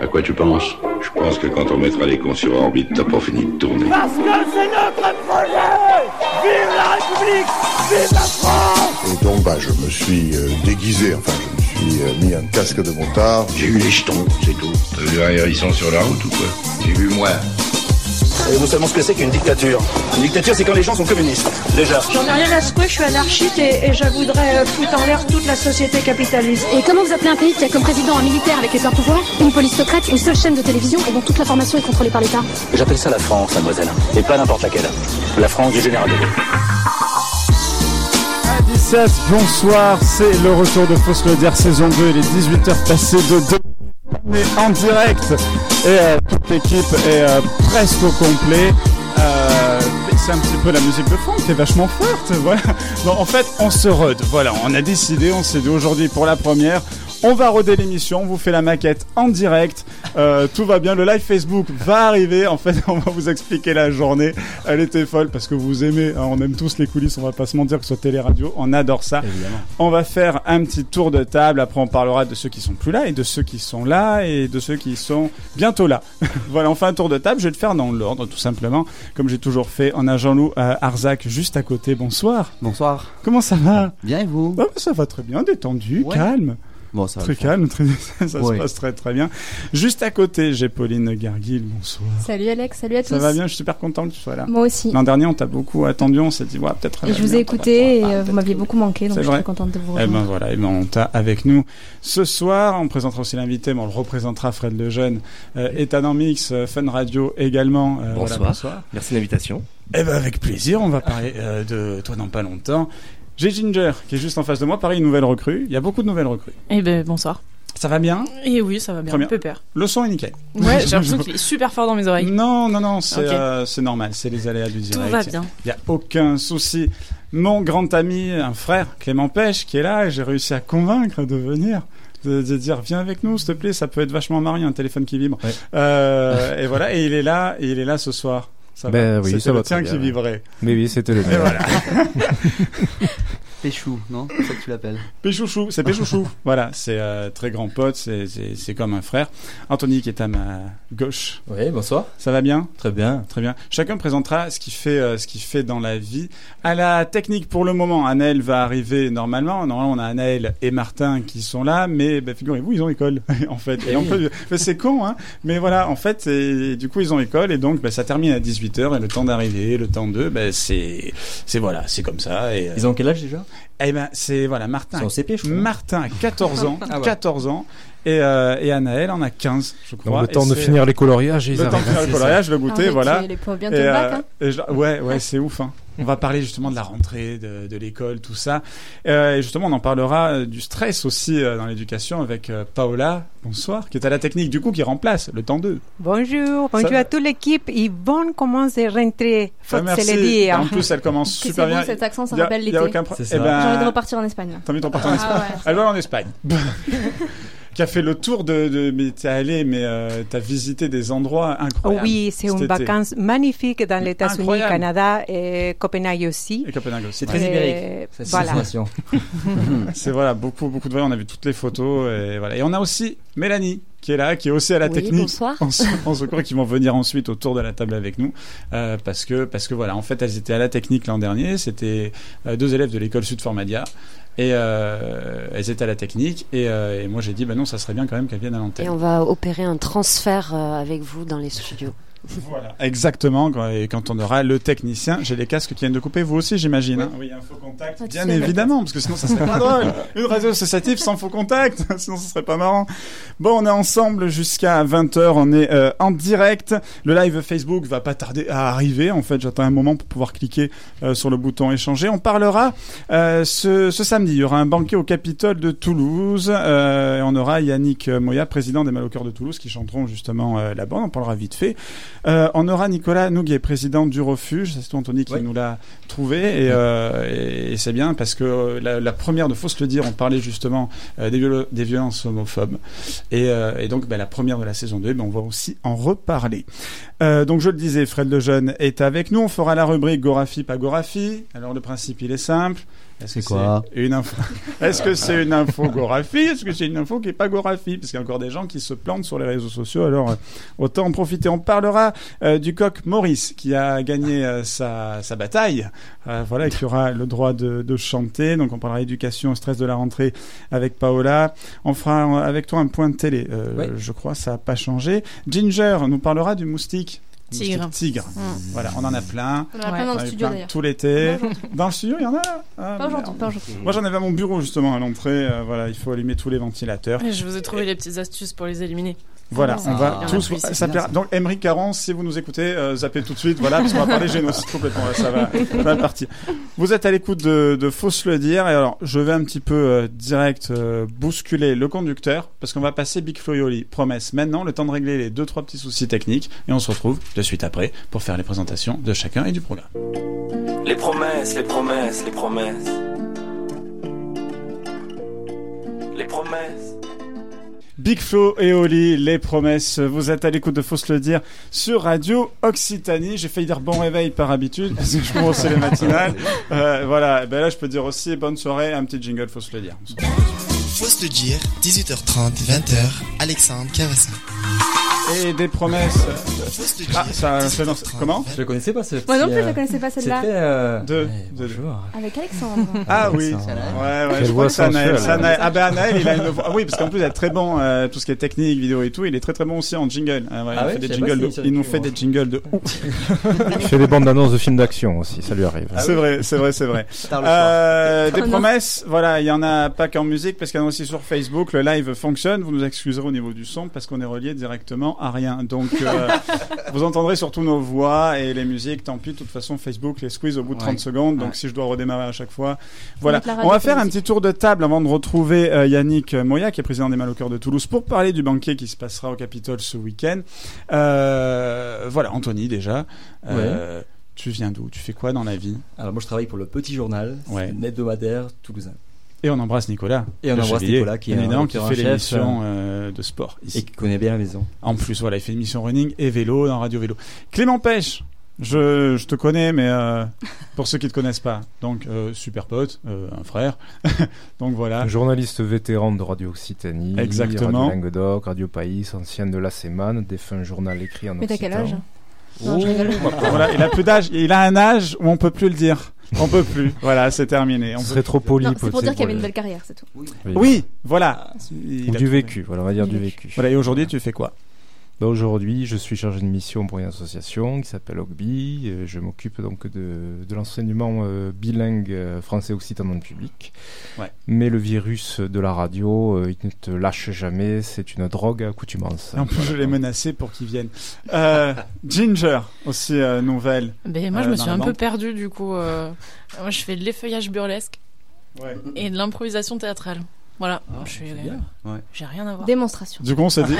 À quoi tu penses Je pense que quand on mettra les cons sur orbite, t'as pas fini de tourner. Parce que c'est notre projet Vive la République Vive la France Et donc, bah, je me suis euh, déguisé, enfin, je me suis euh, mis un casque de montard. J'ai eu les jetons, c'est tout. Euh, T'as vu un hérisson sur la route ou quoi J'ai vu moi. Savez-vous seulement ce que c'est qu'une dictature Une dictature, c'est quand les gens sont communistes, déjà. J'en ai rien à secouer, je suis anarchiste et, et je voudrais euh, foutre en l'air toute la société capitaliste. Et comment vous appelez un pays qui a comme président un militaire avec les pleins pouvoirs, une police secrète, une seule chaîne de télévision et dont toute l'information est contrôlée par l'État J'appelle ça la France, mademoiselle. Et pas n'importe laquelle. La France du général de Gaulle. 17, bonsoir, c'est le retour de Fausse Lodère saison 2, il est 18h passé de 2 en direct et euh, toute l'équipe est euh, presque au complet. Euh, c'est un petit peu la musique de fond qui est vachement forte. Voilà. Bon, en fait, on se rode. Voilà, on a décidé, on s'est dit aujourd'hui pour la première, on va roder l'émission, on vous fait la maquette en direct. Euh, tout va bien, le live Facebook va arriver. En fait, on va vous expliquer la journée. Elle était folle parce que vous aimez, hein, on aime tous les coulisses, on va pas se mentir que ce soit télé-radio, on adore ça. On va faire un petit tour de table, après on parlera de ceux qui sont plus là et de ceux qui sont là et de ceux qui sont bientôt là. voilà, on fait un tour de table, je vais le faire dans l'ordre tout simplement, comme j'ai toujours fait. On a Jean-Loup euh, Arzac juste à côté, bonsoir. Bonsoir. Comment ça va Bien et vous Ah, Ça va très bien, détendu, Ouais. calme. Bon, ça va. Très le faire. calme, très- ça, ça Ouais. se passe très très bien. Juste à côté, j'ai Pauline Garguil, bonsoir. Salut Alex, salut à tous. Ça va bien, je suis super content que tu sois là. Moi aussi. L'an dernier, on t'a beaucoup attendu, on s'est dit, ouais, peut-être. elle Et va je vous venir, ai on va écouté et pouvoir euh, parler, vous m'aviez peut-être. beaucoup manqué, donc Ah, C'est je suis vrai très contente de vous Eh ben rejoindre. voilà, eh ben on t'a avec nous ce soir. On présentera aussi l'invité, mais on le représentera, Fred Lejeune, euh, Ethan en Mix, euh, Fun Radio également. euh, Bonsoir. voilà, Merci de l'invitation. Eh ben avec plaisir, on va parler euh, de toi dans pas longtemps. J'ai Ginger qui est juste en face de moi, pareil, une nouvelle recrue. Il y a beaucoup de nouvelles recrues. Eh ben bonsoir. Ça va bien Et Eh oui, ça va bien. Très bien. Pépère. Le son est nickel. Ouais, j'ai l'impression qu'il est super fort dans mes oreilles. Non, non, non, c'est Ok. euh, c'est normal, c'est les aléas du Tout direct. va bien. Il n'y a aucun souci. Mon grand ami, un frère, Clément Pêche, qui est là, et j'ai réussi à convaincre de venir. De, de dire viens avec nous s'il te plaît ça peut être vachement marié un téléphone qui vibre Ouais. Euh, et voilà et il est là et il est là ce soir ça Ben va oui, C'était ça le va très tien bien, qui ouais. vibrait Mais oui, c'était le et mien. voilà Péchou, non C'est ça que tu l'appelles. Péchouchou c'est Péchouchou voilà c'est euh, très grand pote c'est- c'est c'est comme un frère Anthony qui est à ma gauche Oui, bonsoir. ça va bien Très bien. Très bien. Chacun présentera ce qu'il fait, euh, ce qu'il fait dans la vie. À la technique pour le moment, Anaël va arriver normalement. Normalement, on a Anaël et Martin qui sont là, mais bah, figurez-vous, ils ont école en fait. Et Eh on oui. peut- enfin, c'est con, hein. Mais voilà, en fait, et, et du coup, ils ont école et donc bah, ça termine à 18 h et le temps d'arriver, le temps d'eux, bah, c'est, c'est voilà, c'est comme ça. Et, euh, Ils ont quel âge déjà eh ben, c'est voilà, Martin. Ils sont au CP, je crois. Martin a 14 ans, Ah ouais. 14 ans, et, euh, et Anaël en a 15, je crois. Donc le Et temps de c'est- finir les coloriages, ils Le temps de arrivent. faire le coloriage, le goûter, Arrête, voilà. les pauvres, bientôt Et, le bac, euh, hein. et je- ouais, ouais, c'est ouf. hein. On va parler justement de la rentrée, de, de l'école, tout ça. Euh, et justement, on en parlera euh, du stress aussi euh, dans l'éducation avec euh, Paola, bonsoir, qui est à la technique du coup, qui remplace le temps 2. Bonjour, bonjour va. à toute l'équipe et bonne commence de rentrée, merci. En plus, elle commence Que super c'est bien. bon cet accent, ça Y a- rappelle y l'été. a aucun pro- C'est Eh ça. ben, J'ai envie de repartir en Espagne. T'as envie de repartir en Espagne Ah ouais. Elle va en Espagne. qui a fait le tour de... de mais t'es allé, mais euh, t'as visité des Oh endroits incroyables. Oh c'est une Cet été. vacances magnifique dans les États-Unis, Incroyable. Canada et Copenhague aussi. Et Copenhague aussi. C'est très ibérique. Euh, cette voilà. sensation. C'est voilà, beaucoup, beaucoup de voyages. On a vu toutes les photos. Et, voilà. et on a aussi Mélanie qui est là, qui est aussi à la Oui, technique. bonsoir. En, se- en secours, et qui vont venir ensuite autour de la table avec nous. Euh, parce, que, parce que voilà, en fait, elles étaient à la technique l'an dernier. C'était euh, deux élèves de l'école Sud Formadia. Et euh, elles étaient à la technique. Et, euh, et moi, j'ai dit, bah non, ça serait bien quand même qu'elles viennent à l'antenne. Et on va opérer un transfert euh, avec vous dans les studios. Voilà. Exactement. quand- Et quand on aura le technicien, j'ai les casques qui viennent de couper. Vous aussi, j'imagine. hein oui, un faux contact. Ah, tu Bien sais. évidemment, parce que sinon, ça serait pas drôle. Une radio associative sans faux contact. sinon, ce serait pas marrant. Bon, on est ensemble jusqu'à 20h. On est euh, en direct. Le live Facebook va pas tarder à arriver. En fait, j'attends un moment pour pouvoir cliquer euh, sur le bouton échanger. On parlera euh, ce, ce samedi. Il y aura un banquet au Capitole de Toulouse. Euh, et on aura Yannick Moya, président des Malocœurs de Toulouse, qui chanteront justement euh, la bande. On parlera vite fait. Euh, on aura Nicolas Nouguet, président du Refuge. C'est toi, Anthony, qui Ouais. nous l'a trouvé. Et, euh, et- et c'est bien parce que euh, la, la première de Faut se le dire, on parlait justement euh, des, viol- des violences homophobes. Et, euh, et donc, ben, la première de la saison 2, ben, on va aussi en reparler. Euh, donc, je le disais, Fred Lejeune est avec nous. On fera la rubrique Gorafi, pas Gorafi. Alors, le principe, il est simple. Est-ce C'est que quoi c'est une info... Est-ce que c'est une info Gorafi Est-ce que c'est une info qui n'est pas Gorafi Parce qu'il y a encore des gens qui se plantent sur les réseaux sociaux. Alors, euh, autant en profiter. On parlera euh, du coq Maurice qui a gagné euh, sa, sa bataille. Euh, voilà, et qui aura le droit de, de chanter. Donc, on parlera éducation, stress de la rentrée avec Paola. On fera euh, avec toi un point de télé. Euh, Ouais. Je crois ça n'a pas changé. Ginger nous parlera du moustique. Tigre. Moustique Tigre. Mm. Voilà, on en a plein. On en a plein dans le en a eu studio, plein d'ailleurs. Tout l'été. Pas aujourd'hui. Dans le studio, il y en a Ah, Pas aujourd'hui, merde. pas aujourd'hui. Moi j'en avais à mon bureau justement à l'entrée. Euh, voilà, il faut allumer tous les ventilateurs. Ouais, Je vous ai trouvé les petites astuces pour les éliminer. Voilà, Ah, on va il y en a tous. plus, c'est ça bien, plaira. Donc, Emery Carence, si vous nous écoutez, euh, zappez tout de suite, voilà, parce qu'on va parler génocide complètement. là, ça va, ça va partir. Vous êtes à l'écoute de, de Fausse le dire, et alors, je vais un petit peu euh, direct euh, bousculer le conducteur, parce qu'on va passer Big Floyoli, promesse, maintenant, le temps de régler les deux, trois petits soucis techniques, et on se retrouve de suite après pour faire les présentations de chacun et du programme. Les promesses, les promesses, les promesses. Les promesses. Big Flo et Oli, les promesses, vous êtes à l'écoute de Fausse le dire sur Radio Occitanie. J'ai failli dire bon réveil par habitude, parce que je commençais les matinales. Euh, voilà, ben là je peux dire aussi bonne soirée, un petit jingle, Fausse le dire. Faut se le dire, 18h30, 20h, Alexandre Cavassa. Et des promesses. Ah, ça, ça- non, comment Je le connaissais pas ce Moi non petit, plus, je euh, la connaissais pas, celle-là. C'était. euh, Deux. Avec Alexandre. Ah oui, ouais, Alexandre. ouais, Quelle je voix vois ça, Anaël. sensuelle. ça, hein. Anaël. Ah ben Anaël, il a une voix. Ah Oui, parce qu'en plus, il est très bon, euh, tout ce qui est technique, vidéo et tout. Il est très très bon aussi en jingle. Ah ouais, Ah il ouais, fait je des sais pas jingles si de- il s'en il nous occupe, fait moi. des jingles de ouf. Il fait des bandes d'annonces de films d'action aussi, ça lui arrive. C'est vrai, c'est vrai, c'est vrai. Ah Tard le Euh, soir. des Oh non. promesses, voilà, il y en a pas qu'en musique, parce qu'il y en a aussi sur Facebook. Le live fonctionne. Vous nous excuserez au niveau du son, parce qu'on est relié directement à rien. Donc, euh, vous entendrez surtout nos voix et les musiques. Tant pis, de toute façon, Facebook les squeeze au bout de 30 secondes. Donc, si je dois redémarrer à chaque fois, voilà. mettre la radio On va faire sur un petit tour de table avant de retrouver euh, Yannick Moya, qui est président des Mal au cœur de Toulouse, pour parler du banquet qui se passera au Capitole ce week-end. Euh, voilà, Anthony déjà. Euh, tu viens d'où Tu fais quoi dans la vie Alors moi je travaille pour le Petit Journal, c'est Ouais. un hebdomadaire toulousain. Et on embrasse Nicolas. Et on Le embrasse Chevalier, Nicolas qui est bien un évidemment, qui auteur, fait un chef, l'émission euh, euh, de sport ici. et qui connaît bien la maison. En plus, voilà, il fait une émission running et vélo dans Radio Vélo. Clément Pêche, je, je te connais, mais euh, pour ceux qui ne te connaissent pas, donc euh, super pote, euh, un frère. donc voilà. Journaliste vétéran de Radio Occitanie, Exactement. Radio Languedoc, Radio Pays, ancienne de la Sémane, défunt journal écrit en Mais t'as quel occitan. âge Non, je Oh, rigole. voilà, il a plus d'âge, il a un âge où on peut plus le dire. On peut plus. Voilà, c'est terminé. On Ce serait trop poli, Non, c'est pour peut-être, dire qu'il y avait pour une le- belle carrière, c'est tout. Oui. Oui, voilà. Il Ou a du tout- vécu, voilà, on va dire du vécu. Voilà, et aujourd'hui, tu fais quoi Bah, Aujourd'hui, je suis chargé de mission pour une association qui s'appelle OGBI. euh, Je m'occupe donc de, de l'enseignement euh, bilingue euh, français-occitan dans le public. Ouais. Mais le virus de la radio, euh, il ne te lâche jamais, c'est une drogue à accoutumance. Et En plus, je l'ai menacé pour qu'ils viennent. Euh, Ginger, aussi euh, nouvelle. Ben, moi, je euh, me dans suis la un peu bande. perdue, du coup. euh, Moi, je fais de l'effeuillage burlesque Ouais. Ah, et de l'improvisation théâtrale. Voilà, je suis. euh, Ouais. J'ai rien à voir. Démonstration. Du coup, on s'est dit,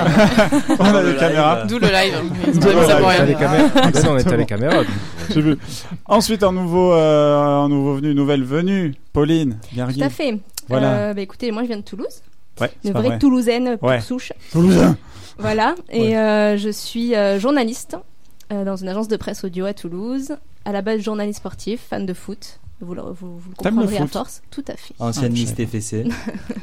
on D'où a le des live. caméras. D'où le live. Ils D'où ont pas mis ça le pour live. rien. Les caméras. Ah, ben non, on était à Exactement. les caméras. du coup. J'ai vu. Ensuite, un nouveau, euh, un nouveau venu, nouvelle venue, Pauline Garguil. Tout à fait. Voilà. Euh, bah, écoutez, moi je viens de Toulouse. Ouais, c'est Une pas vraie vrai. Toulousaine pour Ouais. souche. Toulousain. Voilà. Et euh, je suis euh, journaliste euh, dans une agence de presse audio à Toulouse. À la base, journaliste sportif, fan de foot. Vous le, vous, vous le T'aimes le comprendrez à foot force. Tout à fait. Ancienne Ah, je Miss TFC.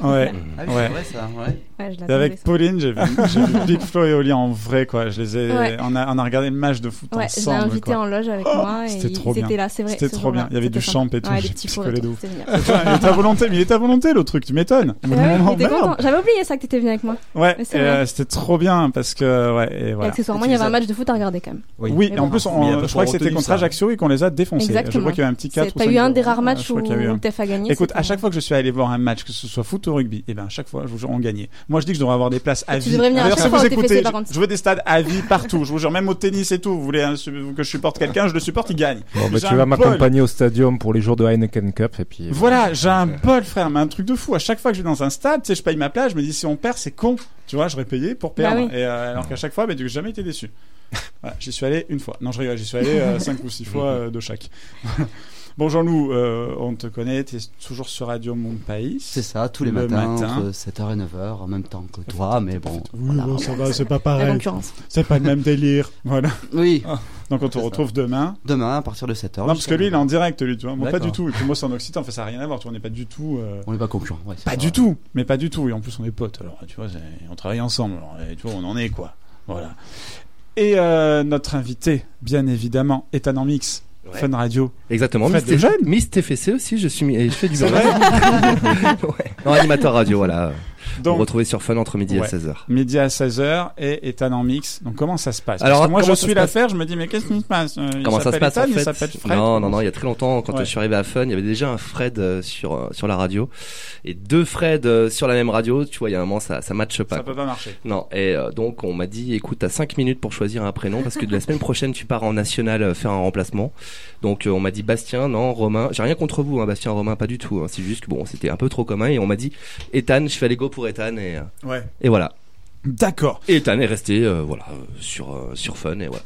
Ouais. Ah oui, c'est ouais. vrai ça, ouais. Ouais, je Et l'attendais, Avec ça. Pauline, j'ai vu, j'ai vu Big Flo et Oli en vrai, quoi. Je les ai, Ouais. on, a, on a regardé le match de foot Ouais, je l'ai ensemble. invité quoi. Oh, en loge avec moi et C'était ils trop bien. étaient là, c'est vrai. C'était ce trop bien. jour-là. Il y avait du C'était champ sympa. et tout. Ouais, j'ai des petits picolé pots et de tout, ouf. c'était génial. il était à volonté, mais il était à volonté le truc, tu m'étonnes. Au bout d'un Ouais, moment, il était Oh, merde. content. J'avais oublié ça que t'étais venu avec moi. Ouais, Mais c'est et, vrai. euh, c'était trop bien parce que ouais, et Et voilà. accessoirement, Et tu il y avait les un as- match de foot à regarder quand même. Oui. Oui, Et et en voilà. plus, on- Mais il y a pas je crois que trop c'était retenu contre ça. Ajaccio et qu'on les a défoncés. Je Exactement. crois qu'il y a eu un petit 4 ou T'as 5 eu un euros. des rares Ouais, matchs je où, crois qu'il y a eu un. où TF a gagné. Écoute, c'était- à chaque fois que je suis allé voir un match, que ce soit foot ou rugby, et ben à chaque fois, je vous jure, on gagnait. Moi, je dis que je devrais avoir des places à Tu vie. devrais venir à D'ailleurs, si chaque vous fois au TFC, écoutez, par je- contre. je veux des stades à vie partout. Je vous jure, même au tennis et tout. Vous voulez hein, que je supporte quelqu'un, je le supporte, il gagne. Bon, bah, J'ai tu un vas bol. m'accompagner au stadium pour les jours de Heineken Cup et puis. euh, Voilà, j'ai un bol, frère, mais un truc de fou. À chaque fois que je vais dans un stade, tu sais, je paye ma place, je me dis si on perd, c'est con. Tu vois, j'aurais payé pour Bah perdre. oui. Et, euh, alors qu'à chaque fois, bah, du coup, j'ai jamais été déçu. Voilà, j'y suis allé une fois. Non, je rigole, j'y suis allé euh, cinq ou six fois euh, de chaque. Bon, Jean-Loup, euh, on te connaît, tu es toujours sur Radio Mon Pays. C'est ça, tous les Le matins, matin. entre 7h et 9h, en même temps que toi, mais bon. Oui, bon, ça va, c'est pas pareil. C'est pas le même délire. Voilà. Ah, Oui. Ah Donc on te retrouve demain. Demain, à partir de 7h. Non, parce que lui, il est en direct, lui, tu vois. Moi, pas D'accord. du tout. Et puis moi, c'est en Occitan. Enfin, ça n'a rien à voir. Tu vois, on n'est pas du tout. euh, On n'est pas concurrents, ouais, c'est pas ça. du tout. Mais pas du tout. Et en plus, on est potes. Alors, tu vois, c'est- on travaille ensemble. Alors, et tu vois, on en est, quoi. Voilà. Et euh, notre invité, bien évidemment, est un en mix. Ouais. Fun Radio. Exactement. Fred Miss, de Jeune. Miss TFC E aussi, je suis mi- et je fais du C'est burlesque. vrai Ouais. Non, animateur radio, voilà. Donc- Donc, vous retrouvez sur Fun entre midi Ouais. et 16h. Midi à 16h et Ethan en mix. Donc comment ça se passe Alors, Parce que moi je comment ça suis se passe l'affaire, je me dis mais qu'est-ce qui se passe Euh, il Comment ça se s'appelle passe Ethan, en il fait s'appelle Fred. Non, non, non, il y a très longtemps, quand Ouais. je suis arrivé à Fun, il y avait déjà un Fred euh, sur, euh, sur la radio et deux Fred euh, sur la même radio. Tu vois, il y a un moment, ça, ça matche pas. Ça quoi. peut pas marcher. Non, et euh, donc on m'a dit écoute, t'as 5 minutes pour choisir un prénom parce que de la semaine prochaine, tu pars en national euh, faire un remplacement. Donc euh, on m'a dit Bastien, non, Romain. J'ai rien contre vous, hein, Bastien, Romain, pas du tout. hein. C'est juste que bon, c'était un peu trop commun et on m'a dit Ethan, je fais aller go pour Ethan et, euh, Ouais. et voilà. D'accord. Et Ethan est resté euh, voilà, euh, sur, euh, sur Fun et voilà.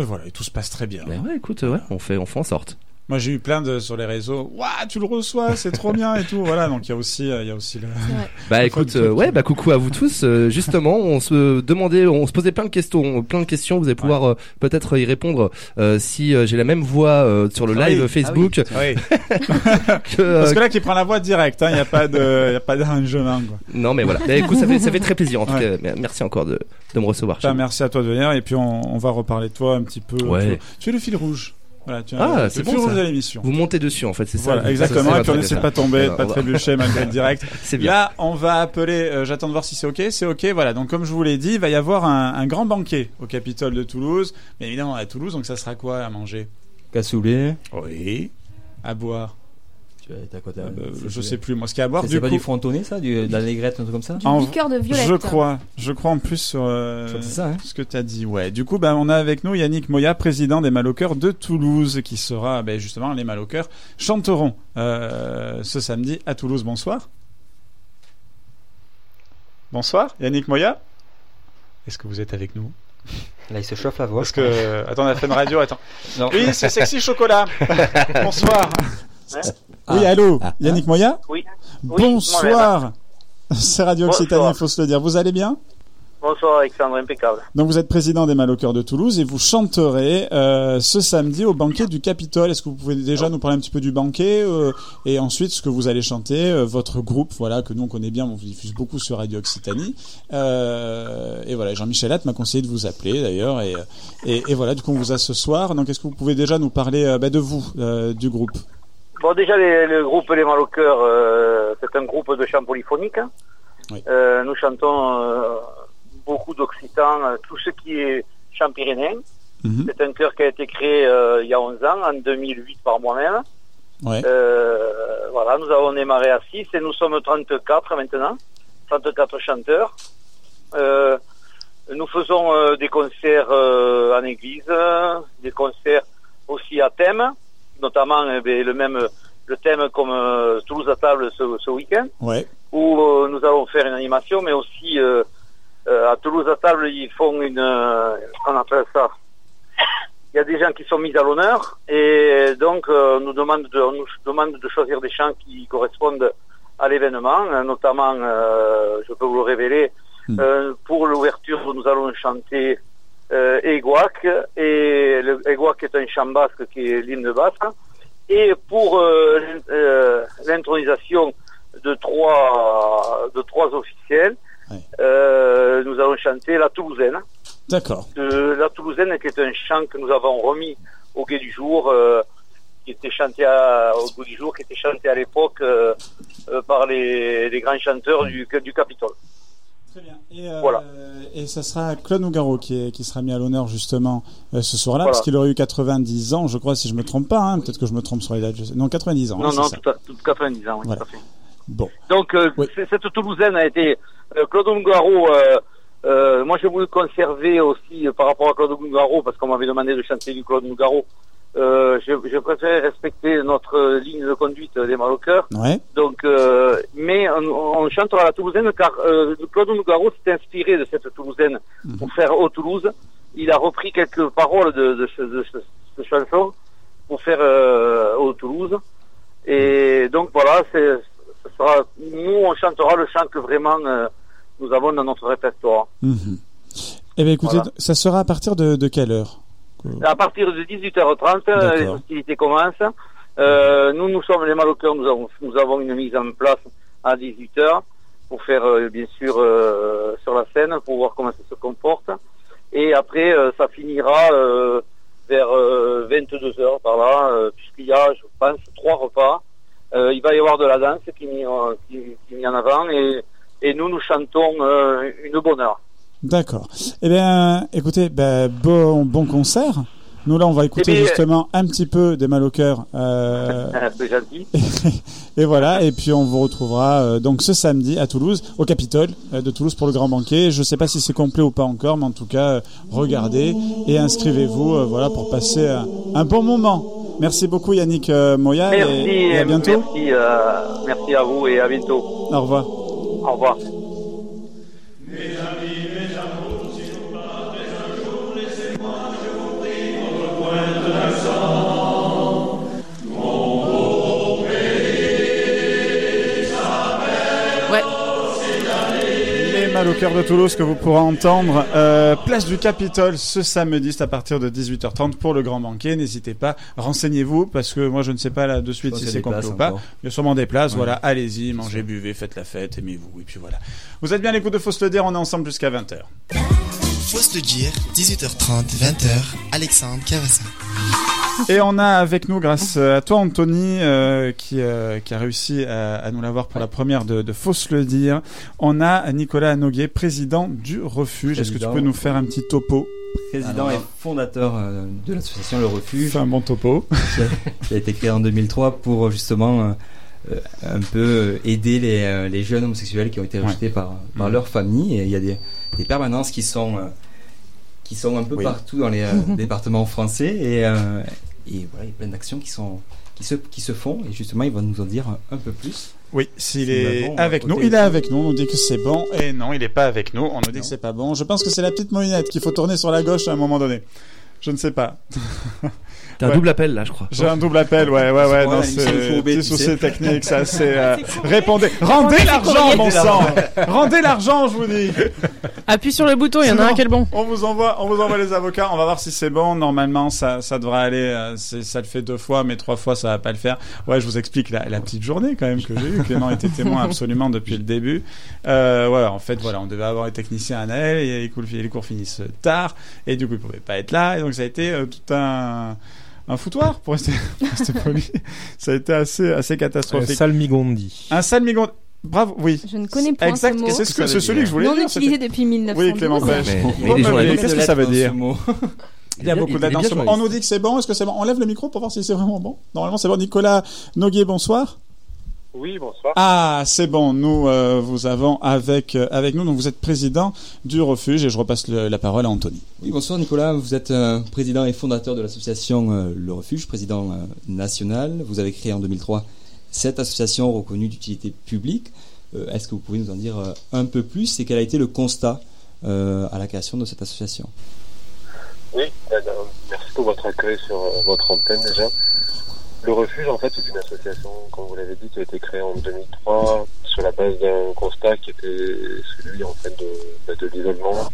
Euh, voilà, et tout se passe très bien. Ben ouais, écoute, ouais, on fait, on fait en sorte. Moi j'ai eu plein de sur les réseaux. Waouh, tu le reçois, c'est trop bien et tout. Voilà, donc il y a aussi euh, il y a aussi le Bah écoute, euh, ouais, bah coucou à vous tous. Euh, justement, on se demandait, on se posait plein de questions, plein de questions. Vous allez pouvoir euh, peut-être y répondre euh, si euh, j'ai la même voix euh, sur le Ah live oui, Facebook. ah oui, euh, Parce que là qui prend la voix directe, hein, il n'y a pas de il y a pas d'arrangement quoi. Non mais voilà. Bah, écoute, ça fait, ça fait très plaisir. En tout cas, mais- merci encore de, de me recevoir. Putain, merci à toi de venir et puis on, on va reparler de toi un petit peu. Ouais. Tu, euh, tu es le fil rouge. Voilà, tu es Ah, le c'est fil bon, rouge ça. de l'émission. Vous montez dessus en fait, c'est ça. Voilà, Ça, exactement. ça, ça et puis va on très essaie de bien, pas ça. tomber, de Voilà, pas on va- trébucher malgré le direct. C'est bien. Là, on va appeler. euh, J'attends de voir si c'est ok. C'est ok. Voilà. Donc comme je vous l'ai dit, il va y avoir un, un grand banquet au Capitole de Toulouse. Mais évidemment à Toulouse, donc ça sera quoi à manger Cassoulet. Oui. À boire. Tu as quoi t'as- Ah bah, c'est- je c'est- sais plus, moi, ce qu'il y a à boire, C'est du pas coup- du frontonné, ça du, De l'allégrette, un truc comme ça En- liqueur de violette. Je crois, je crois en plus sur euh, crois que c'est ça, hein ce que tu as dit. Ouais. Du coup, bah, on a avec nous Yannick Moya, président des Maloqueurs de Toulouse, qui sera bah, justement les Maloqueurs chanteront euh, ce samedi à Toulouse. Bonsoir. Bonsoir, Yannick Moya. Est-ce que vous êtes avec nous Là, il se chauffe la voix. Parce que attends, on a fait une radio. Attends. Non. Oui, c'est sexy chocolat. Bonsoir. Oui, Ah. allô, Yannick Moya. Oui. Oui, Bonsoir. moi-même. C'est Radio Occitanie, il faut se le dire. Vous allez bien Bonsoir Alexandre, impeccable. Donc vous êtes président des Maloqueurs de Toulouse et vous chanterez euh, ce samedi au banquet du Capitole. Est-ce que vous pouvez déjà nous parler un petit peu du banquet euh, et ensuite ce que vous allez chanter, euh, votre groupe, voilà que nous on connaît bien, on vous diffuse beaucoup sur Radio Occitanie. Euh, et voilà, Jean-Michel Hatt m'a conseillé de vous appeler d'ailleurs et, et, et voilà du coup on vous a ce soir. Donc est-ce que vous pouvez déjà nous parler euh, bah, de vous, euh, du groupe Bon déjà les- le groupe Les Maloqueurs, euh, c'est un groupe de chant polyphonique. Euh, nous chantons euh, beaucoup d'occitan, euh, tout ce qui est chant pyrénéen. Mhm. C'est un chœur qui a été créé euh, il y a 11 ans, en 2008 par moi-même. Ouais. Euh, voilà, nous avons démarré à 6 et nous sommes 34 maintenant, 34 chanteurs. Euh, nous faisons euh, des concerts euh, en église, euh, des concerts aussi à thème, notamment euh, ben, le même le thème comme euh, Toulouse à table ce, ce week-end, Ouais. où euh, nous allons faire une animation, mais aussi euh, euh, à Toulouse à table ils font une euh, qu'on appelle ça il y a des gens qui sont mis à l'honneur et donc euh, on nous demande de, on nous demande de choisir des chants qui correspondent à l'événement, euh, notamment, euh, je peux vous le révéler, euh, pour l'ouverture, nous allons chanter euh, Eguac, et le Eguac est un chant basque qui est l'hymne basque, et pour euh, l'in- euh, l'intronisation de trois, de trois officiels, euh, nous allons chanter la Toulousaine D'accord. de Euh, la Toulousaine, qui est un chant que nous avons remis au Gué du Jour, euh, qui était chanté à, au Gué du Jour, qui était chanté à l'époque euh, euh, par les, les grands chanteurs du, du Capitole. Et, euh, Voilà. et ça sera Claude Nougaro qui, est- qui sera mis à l'honneur justement euh, ce soir-là, Voilà. parce qu'il aurait eu 90 ans, je crois, si je me trompe pas. hein. Peut-être que je me trompe sur les dates. je sais- Non, 90 ans. hein, Non, c'est non, ça. tout, à, tout 90 ans, oui, Voilà. tout à fait. Bon. Donc, euh, c'est- cette Toulousaine a été. euh, Claude Ungaro, euh, euh, moi j'ai voulu conserver aussi euh, par rapport à Claude Ungaro, parce qu'on m'avait demandé de chanter du Claude Ungaro. Euh, je, je préfère respecter notre euh, ligne de conduite euh, des Maloqueurs. Ouais. Donc, euh, mais on, on chante à la Toulousaine car euh, Claude Nougaro s'est inspiré de cette Toulousaine pour faire au Toulouse. Il a repris quelques paroles de, de ce- de ce- de cette chanson pour faire euh, au Toulouse. Et donc voilà, c'est, ce sera, nous on chantera le chant que vraiment euh, nous avons dans notre répertoire. Mhm. Eh bien, écoutez, Voilà. ça sera à partir de, de quelle heure À partir de 18h30, euh, les hostilités commencent. Euh, nous, nous sommes les Maloqueurs, nous avons, nous avons une mise en place à 18h pour faire, euh, bien sûr, euh, sur la scène, pour voir comment ça se comporte. Et après, euh, ça finira euh, vers 22h par là, euh, puisqu'il y a, je pense, trois repas. Euh, il va y avoir de la danse qui est mis, en- qui, qui est mis en avant et, et nous, nous chantons euh, une bonne heure. D'accord. Eh bien, écoutez, ben, bon, bon concert. Nous, là, on va écouter Eh bien, justement un petit peu des mal au cœur. euh, C'est gentil. et voilà, et puis on vous retrouvera euh, donc ce samedi à Toulouse, au Capitole euh, de Toulouse pour le grand banquet. Je ne sais pas si c'est complet ou pas encore, mais en tout cas, euh, regardez et inscrivez-vous euh, voilà, pour passer euh, un bon moment. Merci beaucoup Yannick euh, Moya et- Merci, et, à bientôt. Merci, euh, merci à vous et à bientôt. Au revoir. Au revoir. Les mal au cœur de Toulouse que vous pourrez entendre. euh, place du Capitole ce samedi, c'est à partir de 18h30 pour le grand banquet. N'hésitez pas, renseignez-vous parce que moi je ne sais pas là de suite pense si qu'il y a c'est des complet places ou pas. Oh, encore. Il y a sûrement des places. Ouais. Voilà, allez-y, mangez, buvez, faites la fête, aimez-vous et puis voilà. Vous êtes bien les coups de fausse le dire, on est ensemble jusqu'à 20h. Faut se le dire, 18h30, 20h, Alexandre Cavassa. Et on a avec nous, grâce à toi, Anthony, euh, qui, euh, qui a réussi à, à nous l'avoir pour la première de, de Fausse le dire. On a Nicolas Noguet, président du Refuge. Est-ce que tu Président. peux nous faire un petit topo Président et fondateur euh, de l'association Le Refuge. Fais un bon topo. qui a été créé en 2003 pour euh, justement euh, euh, un peu euh, aider les, euh, les jeunes homosexuels qui ont été rejetés par, par Mhm. leur famille. Et il y a des, des permanences qui sont, euh, qui sont un peu Oui. partout dans les euh, départements français. Et, euh, et voilà, il y a plein d'actions qui, sont, qui, se, qui se font. Et justement, il va nous en dire un peu plus. Oui, s'il Nous est l'avons, euh, avec au nous, il est téléphone. avec nous, on nous dit que c'est bon. Et non, il n'est pas avec nous, on nous dit que c'est pas bon. Je pense que c'est la petite molinette qu'il faut tourner sur la gauche à un moment donné. Je ne sais pas. T'as un Ouais. double appel là, je crois. J'ai un double appel, ouais, Ah ouais, ouais. Non, c'est petit souci technique, ça, c'est. euh, répondez, rendez Rendez l'argent, ses courriers. bon sang Rendez l'argent, je vous dis Appuie sur le bouton, il y en a Non, un qui est le bon. On vous envoie, on vous envoie les avocats. On va voir si c'est bon. Normalement, ça, ça devrait aller. euh, c'est- ça le fait deux fois, mais trois fois, ça va pas le faire. Ouais, je vous explique la, la petite journée quand même que j'ai eue. Clément était témoin absolument depuis le début. Euh, ouais, en fait, voilà, on devait avoir les techniciens à Naël et les cours, les cours finissent tard et du coup, ils pouvaient pas être là. Et donc, ça a été euh, tout un. Un foutoir pour rester, pour rester poli. Ça a été assez, assez catastrophique. Un salmigondi. Un salmigondi. Bravo, oui. Je ne connais point Exact, ce mot. et c'est ce que- c'est celui que je voulais Non dire, utilisé c'était- depuis 1900. Oui, Clément Page. Mais- mais Bon, bah, les gens mais aiment les Qu'est-ce que lettres ça veut dans dire ce mot. Il y a Il est- beaucoup il est bien d'attention. journaliste. On nous dit que c'est bon, est-ce que c'est bon On lève le micro pour voir si c'est vraiment bon. Normalement, c'est bon. Nicolas Noguier, bonsoir. Oui, bonsoir. Ah, c'est bon. Nous euh, vous avons avec euh, avec nous. Donc vous êtes président du refuge et je repasse le- la parole à Anthony. Oui, bonsoir Nicolas, vous êtes euh, président et fondateur de l'association euh, Le Refuge, président euh, national. Vous avez créé en 2003 cette association reconnue d'utilité publique. Euh, Est-ce que vous pouvez nous en dire euh, un peu plus et quel a été le constat euh, à la création de cette association Oui, euh, merci pour votre accueil sur euh, votre antenne déjà. Le Refuge, en fait, c'est une association, comme vous l'avez dit, qui a été créée en 2003 sur la base d'un constat qui était celui, en fait, de, bah, de l'isolement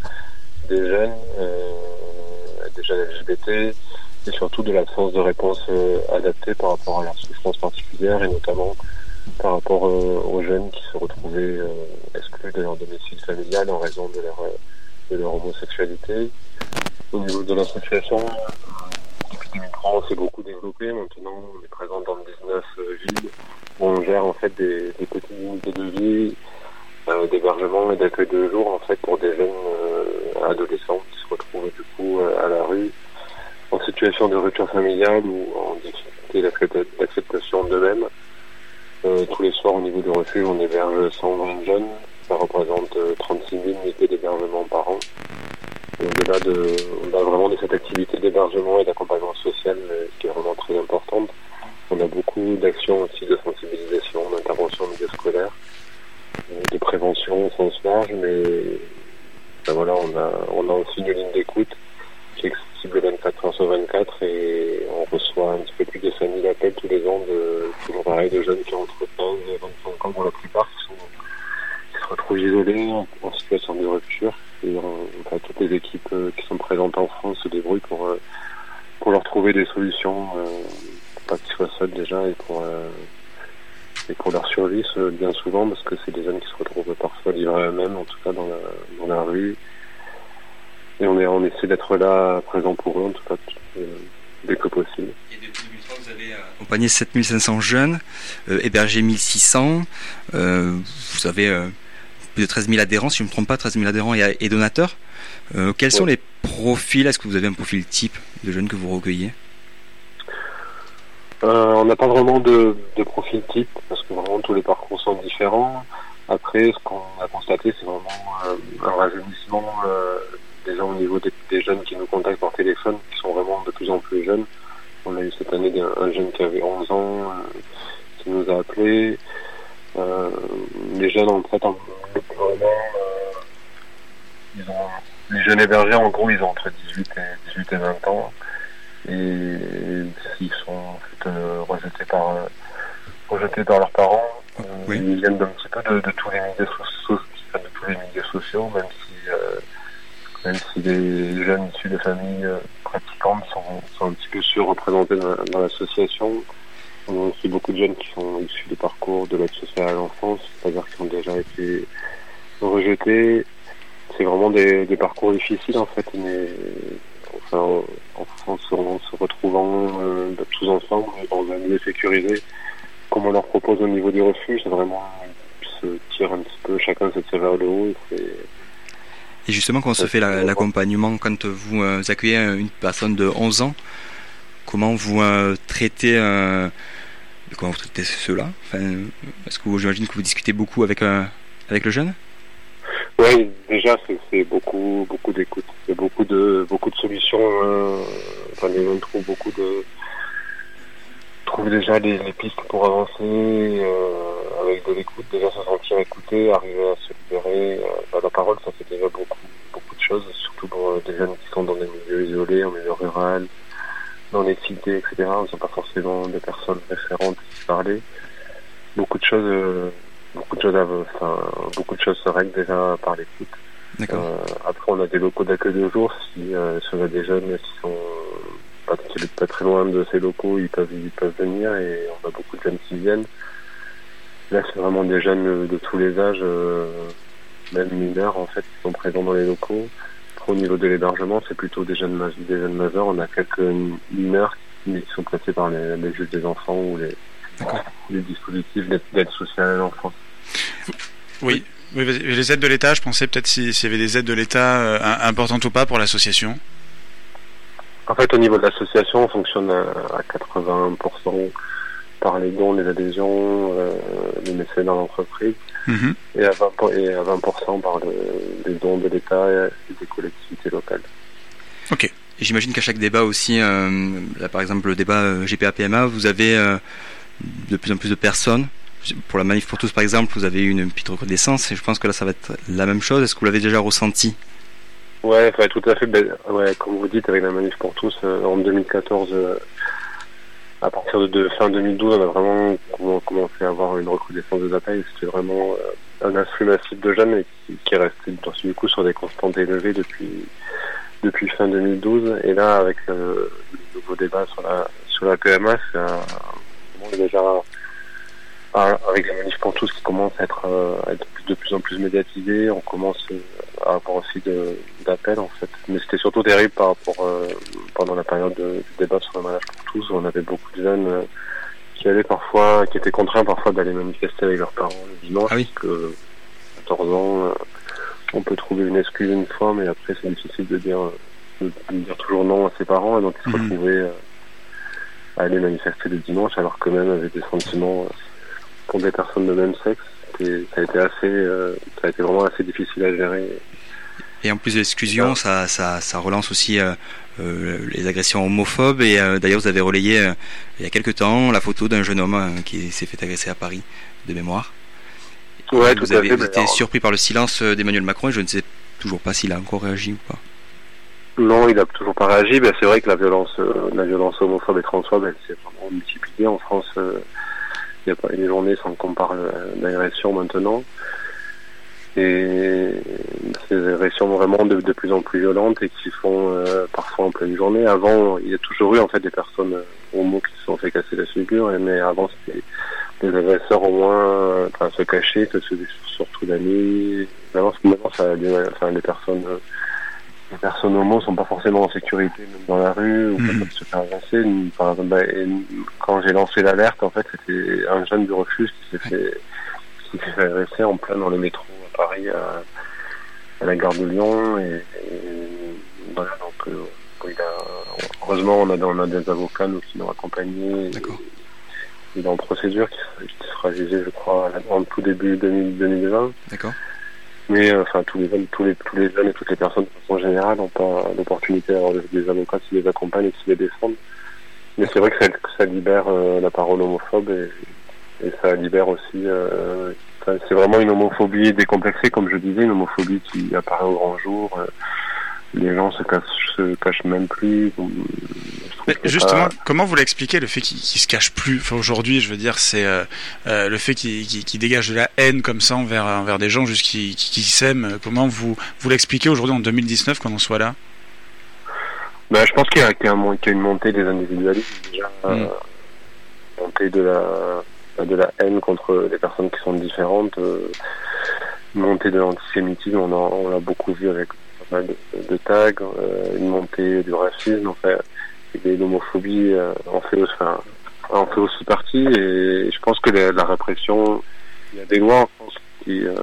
des jeunes, euh, des jeunes LGBT, et surtout de l'absence de réponse euh, adaptée par rapport à leurs souffrances particulières, et notamment par rapport euh, aux jeunes qui se retrouvaient euh, exclus de leur domicile familial en raison de leur, euh, de leur homosexualité. Au niveau de l'association, euh, depuis 2003, on s'est beaucoup développé. Maintenant, on est présent dans 19 villes où on gère en fait des, des petites unités de vie, euh, d'hébergement et d'accueil de jour en fait pour des jeunes euh, adolescents qui se retrouvent du coup euh, à la rue, en situation de rupture familiale ou en difficulté d'accepta- d'acceptation d'eux-mêmes. Euh, tous les soirs au niveau du refuge, on héberge 120 jeunes. Ça représente euh, 36 000 unités d'hébergement par an. Et Au-delà de, au-delà vraiment de cette activité d'hébergement et d'accompagnement social euh, qui est vraiment très importante, on a beaucoup d'actions aussi de sensibilisation, d'intervention au milieu scolaire, euh, de prévention au sens large, mais ben voilà, on a, on a aussi une ligne d'écoute qui est accessible 24 heures sur 24 et on reçoit un petit peu plus de de jeunes qui ont entre 15 et 25 ans pour la plupart qui, sont, qui se retrouvent isolés en, en situation de rupture. Et euh, bah, toutes les équipes euh, qui sont présentes en France se débrouillent pour, euh, pour leur trouver des solutions, euh, pour pas qu'ils soient seuls déjà et pour, euh, et pour leur survie ce- bien souvent parce que c'est des jeunes qui se retrouvent parfois livrés à eux-mêmes, en tout cas dans la, dans la rue. Et on, est, on essaie d'être là, présent pour eux, en tout cas, euh, dès que possible. accompagné 7500 jeunes, euh, hébergé 1600, euh, vous avez euh, plus de 13 000 adhérents, si je ne me trompe pas, 13 000 adhérents et, et donateurs. Euh, quels sont les profils Est-ce que vous avez un profil type de jeunes que vous recueillez Euh, on n'a pas vraiment de, de profil type parce que vraiment tous les parcours sont différents. Après, ce qu'on a constaté, c'est vraiment euh, un rajeunissement euh, déjà au niveau des, des jeunes qui nous contactent par téléphone, qui sont vraiment de plus en plus jeunes. On a eu cette année un, un jeune qui avait 11 ans euh, qui nous a appelé. Euh, les jeunes en fait, en- vraiment, euh, ils ont- les jeunes hébergés en gros, ils ont entre 18 et 18 et 20 ans et s'ils sont en fait, euh, rejetés par euh, rejetés par leurs parents, euh, ils viennent d'un petit peu de, de tous les milieux sociaux, de tous les milieux sociaux, même si euh, même si les jeunes issus de familles euh, pratiquantes sont, sont un petit peu surreprésentés dans, la- dans l'association. On a aussi beaucoup de jeunes qui sont issus de parcours de l'aide sociale à l'enfance, c'est-à-dire qui ont déjà été rejetés. C'est vraiment des, des parcours difficiles en fait, mais enfin, en, en se, en se retrouvant euh, tous ensemble dans un milieu sécurisé, comme on leur propose au niveau du refuge, c'est vraiment se tire un petit peu, chacun se tire vers le haut. et c'est- Et justement, comment se fait la- l'accompagnement quand vous euh, accueillez une personne de 11 ans Comment vous euh, traitez euh, comment vous traitez cela enfin, Est-ce que vous- j'imagine que vous discutez beaucoup avec euh, avec le jeune Oui, déjà, c'est- c'est beaucoup, beaucoup d'écoute. C'est beaucoup de, beaucoup de solutions. euh, Enfin, les jeunes trouvent beaucoup de. trouvent déjà les, les pistes pour avancer euh, avec de l'écoute. Déjà, se sentir écouté, arriver à se libérer. euh, enfin, la parole, ça fait déjà beaucoup, beaucoup de choses, surtout pour euh, des jeunes qui sont dans des milieux isolés, en milieu rural, dans les cités, etc. Ils ne sont pas forcément des personnes référentes qui parler. Beaucoup de choses. euh, beaucoup de choses à, enfin, beaucoup de choses se règlent déjà par l'écoute. Euh, après, on a des locaux d'accueil de jour. Si, euh, si on a des jeunes qui sont pas, qui habitent pas très loin de ces locaux, ils peuvent, ils peuvent venir et on a beaucoup de jeunes qui viennent. Là, c'est vraiment des jeunes euh, de tous les âges, euh, même mineurs en fait, qui sont présents dans les locaux. Après, au niveau de l'hébergement, c'est plutôt des jeunes, ma- des jeunes majeurs. On a quelques mineurs qui sont placés par les, les juges des enfants ou les, les dispositifs d'aide- d'aide sociale à l'enfance. Oui. Oui, vas-y. les aides de l'État, je pensais peut-être si- s'il y avait des aides de l'État euh, importantes ou pas pour l'association. En fait, au niveau de l'association, on fonctionne à, à 80% par les dons, les adhésions, euh, les mécènes en entreprise, Mm-hmm. et à 20%, pour- et à 20 par le- les dons de l'État et des collectivités locales. Ok. J'imagine qu'à chaque débat aussi, euh, là par exemple le débat euh, GPA-PMA, vous avez euh, de plus en plus de personnes. Pour la manif pour tous par exemple, vous avez eu une petite recrudescence et je pense que là ça va être la même chose. Est-ce que vous l'avez déjà ressenti Ouais, ouais, tout à fait. Ben, ouais, comme vous dites, avec la manif pour tous, euh, en 2014, euh, à partir de, de fin 2012, on a vraiment com- commencé à avoir une recrudescence des appels. C'était vraiment euh, un afflux massif de jeunes et qui, qui est resté dans- du coup sur des constantes élevées depuis depuis fin 2012. Et là, avec euh, le nouveau débat sur la sur la PMA, c'est un- on est déjà ah, avec la manif pour tous qui commence à être, euh, à être de plus en plus médiatisée, on commence euh, à avoir aussi de- d'appels en fait. Mais c'était surtout terrible par rapport euh, pendant la période de- du débat sur le mariage pour tous, où on avait beaucoup de jeunes euh, qui allaient parfois, qui étaient contraints parfois d'aller manifester avec leurs parents le dimanche, parce que 14 ans, euh, on peut trouver une excuse une fois, mais après c'est difficile de dire, euh, de, de dire toujours non à ses parents, et donc ils se Mhm. retrouvaient euh, à aller manifester le dimanche, alors que même avec des sentiments euh, pour des personnes de même sexe, c'était- ça a été assez, euh, ça a été vraiment assez difficile à gérer. Et en plus de l'exclusion, ça, ça, ça relance aussi euh, euh, les agressions homophobes. Et euh, d'ailleurs, vous avez relayé euh, il y a quelques temps la photo d'un jeune homme euh, qui s'est fait agresser à Paris, de mémoire. Ouais, vous tout à avez fait, vous mais été alors- surpris par le silence euh, d'Emmanuel Macron et je ne sais toujours pas s'il a encore réagi ou pas. Non, il a toujours pas réagi. Ben, c'est vrai que la violence, euh, la violence homophobe et transphobe, elle s'est vraiment multipliée en France. euh, Il n'y a pas une journée sans qu'on parle euh, d'agression maintenant. Et ces agressions vraiment de, de plus en plus violentes et qui font euh, parfois en pleine journée. Avant, il y a toujours eu en fait des personnes euh, homo qui se sont fait casser la figure, et- mais avant c'était les agresseurs au moins euh, enfin, se cachaient, se faisaient sur- surtout la nuit. Maintenant, c'est- maintenant, ça, les, enfin, les personnes euh, les personnes homo sont pas forcément en sécurité même dans la rue ou Mhm. peuvent se faire agresser. Enfin, bah, et quand j'ai lancé l'alerte, en fait, c'était un jeune de refus qui s'est fait qui s'est fait agresser en plein dans le métro à Paris, à, à la gare de Lyon. Et, et voilà, donc euh, il a- heureusement, on a, on a des avocats nous, qui nous accompagnés. Il est en procédure qui, sera- qui sera jugé, je crois, en tout début 2000 2020. D'accord. Mais euh, enfin, tous les jeunes, tous les, tous les jeunes et toutes les personnes de façon générale n'ont pas l'opportunité d'avoir des, des avocats qui les accompagnent et qui les défendent. Mais c'est vrai que ça, que ça libère euh, la parole homophobe et, et ça libère aussi. euh, enfin, c'est vraiment une homophobie décomplexée, comme je disais, une homophobie qui apparaît au grand jour. euh, les gens se cachent, se cachent même plus. Je trouve Mais Euh, que ça- justement, comment vous l'expliquez le fait qu'il qu'il se cache plus Enfin, Aujourd'hui, je veux dire, c'est euh, euh, le fait qu'il qu'il- qu'il dégage de la haine comme ça envers, envers des gens, juste qu'ils qu'ils s'aiment. Comment vous, vous l'expliquez aujourd'hui en 2019 quand on soit là Bah, je pense qu'il y, a- qu'il y a un mon- qu'il y a une montée des individualismes déjà, euh, montée de la bah, de la haine contre les personnes qui sont différentes, euh, montée de l'antisémitisme, on, en- on l'a beaucoup vu avec pas mal de, de tags, euh, une montée du racisme, en fait, et de l'homophobie, euh, en fait aussi, enfin, en fait aussi partie. Et je pense que la, la répression, il y a des lois en France qui, euh,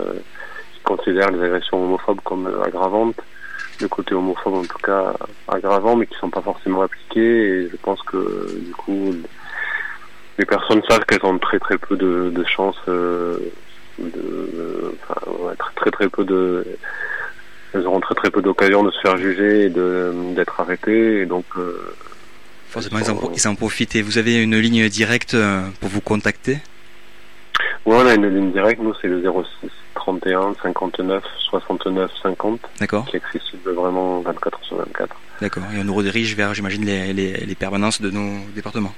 qui considèrent les agressions homophobes comme euh, aggravantes le côté homophobe en tout cas aggravant mais qui sont pas forcément appliqués et je pense que du coup les personnes savent qu'elles ont très très peu de, de chances euh, de enfin, ouais, très, très très peu de elles auront très très peu d'occasion de se faire juger et de d'être arrêtées et donc euh, Forcément, ils en, pro- ils en profitent. Et vous avez une ligne directe euh, pour vous contacter ouais, on a une ligne directe nous c'est le 06 31 59 69 50 D'accord. qui est accessible vraiment 24 sur 24 D'accord. Et on nous redirige vers, j'imagine, les, les- les permanences de nos départements.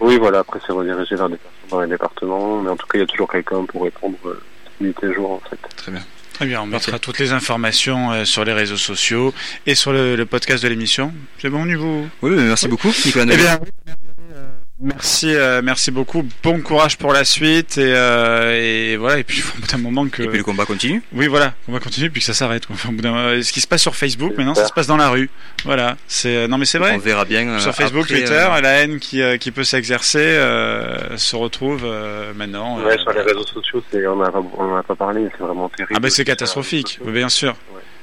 Oui, voilà, après c'est redirigé vers des personnes dans les départements, mais en tout cas, il y a toujours quelqu'un pour répondre euh, nuit et jour, en fait. Très bien. Très bien, on mettra toutes les informations euh, sur les réseaux sociaux et sur le, le podcast de l'émission. C'est bon au niveau Oui, merci beaucoup, Nicolas Eh bien, Merci, euh, merci beaucoup. Bon courage pour la suite et, euh, et voilà. Et puis au bout d'un moment que. Et puis le combat continue. Oui, voilà, on va continuer puis que ça s'arrête. quoi. Enfin, au bout d'un- euh, ce qui se passe sur Facebook, maintenant, ça se passe dans la rue. Voilà. C'est euh, non, mais c'est vrai. On verra bien, euh, sur Facebook, après, Twitter, euh, la haine qui, euh, qui peut s'exercer euh, se retrouve euh, maintenant. euh, Ouais, sur les réseaux sociaux, c'est- on n'en a, pas- on en a pas parlé, c'est vraiment terrible. ah ben c'est catastrophique, oui, bien sûr.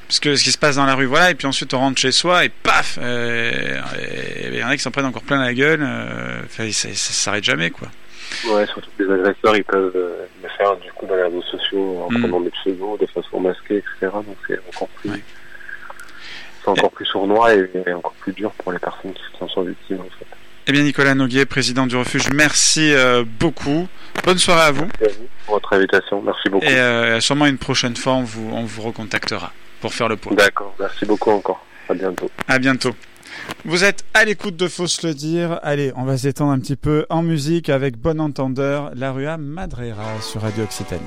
Parce que ce qui se passe dans la rue, voilà, et puis ensuite on rentre chez soi et paf, euh, et- et il y en a qui s'en prennent encore plein la gueule. euh, enfin, ça, ça s'arrête jamais, quoi. Ouais, surtout que les agresseurs, ils peuvent euh, le faire du coup dans les réseaux sociaux en Mm. prenant des pseudos, de façon masquée, etc. Donc c'est encore plus. C'est encore plus sournois et, et encore plus dur pour les personnes qui en sont victimes, en fait. Eh bien, Nicolas Noguier, président du refuge, merci euh, beaucoup. Bonne soirée à vous. Merci à vous pour votre invitation, merci beaucoup. Et euh, sûrement une prochaine fois, on vous, on vous recontactera pour faire le point. D'accord, merci beaucoup encore. À bientôt. À bientôt. Vous êtes à l'écoute de Fausse le dire. Allez, on va se détendre un petit peu en musique avec Bon Entendeur, la Rua Madrera sur Radio Occitanie.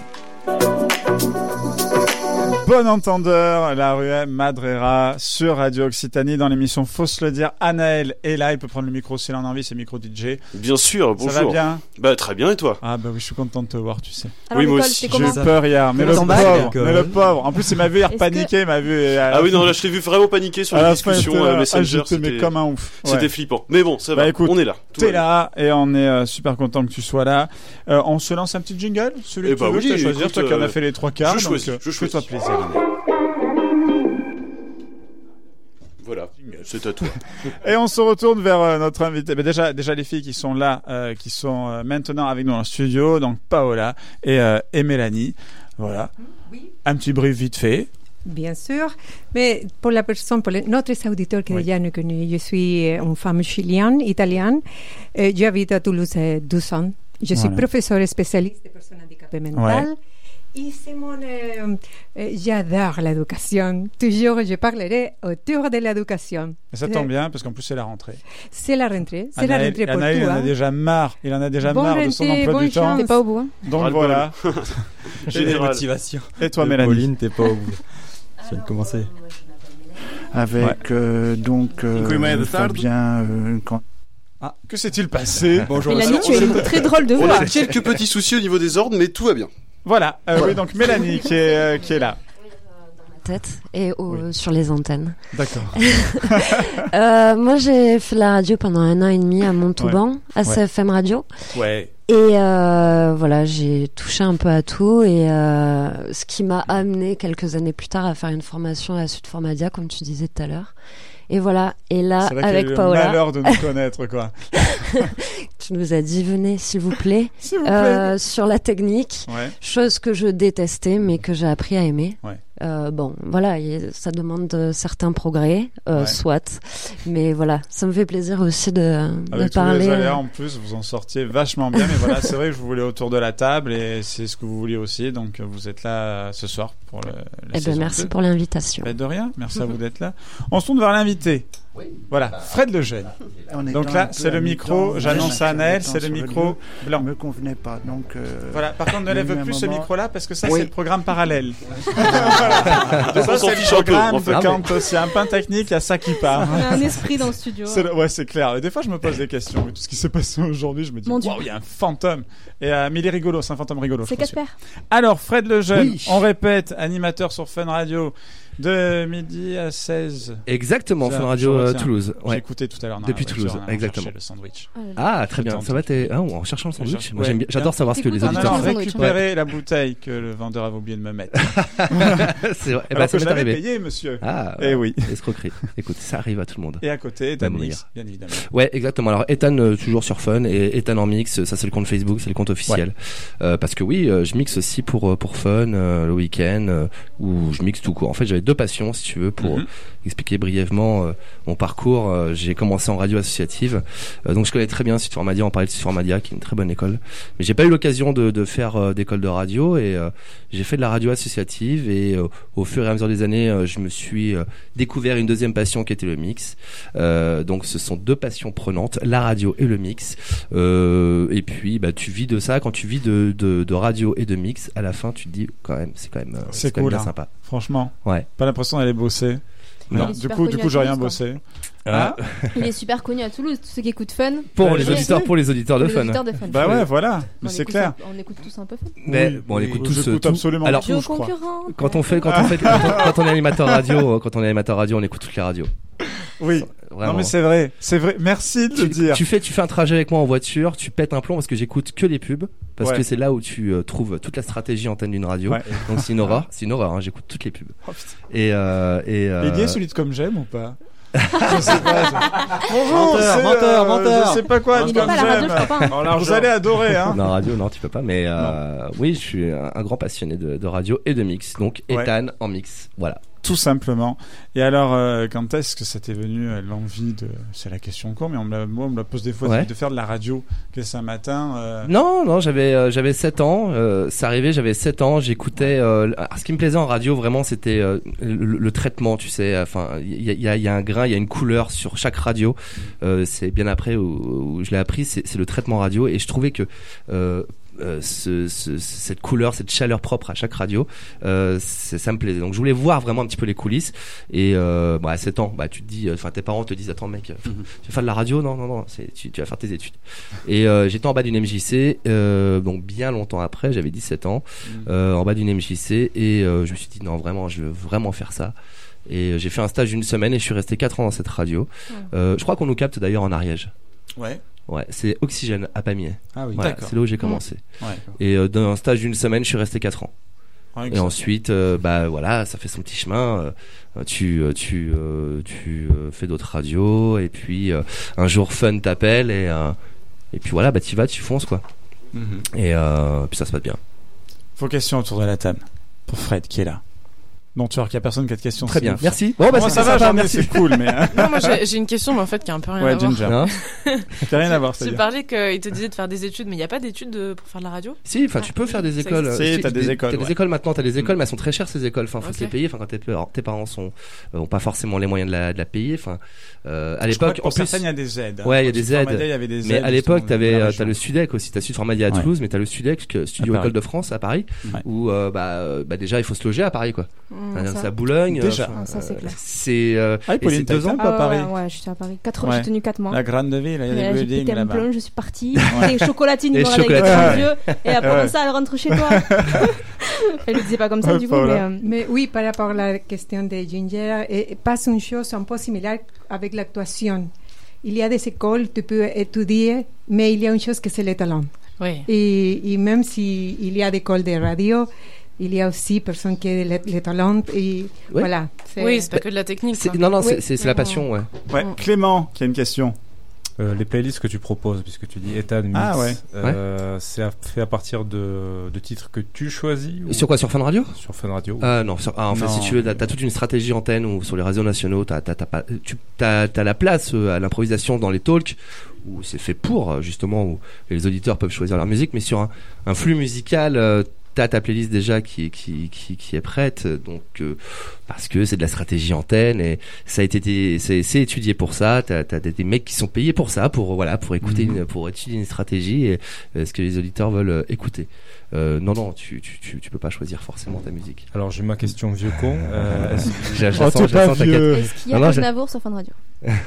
Bon entendeur, la rue Madrera sur Radio Occitanie dans l'émission Fausse le dire. Anaël est là, il peut prendre le micro s'il en a envie, c'est micro DJ. Bien sûr, Ça bonjour. va bien Bah très bien et toi Ah bah oui, je suis content de te voir, tu sais. Alors, Oui, moi Nicole, aussi. J'ai t'es comment eu peur hier, mais Comment le t'en vas, pauvre, Nicole mais le pauvre. En plus, il m'a vu hier paniquer, il m'a vu. euh, et à la Ah oui, fin- non, là je t'ai vu vraiment paniquer sur À les la fin, discussions j'étais là. euh, Messenger. Ah, j'étais, mais c'était- comme un ouf. Ouais. C'était flippant. Mais bon, ça va, Bah, écoute, on est là. Tout T'es va bien. là et on est euh, super content que tu sois là. Euh, on se lance un petit jingle, celui Eh que bah tu veux, oui, je te choisir, écoute, toi qui en euh, as fait les trois quarts. je choisis, donc, euh, je choisis. Fais-toi plaisir. Voilà, c'est à toi. Et on se retourne vers euh, notre invité. Mais déjà, déjà les filles qui sont là, euh, qui sont euh, maintenant avec nous dans le studio, donc Paola et, euh, et Mélanie. Voilà. Un petit brief vite fait. Bien sûr, mais pour la personne, pour les- notre auditeur qui déjà nous connaît, je suis euh, une femme chilienne, italienne. Euh, J'habite à Toulouse euh, 12 ans. Je suis Voilà. euh, professeure spécialiste de personnes handicapées mentales. Et c'est mon. euh, euh, J'adore l'éducation. Toujours, je parlerai autour de l'éducation. Et ça tombe bien, parce qu'en plus, c'est la rentrée. C'est la rentrée. C'est la Anaël- rentrée pour Anaël, tout. il en a hein. déjà marre. Il en a déjà Bonne marre de son rentrée, emploi bonne du temps. chance. T'es pas au bout, hein. Donc Ras-le-bol. voilà. Général. Et toi, De Mélanie Pauline, t'es pas au bout. Je vais commencer. Avec euh, donc euh, Inclumae de Sardes. Fabien. euh, quand- Ah, Que s'est-il passé Bonjour, Mélanie, tu as une très drôle de On voix. a quelques petits soucis au niveau des ordres, mais tout va bien. Voilà. Euh, Oui, donc Mélanie qui est, euh, qui est là. tête et au- sur les antennes. D'accord. Euh, moi, j'ai fait la radio pendant un an et demi à Montauban, à Ouais. CFM Radio. Ouais. Et euh, voilà, j'ai touché un peu à tout et euh, ce qui m'a amené quelques années plus tard à faire une formation à Sud Formadia, comme tu disais tout à l'heure. Et voilà, et là, C'est vrai qu'elle a eu avec le Paola, malheur de nous connaître, quoi. tu nous as dit venez s'il vous plaît, Euh, vous plaît. sur la technique, Ouais. chose que je détestais mais que j'ai appris à aimer. Ouais. Euh, bon, voilà, et ça demande euh, certains progrès, euh, Ouais. soit, mais voilà, ça me fait plaisir aussi de, de Avec tous parler. les euh, aléas en plus, vous en sortiez vachement bien. Mais voilà, c'est vrai que je vous voulais autour de la table et c'est ce que vous vouliez aussi. Donc euh, vous êtes là euh, ce soir pour le. la Eh ben, saison merci 2. pour l'invitation. Ben, de rien, merci à vous d'être là. On se tourne vers l'invité. Voilà, Fred Lejeune. en Donc étant un là, peu c'est à le micro. mi-temps, J'annonce en à Naël, étant c'est le sur micro. lieu, Ne me convenait pas. Donc, euh, Voilà, par contre, ne il y a eu lève un plus ce moment- micro-là parce que ça, Oui. c'est le programme parallèle. Ça, ça, on s'en c'est le fiche un peu, programme en fait. de Ah, mais- quand euh, c'est un pain technique, il y a ça qui Ah. part. Il y a un esprit dans le studio. C'est le- Ouais, c'est clair. Et des fois, je me pose des questions. Et Tout ce qui s'est passé aujourd'hui, je me dis, Mon Dieu. waouh, il y a un fantôme. Et euh, mais il est rigolo, c'est un fantôme rigolo. C'est je suis Casper. sûr. Alors, Fred Lejeune, Oui. on répète, animateur sur Fun Radio de midi à 16. Exactement, Ça, Fun Radio je euh, retiens. Toulouse. J'ai ouais. écouté tout à l'heure. hein, dans la Depuis voiture, Toulouse, en allant exactement. chercher le sandwich. Ah, très bien. Tente. Ça va, t'es. Ah, en cherchant le sandwich. Moi, Ouais. j'aime bien- J'adore savoir ce que les En auditeurs allant font. récupérer la bouteille que le vendeur avait oublié de me mettre. C'est vrai. Eh ben, Alors que ça je m'est l'avais arrivé. payé, monsieur. Ah, Eh oui. Escroquerie. Écoute, ça arrive à tout le monde. Et à côté, Même Dan au Mix, meilleur. bien évidemment. Ouais, exactement. Alors, Ethan, euh, toujours sur Fun, et Ethan en mix, ça c'est le compte Facebook, c'est le compte officiel. Euh, parce que oui, euh, je mixe aussi pour, euh, pour Fun, euh, le week-end, euh, où je mixe tout court. En fait, j'avais deux passions, si tu veux, Mm-hmm. pour Mhm. expliquer brièvement euh, mon parcours. Euh, j'ai commencé en radio associative, euh, donc je connais très bien Sud Formadia, on parlait de Sud Formadia, qui est une très bonne école. Mais j'ai pas eu l'occasion de, de faire euh, d'école de radio, et euh, j'ai fait de la radio associative, et euh, au fur et à mesure des années, euh, je me suis euh, découvert une deuxième passion qui était le mix. Euh, donc ce sont deux passions prenantes, la radio et le mix. Euh, et puis bah, tu vis de ça, quand tu vis de, de, de radio et de mix, à la fin tu te dis quand même, c'est quand même, euh, C'est quand même cool, bien hein. sympa. Franchement. Ouais. Pas l'impression d'aller bosser. Non. Non, Il est du super coup, du connu coup, à j'ai rien Toulouse, quoi. bossé. Ah. Il est super connu à Toulouse, tous ceux qui écoutent Fun. Pour les Oui. auditeurs, pour les auditeurs de Pour les Fun. auditeurs de Fun. Bah ouais, voilà. On Mais c'est écoute clair. un- On écoute tous un peu Fun. Mais Oui, bon, on oui, écoute oui, tous, j'écoute euh, tout. absolument Alors, tout, je crois. Concurrente. quand on fait, quand on fait, quand on, quand on est animateur radio, euh, quand on est animateur radio, on écoute toutes les radios. Oui. Vraiment. Non mais c'est vrai, c'est vrai. Merci de le dire. Tu fais, tu fais un trajet avec moi en voiture, tu pètes un plomb parce que j'écoute que les pubs, parce Ouais. que c'est là où tu euh, trouves toute la stratégie antenne d'une radio. Ouais. Oh, Donc c'est une horreur, c'est une horreur. hein, j'écoute toutes les pubs. et euh, et euh, Il y a celui de comme j'aime ou pas Je sais pas. je- Bonjour, Menteur, c'est, menteur, euh, menteur. Je sais pas quoi. Il est comme pas à la radio, j'aime. je crois pas, hein. Ah, Vous allez adorer, hein. Non, radio, non, tu peux pas. Mais euh, oui, je suis un, un grand passionné de, de radio et de mix. Donc Ouais. Ethan en mix, voilà. Tout simplement. Et alors, euh, quand est-ce que ça t'est venu euh, l'envie de C'est la question con, mais on me la, moi, on me la pose des fois Ouais. de, de faire de la radio. Qu'est-ce qu'un matin euh, Non, non, j'avais euh, j'avais 7 ans, euh, c'est arrivé, j'avais 7 ans, j'écoutais euh, le- alors, ce qui me plaisait en radio vraiment c'était euh, le, le traitement, tu sais, enfin il y a, il y a- il y a un grain, il y a une couleur sur chaque radio. Euh, c'est bien après où, où je l'ai appris, c'est c'est le traitement radio et je trouvais que euh, euh, ce- ce- cette couleur, cette chaleur propre à chaque radio, euh, c'est- ça me plaisait. Donc je voulais voir vraiment un petit peu les coulisses. Et euh, bon, à 7 ans, bah, tu te dis, euh, enfin tes parents te disent, attends mec, euh, tu vas faire de la radio Non, non, non, c'est- tu, tu vas faire tes études. Et euh, j'étais en bas d'une MJC, euh, donc bien longtemps après, j'avais 17 ans, euh, en bas d'une MJC, et euh, je me suis dit, non vraiment, je veux vraiment faire ça. Et euh, j'ai fait un stage d'une semaine et je suis resté 4 ans dans cette radio. Euh, je crois qu'on nous capte d'ailleurs en Ariège. Ouais. Ouais, c'est Oxygène à Pamiers. Ah oui, Voilà, d'accord. Mmh. c'est là où j'ai commencé. Ouais. Ah, Et euh, d'un stage d'une semaine, je suis resté 4 ans. Ouais, et exact. ensuite, euh, bah voilà, ça fait son petit chemin. euh, tu euh, tu euh, tu euh, fais d'autres radios et puis euh, un jour Fun t'appelle et euh, et puis voilà, bah tu vas, tu fonces quoi. Mhm. Et euh, puis ça se passe bien. Vos questions autour de la table pour Fred qui est là. Non, tu vois qu'il n'y a personne qui a de questions. Très c'est bien, ouf. merci. Bon, bah, Moi, c'est ça va, sympa, j'en ai, merci. c'est cool, mais. hein. Non, moi j'ai j'ai une question, mais en fait, qui a un peu rien Ouais, à voir. Ginger. Hein T'as rien à voir, Tu c'est-à-dire. parlais qu'il te disait de faire des études, mais il n'y a pas d'études euh, pour faire de la radio Si, enfin, tu Ah, peux faire des Ça écoles. existe. euh, Si, si, t'as des écoles, T'as ouais. Mm. des écoles maintenant, t'as des écoles, mais elles sont très chères ces écoles. Enfin, faut Ok. se les payer. Enfin, quand t'es- alors, tes parents sont, euh, ont pas forcément les moyens de la, de la payer. Enfin, euh, à Je crois l'époque, que pour en plus, certaines, il y a des aides, hein. Ouais, il y Pour a des aides. Sudformadia, il y avait des mais aides, à l'époque, justement, t'avais, de la euh, région. t'as le Sudec aussi, t'as Sudformadia à Ouais. Toulouse, mais t'as le Sudec, que- Studio À Paris. École de France à Paris, Ouais. où euh, bah, euh, bah, déjà il faut se loger à Paris, quoi. Mm, Enfin, ça. c'est à Boulogne. Déjà. enfin, Ah, ça, c'est euh, clair. Ah, C'est euh, Ah, et et Pauline, c'est t'as deux été ans. un peu à Paris. ouais, ouais, j'étais à Paris. Quatre- Ouais. J'ai tenu 4 mois. La grande ville, il y a Et là, des j'ai buildings pété un là-bas. plomb, je suis partie. Ouais. Les chocolatines, Les ils me regardaient avec chocolatines. des yeux. Et après Ouais. ça, elle rentre chez toi. elle le disait pas comme ça Ouais, du coup, Paola. mais. euh, Mais oui, par rapport à la question de Ginger, eh, passe une chose un peu similaire avec l'actuation. Il y a des écoles, tu peux étudier, mais il y a une chose que c'est le talent. Oui. Et, et même s'il il y a des écoles de radio, il y a aussi personne qui a le, le talent. Et Ouais. voilà. Oui, c'est pas que de la technique. hein. quoi. Oui. ouais. Ouais, Mm. Clément, qui a une question. Euh, les playlists que tu proposes, puisque tu dis état de mix, Ah ouais. euh, c'est à- fait à partir de, de titres que tu choisis ou- Sur quoi Sur Fun Radio Sur Fun Radio. Ah non, sur- ah, en fait, Non. si tu veux, t'as t'as toute une stratégie antenne ou sur les réseaux nationaux, t'as t'as- t'as pas- tu as, la place euh, à l'improvisation dans les talks où c'est fait pour euh, justement où les auditeurs peuvent choisir leur musique, mais sur un, un flux musical. euh, T'as ta playlist déjà qui, qui, qui, qui est prête, euh, donc euh, parce que c'est de la stratégie antenne et ça a été c'est c'est étudié pour ça. T'as t'as des, des mecs qui sont payés pour ça, pour euh, voilà, pour écouter, une, pour étudier une stratégie et euh, ce que les auditeurs veulent euh, écouter. Euh, non non, tu, tu, tu, tu peux pas choisir forcément ta musique. Alors j'ai ma question vieux con. Euh, est-ce- Je- je la Oh, sens, t'es je la pas sens, vieux. t'inquiète. Est-ce qu'il y a Non, non, un j'ai- Aznavour sur Fun Radio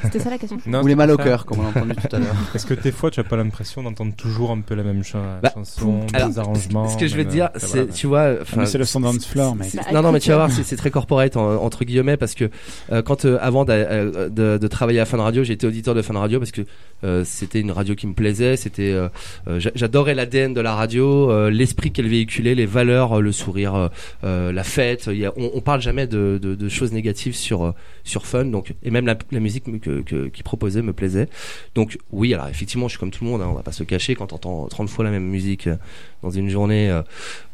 C'était ça la question. Non, Ou les c'est mal au ça. cœur, comme on l'a entendu tout à l'heure. Est-ce que des fois tu as pas l'impression d'entendre toujours un peu la même cha- Bah, chanson, alors, les arrangements Ce que je veux même, dire, euh, c'est, voilà. tu vois, enfin, Ah, mais c'est le son de Flore, mec. c'est- Bah, Non, non, mais écoute, tu vas voir, euh, c'est, c'est très corporate en- entre guillemets parce que euh, quand euh, avant d'a- euh, de, de travailler à Fun Radio, j'étais auditeur de Fun Radio parce que euh, c'était une radio qui me plaisait, c'était, euh, euh, j'a- j'adorais l'ADN de la radio, euh, l'esprit qu'elle véhiculait, les valeurs, euh, le sourire, euh, euh, la fête. Il y a- on, on parle jamais de, de- de choses négatives sur euh, sur Fun, donc et même la, la musique que, que, qu'ils proposaient me plaisait. Donc oui, alors effectivement, je suis comme tout le monde, hein, on va pas se cacher quand t'entends 30 fois la même musique euh, dans une journée, euh,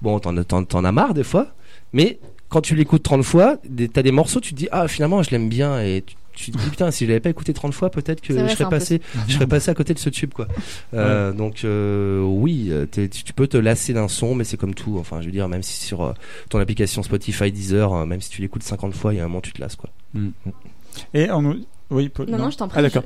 bon, t'en, t'en, t'en as marre des fois, mais quand tu l'écoutes 30 fois, des- t'as des morceaux, tu te dis, ah finalement, je l'aime bien, et tu, tu te dis, putain, si je l'avais pas écouté 30 fois, peut-être que C'est vrai, je, c'est un serais peu passé, je serais passé à côté de ce tube, quoi. Euh, Donc euh, oui, euh, t'es- tu tu peux te lasser d'un son, mais c'est comme tout, enfin, je veux dire, même si sur euh, ton application Spotify, Deezer, euh, même si tu l'écoutes 50 fois, il y a un moment, tu te lasses, quoi. Et on nous. Oui, Paul- Non, non, je t'en prie. Ah, d'accord.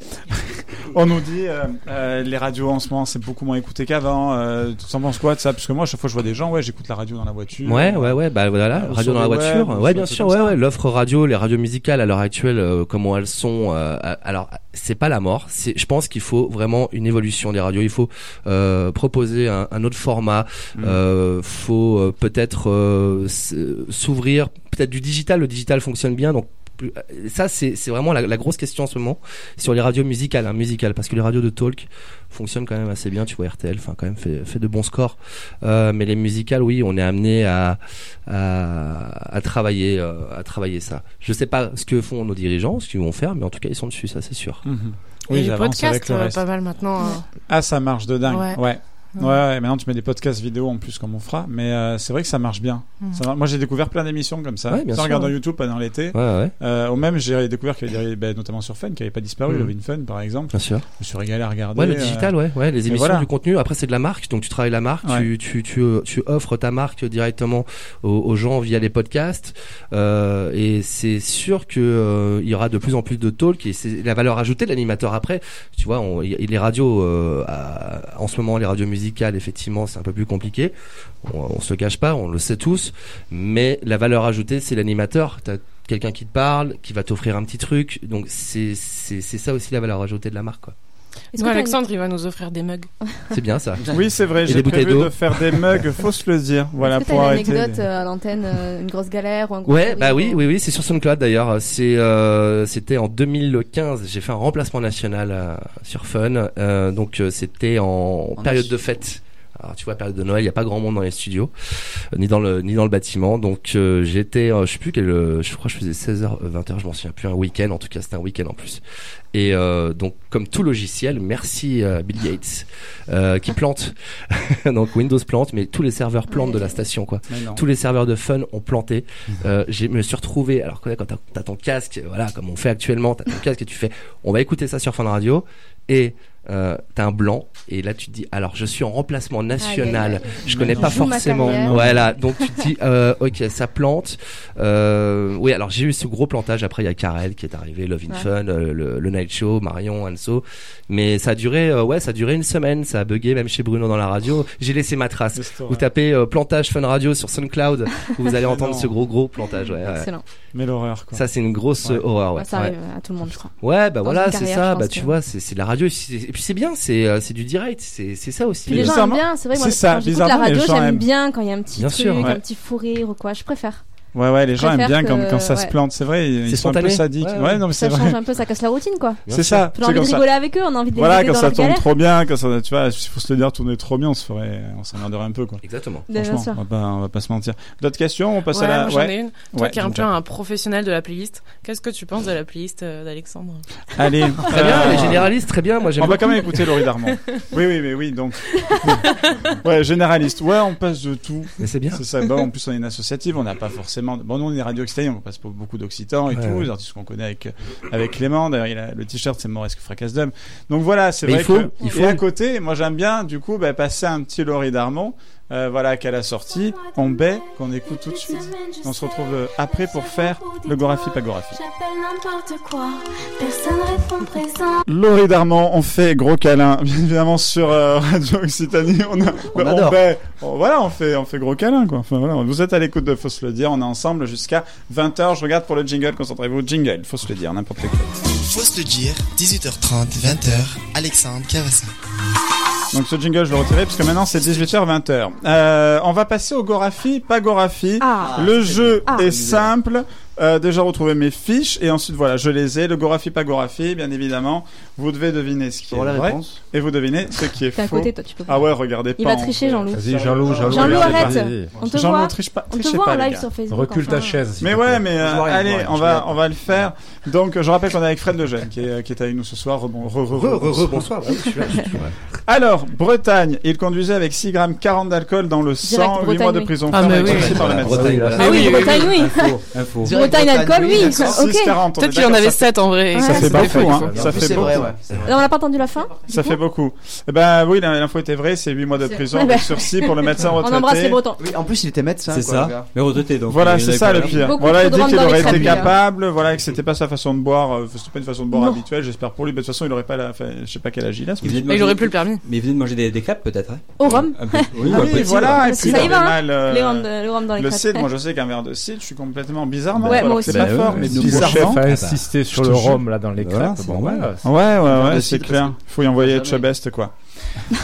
on nous dit, euh, euh, les radios en ce moment, c'est beaucoup moins écouté qu'avant. Euh, T'en penses quoi de ça Parce que moi, à chaque fois, je vois des gens, ouais, j'écoute la radio dans la voiture. Ouais, ouais, ouais, bah voilà, Euh, sur radio dans la le web, voiture. ou ouais, sur bien des sûr, trucs ouais, comme ça. ouais. L'offre radio, les radios musicales à l'heure actuelle, euh, comment elles sont, euh, à- alors, c'est pas la mort. C'est, je pense qu'il faut vraiment une évolution des radios. Il faut euh, proposer un, un autre format. Mm. Euh, faut euh, peut-être euh, s- euh, s'ouvrir, peut-être du digital. Le digital fonctionne bien, donc plus- ça c'est c'est vraiment la, la grosse question en ce moment sur les radios musicales hein, musicales parce que les radios de talk fonctionnent quand même assez bien tu vois RTL enfin quand même fait, fait de bons scores Euh, mais les musicales oui on est amené à à, à travailler euh, à travailler ça je sais pas ce que font nos dirigeants ce qu'ils vont faire mais en tout cas ils sont dessus ça c'est sûr Mhm. Et les j'avance podcasts, euh, pas mal maintenant. euh. Ah, ça marche de dingue. Ouais. Ouais. Ouais. Ouais. ouais, maintenant tu mets des podcasts vidéo en plus comme on fera, mais euh, c'est vrai que ça marche bien. Mmh. Mm. Ça va- Moi j'ai découvert plein d'émissions comme ça, Ouais, bien en sûr. regardant YouTube pendant l'été. Ouais, ouais. Euh, ou même j'ai découvert qu'il y avait des- ben, notamment sur Fun qui n'avait pas disparu, Mm. Love in Fun par exemple. Bien sûr. Je me suis régalé à regarder. Ouais, le euh, digital, ouais, ouais, les mais émissions, voilà. du contenu. Après, c'est de la marque, donc tu travailles la marque, Ouais. tu, tu, tu, euh, tu offres ta marque directement aux, aux gens via les podcasts. Euh, et c'est sûr que euh, il y aura de plus en plus de talk et c'est la valeur ajoutée de l'animateur. Après, tu vois, on, y- les radios, euh, à- en ce moment, les radios musicales, effectivement, c'est un peu plus compliqué. On, on se le cache pas, on le sait tous. Mais la valeur ajoutée, c'est l'animateur. T'as quelqu'un qui te parle, qui va t'offrir un petit truc. Donc c'est c'est c'est ça aussi la valeur ajoutée de la marque, quoi. Est-ce que Nous, t'as une- Alexandre, il va nous offrir des mugs. C'est bien ça. Oui, c'est vrai, Et j'ai des bouteilles prévu d'eau. de faire des mugs, faut se le dire. Voilà, Est-ce que t'as pour une arrêter. anecdote des- euh, à l'antenne, euh, une grosse galère ou un gros Ouais, sourire bah oui, ou- oui, oui, c'est sur SoundCloud d'ailleurs. C'est, euh, c'était en 2015. J'ai fait un remplacement national euh, sur Fun, Euh, donc euh, c'était en, En période Asie. de fête. Alors, tu vois, période de Noël, il n'y a pas grand monde dans les studios, euh, ni dans le, ni dans le bâtiment. Donc, euh, j'étais, euh, je sais plus quel, euh, je crois que je faisais 16h, euh, 20h, je m'en souviens plus, un week-end. En tout cas, c'était un week-end en plus. Et euh, donc, comme tout logiciel, merci euh, Bill Gates, euh, qui plante. donc, Windows plante, mais tous les serveurs plantent de la station, quoi. Mais non. Tous les serveurs de fun ont planté. Euh, je me suis retrouvé, alors que là, quand t'as t'as ton casque, voilà, comme on fait actuellement, t'as ton casque et tu fais, on va écouter ça sur Fun Radio, et euh, t'as un blanc, et là tu te dis, alors je suis en remplacement national, Aïe, aïe, aïe. je Mais connais non. pas Joue ma forcément. carrière. Voilà, donc tu te dis, euh, ok, ça plante. Euh, oui, alors j'ai eu ce gros plantage, après il y a Karel qui est arrivé, Love in Ouais. Fun, euh, le, le Night Show, Marion, Anso, mais ça a duré, euh, ouais, ça a duré une semaine, ça a bugué même chez Bruno dans la radio, j'ai laissé ma trace. Vous tapez euh, plantage Fun Radio sur SoundCloud, vous allez entendre non. ce gros gros plantage. ouais, ouais. Excellent. Mais l'horreur, quoi. Ça, c'est une grosse euh, horreur. Ouais. Bah, ça Ouais. arrive à tout le monde, je crois. Ouais, bah Dans voilà, une c'est carrière, ça. je Bah pense tu que- vois, c'est c'est de la radio. c'est- Et puis c'est bien, c'est euh, c'est du direct, c'est c'est ça aussi. Puis les gens aiment bien, c'est vrai. Moi, quand j'écoute la radio, j'aime bien quand il y a un petit Bien truc, sûr, ouais. un petit fou rire ou quoi. Je préfère. Ouais, ouais, les gens Je aiment bien préfère quand, que- quand ça se ouais. plante, c'est vrai, ils C'est sont un peu spontané. sadiques. Ouais, Ouais, ouais. non, mais c'est Ça vrai. change un peu, ça casse la routine, quoi. C'est ça, On c'est a envie comme de ça. rigoler avec eux, on a envie de les Voilà, aider quand dans ça leur tourne galère. trop bien, quand ça, tu vois, il faut se le dire, tourner trop bien, on se ferait, on s'emmerderait un peu, quoi. Exactement. Bien Franchement, sûr. on va pas, on va pas se mentir. D'autres questions, on passe Ouais, à la. moi, j'en ai une. Toi Ouais, qui es un donc, peu un professionnel de la playlist, qu'est-ce que tu penses de la playlist euh, d'Alexandre Allez, euh, Très bien, les généralistes, très bien. Moi, j'aime On va quand beaucoup. même écouter Laurie Darmon. Oui, oui, mais oui, donc. ouais, généraliste. Ouais, on passe de tout. Mais c'est bien. C'est ça. Bah, en plus, on est une associative, on n'a pas forcément. Bon, nous, on est Radio Occitanie, on passe pour beaucoup d'Occitans et Ouais, tout, ouais. les artistes qu'on connaît avec, avec Clément. D'ailleurs, il a le t-shirt, c'est Moresque Fracasse d'Homme. Donc voilà, c'est Mais vrai il faut, que. il et faut. à côté, moi, j'aime bien, du coup, bah, passer un petit Laurie Darmon. euh, voilà, qu'à la sortie, on baie, qu'on écoute tout de suite. On se retrouve euh, après pour faire le Gorafi Pagorafi. J'appelle n'importe quoi, personne répond présent. Laurie Darman, on fait gros câlin, bien évidemment sur euh, Radio Occitanie. On, a, On adore. fait- on- voilà, on fait, on fait gros câlin quoi. Enfin, voilà, vous êtes à l'écoute de Faut se le dire, on est ensemble jusqu'à 20h. Je regarde pour le jingle, concentrez-vous. Jingle, faut se le dire, n'importe quoi. Faut se le dire, 18h30, 20h, Alexandre Cavassa. Donc ce jingle, je vais le retirer parce que maintenant c'est 18h-20h. Euh, on va passer au Gorafi, pas Gorafi. Ah. le jeu est simple. Euh, déjà retrouver mes fiches et ensuite voilà, je les ai. Le Gorafi, pas Gorafi, bien évidemment. Vous devez deviner ce qui est Pour la vrai réponse. et vous devinez ce qui est T'es à faux. côté, toi, tu peux pas. Ah ouais, regardez Il pas. va tricher, Jean-Loup. Vas-y, Jean-Loup, Jean-Loup, Jean-Loup, regardez, arrête. vas-y. On te Jean-Loup, voit. triche pas- On te trichez voit pas, en les live gars. sur Facebook. Recule enfin. ta chaise. Mais ouais, mais euh, Je vois rien, je allez, vois rien, on je va, regarde. on va le faire. Donc, euh, je rappelle qu'on est avec Fred Lejeune qui est, euh, qui est avec nous ce soir. Re- bon- re- re- Re, re, bonsoir. re, bonsoir. ouais, je suis là, je suis là. Alors, Bretagne, il conduisait avec 6 grammes 40 d'alcool dans le sang, 8 Bretagne, mois de oui. prison Ah, ferme mais avec oui. sursis par le Voilà, médecin. Bretagne, voilà. Ah oui, Bretagne, oui. Info, info. Bretagne, alcool, oui. d'accord. Ah, 6,40, on Ok. est Peut-être qu'il y en d'accord, avait ça 7 en vrai. Ça fait C'est pas des fou, fakes, hein. quoi. Ça fait C'est beaucoup. vrai, ouais. c'est vrai. Alors, on n'a pas entendu la fin du Ça coup fait beaucoup. Eh ben oui, la- l'info était vraie, c'est 8 mois de C'est- prison Eh ben. avec sursis pour le médecin On retraité. embrasse les Bretons. Oui, en plus, il était médecin. C'est quoi, le ça. gars. Mais retraité, donc. Voilà, il c'est avait ça pas le l'air. pire. Beaucoup Voilà, trop il dit de qu'il randonnée aurait été trapu, là. capable, voilà, que c'était pas sa façon de boire, euh, c'était pas une façon de boire habituelle, j'espère pour lui, mais de toute façon, il aurait pas la, enfin, je sais pas quel âge il a. ce Il venait mec. de Mais manger- il aurait plus le permis. Mais il venait de manger des, des crêpes, peut-être. hein. Au rhum. Un peu- Oui, Ah un oui, petit, voilà, ouais. et Parce que puis ça il y avait va, hein. mal, euh, Les rhum de- le rhum dans les Le crêpes. cidre, moi je sais qu'un verre de cidre, je suis complètement bizarrement. Ouais, alors moi que C'est aussi. pas Bah ouais, fort, ouais. mais Si le bizarrement. chef a insisté sur Je le te jure. rhum là dans les Voilà, crêpes, c'est bon normal. Ouais, voilà. ouais, ouais, de bah, c'est cidre, clair. Faut y envoyer Chabest, quoi.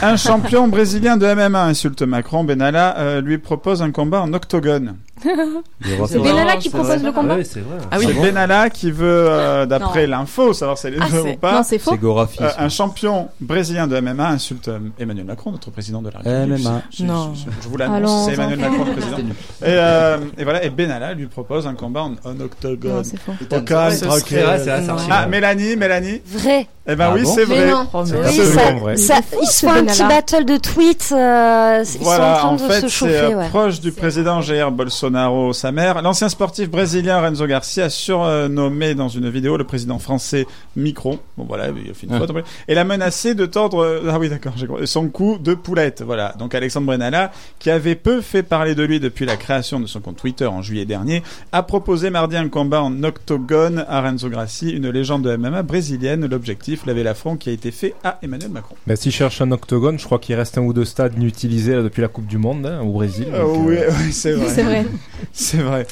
Un champion brésilien de MMA insulte Macron. Benalla euh, lui propose un combat en octogone. C'est Ah Benalla qui propose le combat. Ouais, c'est vrai. Ah oui. c'est Benalla qui veut, euh, d'après Non. l'info, savoir si elle est Ah, vraie c'est- ou pas. Non, c'est faux. C'est Gorafi. Euh, ça. un champion brésilien de MMA insulte euh, Emmanuel Macron, notre président de la République. MMA. Je, je- Non. je- je vous Allons, l'annonce, c'est Emmanuel enfin. Macron le président. Et, euh, et voilà, et Benalla lui propose un combat en, en octogone. Non, c'est faux. Au calme, C'est vrai, tranquille. c'est vrai, c'est vrai, c'est archi Ah, vrai. Mélanie, Mélanie. Vrai. Eh ben Ah oui, bon c'est Mais vrai. non. Oh, mais- Oui, absolument ça, vrai. ça- Il est ils fou, se ce font un Benalla. petit battle de tweets. euh, ils Voilà, sont en en train de se fait, c'est chauffer. euh, ouais. proche du président Jair Bolsonaro, sa mère. L'ancien sportif brésilien Renzo Garcia a surnommé dans une vidéo le président français Micron. Bon voilà, il a fait une faute. après. Et l'a menacé de tordre, euh, ah oui d'accord, j'ai compris. son coup de poulette. Voilà, donc Alexandre Brenala, qui avait peu fait parler de lui depuis la création de son compte Twitter en juillet dernier, a proposé mardi un combat en octogone à Renzo Garcia, une légende de MMA brésilienne. L'objectif, laver l'affront qui a été fait à Emmanuel Macron. Bah, S'il cherche un octogone, je crois qu'il reste un ou deux stades inutilisés là, depuis la Coupe du Monde hein, au Brésil. Euh, donc, oui, euh, oui, c'est vrai. C'est vrai. C'est vrai.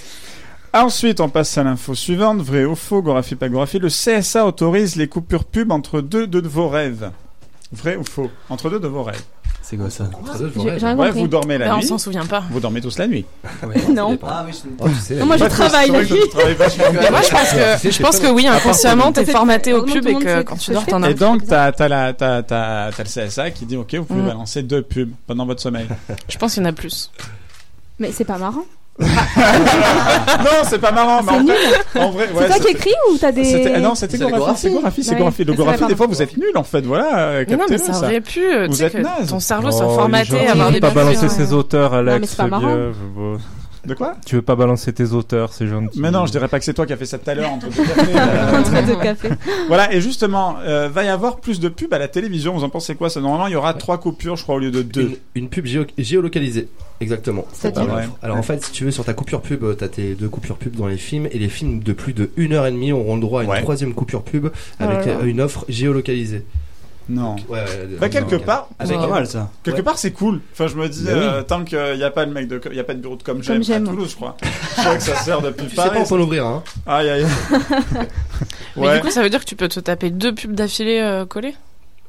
Ensuite, on passe à l'info suivante, vrai ou faux, Gorafi pas Gorafi. Le CSA autorise les coupures pub entre deux de vos rêves. Vrai ou faux Entre deux de vos rêves. C'est quoi ça J'ai- j'ai rien Ouais, compris. vous dormez la Ben, on nuit. s'en souvient pas. Vous dormez tous la nuit. Non. Oh, tu sais, la Non, moi, nuit. je Pas travaille tous, la c'est vrai nuit. que tu travailles vachement Mais bien. moi, je pense que- C'est- je c'est pense pas- que oui, à part inconsciemment, pour- t'es formaté au cube et que quand tu dors, t'en as Et un peu donc, t'as t'as la- t'as- t'as- t'as le CSA qui dit Ok, vous pouvez Mm. balancer deux pubs pendant votre sommeil. Je pense qu'il y en a plus. Mais c'est pas marrant. non, c'est pas marrant, mais C'est en nul. fait- en vrai, ouais, c'est toi qui c'était- écris ou t'as des. C'était- ah non, c'était C'est la Gorafi, c'est Gorafi, c'est Ouais. Gorafi. Le Ah, c'est Gorafi, vrai, des pardon. fois, vous êtes nuls en fait, voilà. euh, Mais non, mais captez-le, ça aurait pu. euh, Tu Vous sais êtes que naze. ton cerveau soit Oh, formaté les gens, à avoir tu des veux pas bonnes balancer idées. ses auteurs, Alex. mais c'est pas bien, marrant. bon. De quoi Tu veux pas balancer tes auteurs, c'est gentil. Mais non, je dirais pas que c'est toi qui as fait ça tout à l'heure entre deux cafés. Euh, Entre deux cafés. voilà, et justement, euh, va y avoir plus de pubs à la télévision. Vous en pensez quoi ça Normalement, il y aura trois coupures, je crois, au lieu de deux. Une, pub géolocalisée. Exactement. C'est pas pas mal. vrai. Alors en fait, si tu veux, sur ta coupure pub, euh, t'as tes deux coupures pub dans les films, et les films de plus de 1h30 auront le droit à une troisième coupure pub avec Oh là là. euh, une offre géolocalisée. Non. Donc, ouais, ouais, Bah, euh, quelque non, part, ouais. Avec- Quelque Ouais. part, c'est cool. Enfin, je me dis, Bah oui. euh, tant qu'il n'y a pas le mec de, il y a pas de bureau de comme j'aime à j'aime. Toulouse, je crois. je crois que ça sert depuis Tu sais pas, on peut l'ouvrir, hein. Aïe, aïe. Mais Ouais. du coup, ça veut dire que tu peux te taper deux pubs d'affilée euh, collées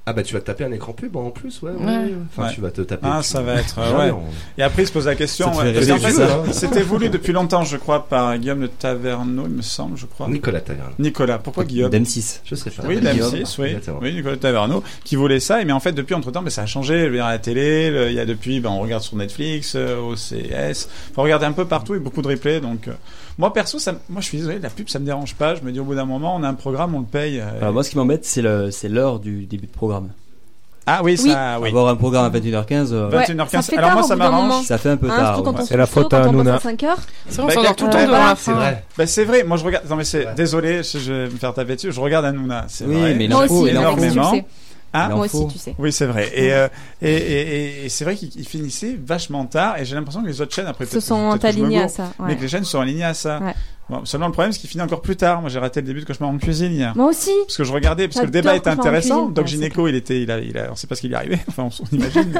Ah bah tu vas te taper un écran pub en plus, ouais. ouais. Ouais. Enfin, tu vas te taper. Ah, tu- ça va être. Ah, euh, ouais. non. Et après, il se pose la question. Ça te ouais, fait parce qu'en rêver, fait, euh, ça, hein. C'était voulu depuis longtemps, je crois, par Guillaume de Taverneau, il me semble, je crois. Nicolas Taverneau. Nicolas. Pourquoi Guillaume D'M6, je sais pas. Oui, Guillaume, d'M6, oui. exactement. Oui, Nicolas Taverneau, qui voulait ça. Et mais en fait, depuis entre temps, mais ça a changé. Je veux dire, à la télé, le- il y a depuis, ben, on regarde sur Netflix, euh, OCS. Enfin, on regarde un peu partout et beaucoup de replays. Donc, euh, moi, perso, ça, m- moi, je suis désolé, la pub, ça me dérange pas. Je me dis, au bout d'un moment, on a un programme, on le paye. euh, Alors, moi, ce qui m'embête, c'est le- c'est l'heure du début de programme. Ah oui, ça, oui. Avoir un programme à 21h15. euh, 21h15. ça fait Alors, tard moi, au ça bout d'un m'arrange. moment. Ça fait un peu Hein, tard, surtout quand ouais. on C'est la se couche tôt, faute à quand on Hanouna. passe à 5 heures. C'est vrai, Bah, on s'endort tout le temps euh, devant voilà. la fin. Bah, c'est vrai. Moi, je regarde. Non, mais c'est. Désolé, je je vais me faire taper dessus. Je regarde Hanouna. C'est Oui, vrai. mais Moi l'info aussi, est l'info, tu le énormément. sais. Hein Moi aussi, tu sais. Oui, c'est vrai. Et, euh, et, et, et- et c'est vrai qu'ils ils finissaient vachement tard. Et j'ai l'impression que les autres chaînes, après, Se peut-être- sont peut-être que je me alignées à gourre, ça, ouais. Mais que les chaînes sont alignées à ça. Ouais. Bon, seulement, le problème, c'est qu'ils finissent encore plus tard. Moi, j'ai raté le début de Cauchemar en cuisine hier. Moi aussi. Parce que je regardais, parce que le J'adore débat était Cauchemar en intéressant. cuisine. Doc Ouais, c'est Gynéco, il était, il a, il a, on sait pas ce qu'il y est arrivé. Enfin, on, on imagine.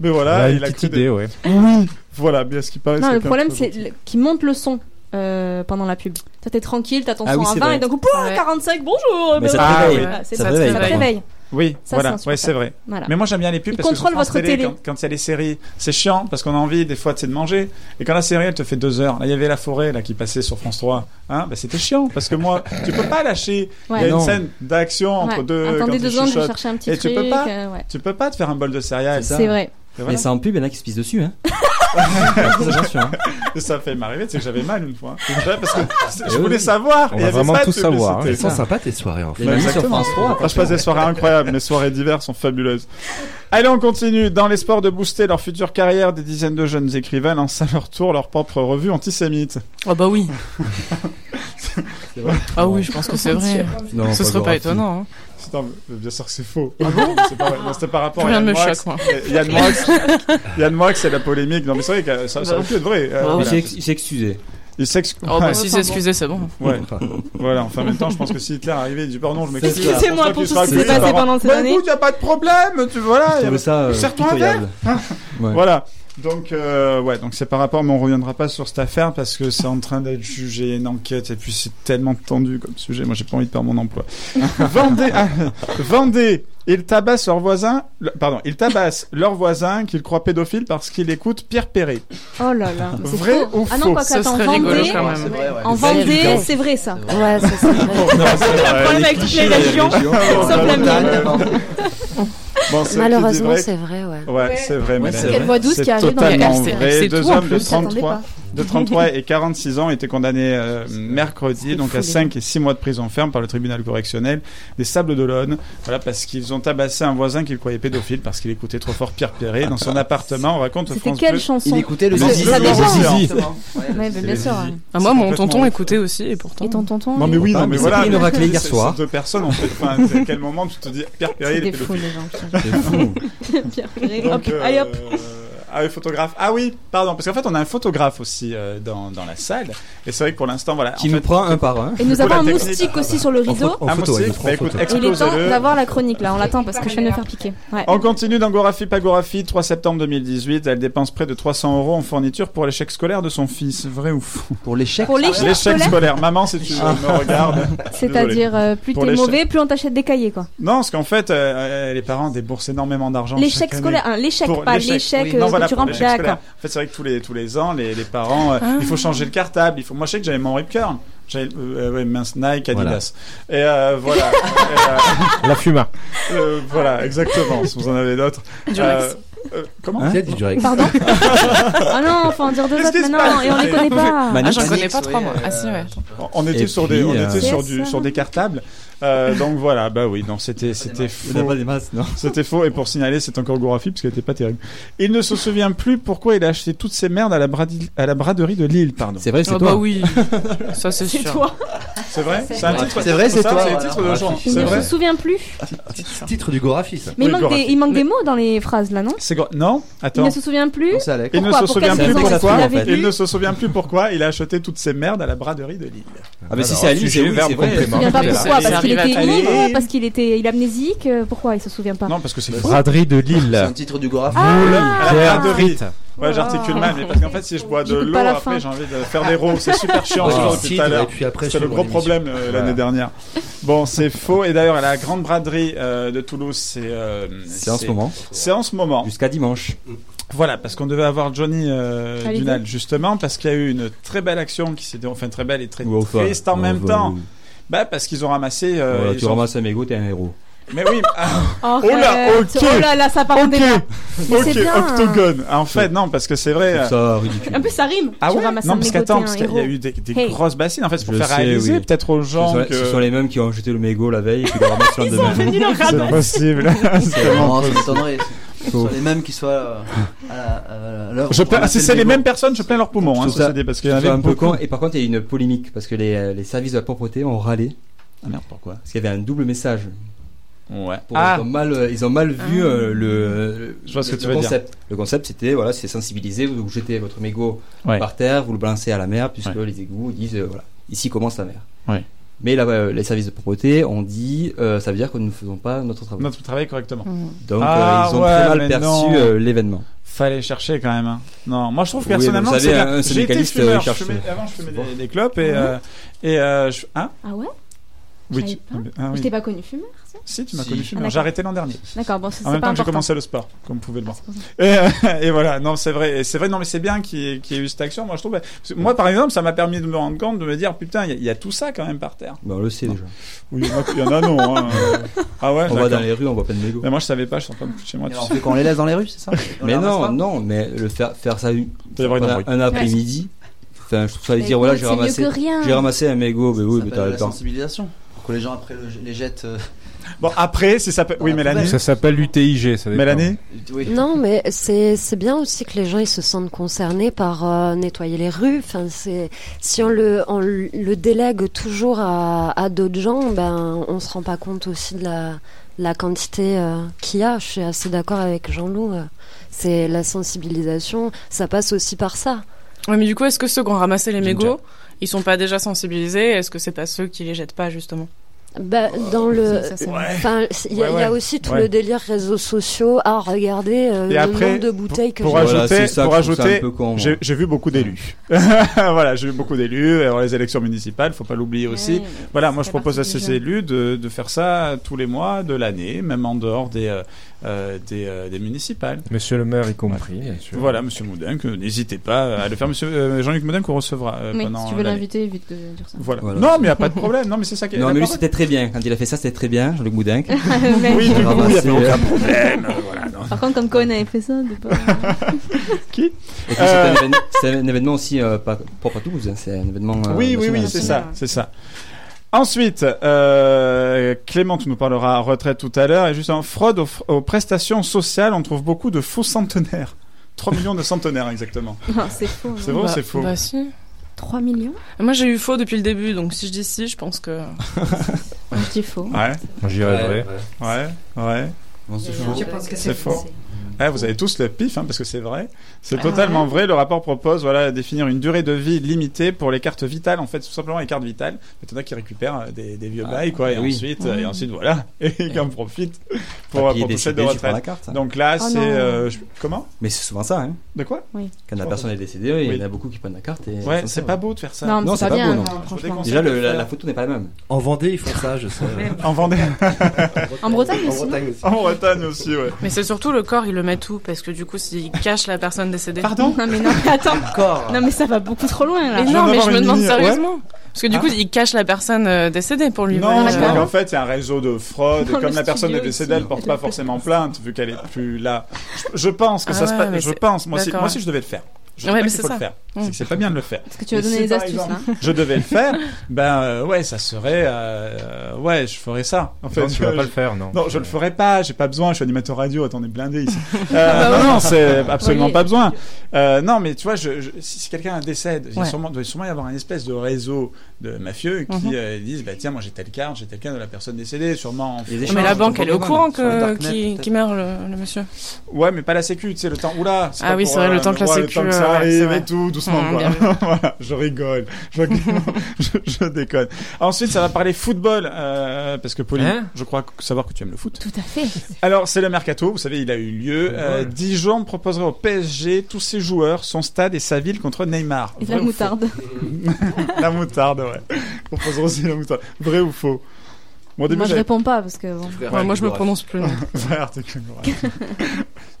mais voilà, Ouais, il une a petite cru de- idée, ouais. Oui. Voilà, bien ce qui paraît. Non, c'était le un problème, peu c'est gentil. le- qu'ils montent le son euh, pendant la pub. Toi, t'es tranquille, t'as ton Ah son oui, à c'est 20 vrai. et d'un coup, pouah, 45, bonjour Mais ben ça te voilà. Ah réveille. Voilà, c'est Ah, Ça ça, te réveille, ça te par réveille. Oui, Ça, voilà, c'est ouais, c'est vrai. Voilà. Mais moi j'aime bien les pubs Ils parce que sur contrôlent France votre Télé, télé. quand- quand il y a les séries, c'est chiant parce qu'on a envie des fois c'est de manger. Et quand la série elle te fait deux heures, là il y avait La Forêt là qui passait sur France 3, hein, bah, c'était chiant parce que moi tu peux pas lâcher. Il Ouais. y a une Non. scène d'action entre Ouais. deux. Attendez quand ils deux secondes, je vais chuchotent. chercher un petit Et tu peux truc, pas, euh, ouais. tu peux pas te faire un bol de céréales. C'est vrai. Et voilà. Mais ça en pub, il y en a qui se pissent dessus. Hein. ça fait m'arriver, tu sais que j'avais mal une fois. Ouais, parce que Eh je oui. voulais savoir. On et il va y avait vraiment pas de tout savoir, publicité. hein. Elles sont sympas, tes soirées, en fait. Ouais, Les émissions exactement. France 3, Ah, je passe des soirées incroyables, mes soirées d'hiver sont fabuleuses. Allez, on continue. Dans l'espoir de booster leur future carrière, des dizaines de jeunes écrivains lancent à leur tour leur propre revue antisémite. Ah bah oui. Ah oui, je pense que c'est vrai. Non, Ce pas serait pas Gorafi. étonnant. hein. Ah Putain, mais bien sûr que c'est faux. C'est pas vrai. Non, C'était par rapport à Rien Yann ne me Moix. choque, moi. Et Yann Moix. Yann Moix, c'est la polémique. Non, mais c'est vrai que ça, ça aurait pu être vrai. Euh, il voilà. s'est ex- il s'est excusé. Il s'excuse. Oh, bah, s'il s'est excusé, c'est bon. Ouais. voilà, enfin, en même temps, je pense que si Hitler arrivait, il dit Pardon, je m'excuse. Excusez-moi Je pense que tu pour tout ce seras qui s'est passé accusé par- pendant ces Bah, années. écoute, y a pas de problème, tu vois. Je y a- trouvais ça, euh, Serre-toi un verre. pitoyable. Hein Ouais. Voilà. Donc, euh, ouais, donc c'est par rapport, mais on reviendra pas sur cette affaire parce que c'est en train d'être jugé, il y a une enquête, et puis c'est tellement tendu comme sujet. Moi, j'ai pas envie de perdre mon emploi. Vendez, ah, vendez, ils tabassent leur voisin, le- pardon, ils tabassent leur voisin qu'ils croient pédophile parce qu'il écoute Pierre Perret. Oh là là. c'est Vrai faux. ou Ah faux non, quoi Ce qu'attends, serait Vendée, rigolo quand même. C'est vrai, ouais. en C'est vrai, Vendée, évident. c'est vrai ça. Ouais, ça c'est vrai. Le problème avec toutes les régions, sauf la mienne. Bon, c'est- Malheureusement, tu dis c'est vrai, ouais. Ouais, c'est vrai. Ouais, mais c'est c'est quelle vrai. voix douce C'est qui arrive dans la totalement case. vrai. C'est Deux tout, en hommes de plus, j'attendais 33, pas. de 33 et 46 ans étaient condamnés euh, mercredi, donc à fou, les 5 et 6 mois de prison ferme par le tribunal correctionnel des Sables d'Olonne. Voilà, parce qu'ils ont tabassé un voisin qu'ils croyaient pédophile parce qu'il écoutait trop fort Pierre Perret dans son appartement. On raconte C'était France quelle Bleu. chanson Il écoutait le Zizi. Ça dépend. Exactement. Ouais, mais bien les sûr, Zizi. ouais. Ah, moi, mon Complètement tonton vrai. écoutait aussi, et pourtant. Et ton tonton Non mais oui, non mais voilà. pris une raclée hier Ces- soir. Ces deux personnes, en fait, enfin, à quel moment tu te dis Pierre Perret, C'est il est des fous, pédophile les gens. Pierre Perret, hop, Donc, euh, allez hop. Ah oui, photographe. Ah oui, pardon, parce qu'en fait, on a un photographe aussi euh, dans, dans la salle. Et c'est vrai que pour l'instant, voilà. Qui nous prend un par un. Et nous avons un moustique aussi sur le rideau. Un moustique. Bah, écoute, Il est temps explosez-le. d'avoir la chronique là, on l'attend parce que je viens de me faire piquer. Ouais. On continue dans Gorafip à Gorafip, 3 septembre 2018. Elle dépense près de 300 euros en fourniture pour l'échec scolaire de son fils. Vrai ou faux Pour l'échec Pour l'échec scolaire scolaire. Maman, si tu Ah. me regardes. C'est-à-dire, euh, plus Pour t'es l'échec- mauvais, plus on t'achète des cahiers quoi. Non, parce qu'en fait, euh, euh, les parents déboursent énormément d'argent. L'échec chaque année. scolaire, hein, l'échec, Pour pas l'échec, euh, Non, que voilà, tu pour rentres- l'échec scolaire. d'accord. En fait, c'est vrai que tous les, tous les ans, les, les parents, euh, Ah. il faut changer le cartable. Il faut... Moi, je sais que j'avais mon Ripcurl. J'avais euh, ouais, mince, Nike, Adidas. Et euh, voilà. La fuma. Euh, voilà, exactement. Si vous en avez d'autres. Durex. euh, euh, comment Hein Qui a dit Durex Pardon Ah non, faut en dire deux Qu'est-ce autres qui se maintenant passe et on les connaît pas. Ah, j'en connais pas trois, moi. Ah, si, ouais. On était Et sur puis, des, on euh, était sur du, CSA. sur des cartables. Euh, donc voilà, bah oui, non, c'était, c'était Il y a faux. pas des masses, non. C'était faux. Et pour signaler, c'est encore Gorafi parce qu'elle était pas terrible. Il ne se souvient plus pourquoi il a acheté toutes ces merdes à la, bradi- à la braderie de Lille, pardon. C'est vrai, Ah bah oui, ça c'est C'est sûr. toi. C'est vrai C'est C'est un vrai. titre. C'est vrai, c'est ça, toi, C'est le voilà. titre de genre. Il C'est ne vrai. se souvient plus. Ah, Titre du Gorafi, ça. Mais il manque, des, il manque des mots dans les phrases là, non C'est gros- Non, attends. Il ne se souvient plus. Il ne Pourquoi se Pour souvient quelle plus raison pourquoi. Parce qu'il avait Il plus. ne se souvient plus pourquoi il a acheté toutes ces merdes à la braderie de Lille. Ah, mais si c'est à Lille, c'est oui, c'est vrai. Il ne se souvient pas pourquoi Parce qu'il était ivre, parce qu'il était il est amnésique. euh, Pourquoi il se souvient pas Non, parce que c'est Braderie de Lille. C'est un titre du Gorafi. à la braderie. frites. Ouais, j'articule mal, mais parce qu'en fait, si je bois de J'écoute l'eau, pas la après, fin. j'ai envie de faire des rôles. C'est super chiant, Ouais, ce genre le depuis tout titre, à l'heure. et puis après, C'est le suivre gros l'émission. problème euh, l'année Voilà. dernière. Bon, c'est faux. Et d'ailleurs, la grande braderie euh, de Toulouse, c'est. euh, C'est en ce moment. C'est en ce moment. Jusqu'à dimanche. Voilà, parce qu'on devait avoir Johnny euh, Hallyday. Dunal, justement, parce qu'il y a eu une très belle action qui s'est dé- enfin très belle et très Ou au fun. triste en Ou au même fun, temps. oui. Bah, parce qu'ils ont ramassé. euh, Voilà, ils tu ont- ramasses un mégot, t'es un héros. Mais oui. ah. Arrête. oh là, ok. Oh là là, ça part en Ok. débat. Mais Ok, c'est bien. hein. Octogone. Ah, En fait, non, parce que c'est vrai. Je trouve euh, ça ridicule. En plus, ça rime. Ah Tu ouais ramasses un Non, parce mégot, qu'attends, t'es parce un qu'il y a héros. eu des, des hein, Hey. grosses bassines, en fait, c'est pour Je faire sais, réaliser oui. peut-être aux gens Ce sont, que... ce sont les mêmes qui ont jeté le mégot la veille et qui le ramassent le lendemain. venus le C'est ramasser. possible. C'est vraiment Non, ça possible. m'étonnerait. Ce Faux. sont les mêmes qui soient euh, à la- à la- à l'œuvre Je pour plains- ah, ramasser le si c'est les mégot. mêmes personnes, je plains leur poumon. Hein, Je trouve ça, parce qu'il y en je avait trouve ça un peu beaucoup. con. Et par contre, il y a eu une polémique parce que les, euh, les services de la propreté ont râlé. Ah merde, pourquoi Parce qu'il y avait un double message. Ouais. Pour- ils, ont mal, euh, ils ont mal vu euh, le, Je vois ce le- que tu le veux dire. concept. Le concept, c'était voilà, c'est sensibiliser, vous jetez votre mégot Ouais. par terre, vous le balancez à la mer, puisque les égouts disent euh, voilà, ici commence la mer. Ouais. Mais là, euh, les services de propreté ont dit euh, ça veut dire que nous ne faisons pas notre travail. Notre travail correctement. Donc, euh, Ah, ils ont ouais, très mal mais perçu non. euh, l'événement. Fallait chercher quand même. hein. Non, moi je trouve Oui, personnellement mais vous c'est la- savez, un j'ai été syndicaliste, fumeur. euh, je cherche- fumais- Avant, je fumais Bon. des, des clopes et euh, et euh, je... hein Ah ouais Oui, J'avais tu- pas. ah oui. Je t'ai pas connu fumeur, ça Si, tu m'as Si. connu Ah, fumeur. d'accord. J'ai arrêté l'an dernier. D'accord, bon, ça, c'est En même pas temps que j'ai important. commencé le sport, comme vous pouvez le voir. Et, euh, et voilà, non, c'est vrai, et c'est vrai, non, mais c'est bien qu'il y, ait- qu'il y ait eu cette action. Moi, je trouve, parce que moi, par exemple, ça m'a permis de me rendre compte, de me dire, putain, il y a- il y, a tout ça quand même par terre. Bah, on le sait déjà. Oui, il y en a- il y en a, non. hein. Ah ouais, on va d'accord. dans les rues, on voit plein de mégots. Mais moi, je savais pas, je sors pas chez moi. Et tu alors, on sais. fait qu'on les laisse dans les rues, c'est ça On les Mais ramasse non, pas non, mais le faire, faire ça une- peut y avoir une un- embrouille. un après-midi. Enfin, je trouve ça Mais dire voilà, écoute, j'ai c'est mieux ramassé, que rien. j'ai ramassé un mégot, mais oui, mais Ça s'appelle t'as la t'as- sensibilisation. Pour que les gens après le- les jettent. euh, Bon, après, si ça peut. Ah, Oui, Mélanie. Ça s'appelle l'UTIG, ça dépend. Mélanie Oui. Non, mais c'est c'est bien aussi que les gens ils se sentent concernés par euh, nettoyer les rues. Enfin, c'est si on le on le délègue toujours à, à d'autres gens, ben on se rend pas compte aussi de la la quantité euh, qu'il y a. Je suis assez d'accord avec Jean-Loup. euh. C'est la sensibilisation, ça passe aussi par ça. Ouais, mais du coup, est-ce que ceux qui ont ramassé les mégots, ils sont pas déjà sensibilisés Est-ce que c'est pas ceux qui les jettent pas justement Bah, dans le, ça, c'est vrai. enfin, il y, a- Ouais, il y a ouais. aussi tout Ouais. le délire réseaux sociaux. Ah, regardez euh, Et le après, nombre de bouteilles que pour j'ai- ajouter, Voilà, c'est ça pour que je trouve ça ajouter, un peu con, moi. j'ai- j'ai vu beaucoup d'élus. voilà, j'ai vu beaucoup d'élus. Alors les élections municipales, faut pas l'oublier aussi. voilà, moi je propose à ces élus de, de faire ça tous les mois de l'année, même en dehors des euh, euh, des, euh, des municipales. Monsieur le maire y compris, bien sûr. Voilà, Monsieur Moudin, que n'hésitez pas à le faire. Monsieur euh, Jean-Luc Moudin qu'on recevra euh, Oui, pendant si tu veux l'année. l'inviter, évite de dire ça. Voilà. Voilà. Non, mais y a pas de problème. Non, mais c'est ça qui est. Non, la mais lui, parole- c'était très bien. Quand il a fait ça, c'était très bien, Jean-Luc Boudin. Mais- Oui, du coup, il y avait Ramasser, aucun euh, problème. Euh. voilà, non. Par contre, comme Cohen avait fait ça, de pas. Et puis, c'est Euh, un évén- c'est un, événement aussi euh, pas, propre à Toulouse. hein, C'est un événement. euh, Oui, oui, national. oui, c'est ça, c'est ça. Ensuite, euh, Clément, tu nous parleras retraite tout à l'heure. Et juste en fraude aux, fr- aux prestations sociales, on trouve beaucoup de faux centenaires. 3 millions de centenaires, exactement. Non, Ah, c'est faux. C'est vrai ou Bah- c'est faux Bah si. 3 millions Moi j'ai eu faux depuis le début, donc si je dis si, je pense que. Je dis faux. Ouais. Moi, j'irais vrai. Ouais, ouais. On se Je pense que c'est faux. faux. Ah Eh, vous avez tous le pif, hein, parce que c'est vrai. C'est totalement vrai. Le rapport propose voilà, définir une durée de vie limitée pour les cartes vitales, en fait, tout simplement les cartes vitales. Mais t'en as qui récupèrent euh, des, des Ah, Ah, vieux bails, bah bah quoi, et, oui. ensuite, Mmh. euh, et ensuite, voilà, et qui en profitent pour, euh, Ah, puis il pour est pousser de décédé, tu prends retraite. la carte, hein. Donc là, Oh c'est. non. euh, je- Comment Mais c'est souvent ça, hein. De quoi Oui. Quand la Je personne pense- est décédée, il y Oui. en a beaucoup qui prennent la carte. Et Ouais, font c'est ça, pas beau de faire ça. Non, c'est pas, beau, non. franchement. Déjà, le- la, Franchement. la photo n'est pas la même. En Vendée, ils font ça, je sais. En Vendée. En Bretagne aussi. En Bretagne aussi, ouais. Mais c'est surtout le corps, il le met tout, parce que du coup, s'il cache la personne décédée. Pardon Non, mais non, mais attends. corps. Non, mais ça va beaucoup trop loin là. Je Mais viens non, mais d'avoir je me une demande ligne- sérieusement. ouais. Parce que du coup, Ah. il cache la personne euh, décédée pour lui. Non, je crois qu'en fait, c'est un réseau de fraude. Dans Comme le la personne studio est décédée, ici. elle porte pas forcément plainte, vu qu'elle est plus là. Je, je pense que Ah ça se ouais, mais passe. Je c'est- pense. Moi aussi, d'accord. moi aussi, je devais le faire. Je dis Ouais, pas mais qu'il c'est faut le ça. faire. Mm. C'est que c'est pas bien de le faire. Est-ce que tu vas donner les astuces, là Je devais le faire. Ben euh, ouais, ça serait. euh, ouais, je ferais ça. En fait, Non, tu vas vois, pas je- le faire, non. Non, je le ferais pas. J'ai pas besoin. Je suis animateur radio. Attendez, blindé ici. Ah bah Euh, oui. Non, non, c'est absolument Voyez. pas besoin. Euh, non, mais tu vois, je, je- si, si quelqu'un décède, il y a Ouais. sûrement- doit sûrement y avoir un espèce de réseau de mafieux qui Mhm. euh, disent bah tiens, moi j'ai telle carte, j'ai telle carte de la personne décédée, sûrement. En Mais la banque, elle est au courant que qui, qui meurt le, le monsieur. Ouais, mais pas la sécu, tu sais, le temps. Oula Ah pas oui, pour, c'est vrai, le temps que la ouais, sécu, Le temps que euh, ça ouais, c'est arrive vrai. et tout, doucement, Mmh, bien vu. quoi. voilà, je rigole. Je, je- je déconne. Ensuite, ça va parler football, euh, parce que Pauline, Hein je crois que- savoir que tu aimes le foot. Tout à fait. Alors, c'est le mercato, vous savez, il a eu lieu. Euh, Football. Dijon proposerait au PSG tous ses joueurs, son stade et sa ville contre Neymar. Et Vrai la ou faux moutarde. la moutarde, ouais. Proposerait aussi la moutarde. Vrai ou faux Bon, au début, Moi, je j'avais- réponds pas parce que. Bon. Vrai article graphique.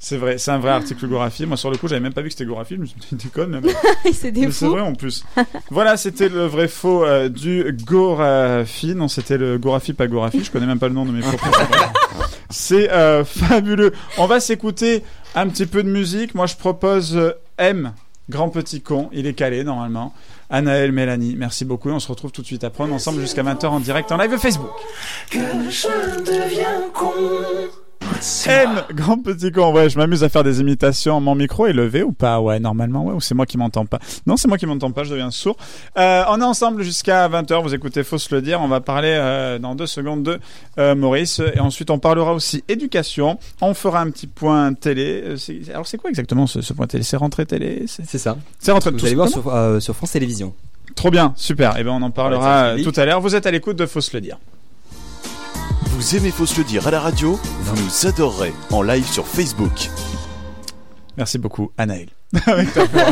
c'est vrai, c'est un vrai article graphique. Moi, sur le coup, j'avais même pas vu que c'était graphique. Je me suis dit, tu déconnes, mais- C'est mais des c'est fous. vrai en plus. voilà, c'était le vrai faux euh, du Gorafi. Non, c'était le Gorafi, pas Gorafi. Je connais même pas le nom de mes propres. c'est euh, fabuleux. On va s'écouter un petit peu de musique. Moi, je propose euh, M, Grand Petit Con. Il est calé normalement. Anaël, Mélanie, merci beaucoup. Et on se retrouve tout de suite à prendre ensemble jusqu'à 20h en direct en live Facebook. Que je deviens con. M, grand petit con. Ouais, je m'amuse à faire des imitations. Mon micro est levé ou pas Ouais, normalement, ouais. Ou c'est moi qui m'entends pas Non, c'est moi qui m'entends pas. Je deviens sourd. Euh, on est ensemble jusqu'à 20h. Vous écoutez, faut se le dire. On va parler euh, dans deux secondes de euh, Maurice. Et ensuite, on parlera aussi éducation. On fera un petit point télé. Euh, c'est- Alors, c'est quoi exactement ce, ce point télé C'est rentrée télé C'est ça. C'est rentrée Vous tout- allez voir comment sur, euh, sur France Télévisions. Trop bien, super. Et ben, on en Ouais, parlera ça se euh, lit. tout à l'heure. Vous êtes à l'écoute de Faut se le dire. Vous aimez Faut se le dire à la radio Vous nous adorerez en live sur Facebook. Merci beaucoup, Anaël. Avec ta voix.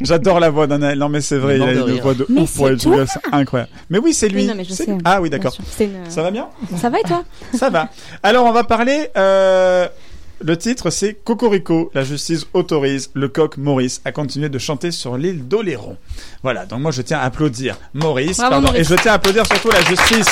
J'adore la voix d'Anaël. Non, mais c'est vrai, il Une a bande de une rire. voix de Mais ouf pour c'est les Julius. Incroyable. Mais oui, c'est lui. Oui, non, mais je C'est- sais. Ah oui, Bien d'accord. sûr. C'était une- Ça va bien Ça va et toi Ça va. Alors, on va parler. euh, Le titre, c'est Cocorico. La justice autorise le coq Maurice à continuer de chanter sur l'île d'Oléron. Voilà, donc moi, je tiens à applaudir Maurice. Bravo, pardon, Maurice. Et je tiens à applaudir surtout la justice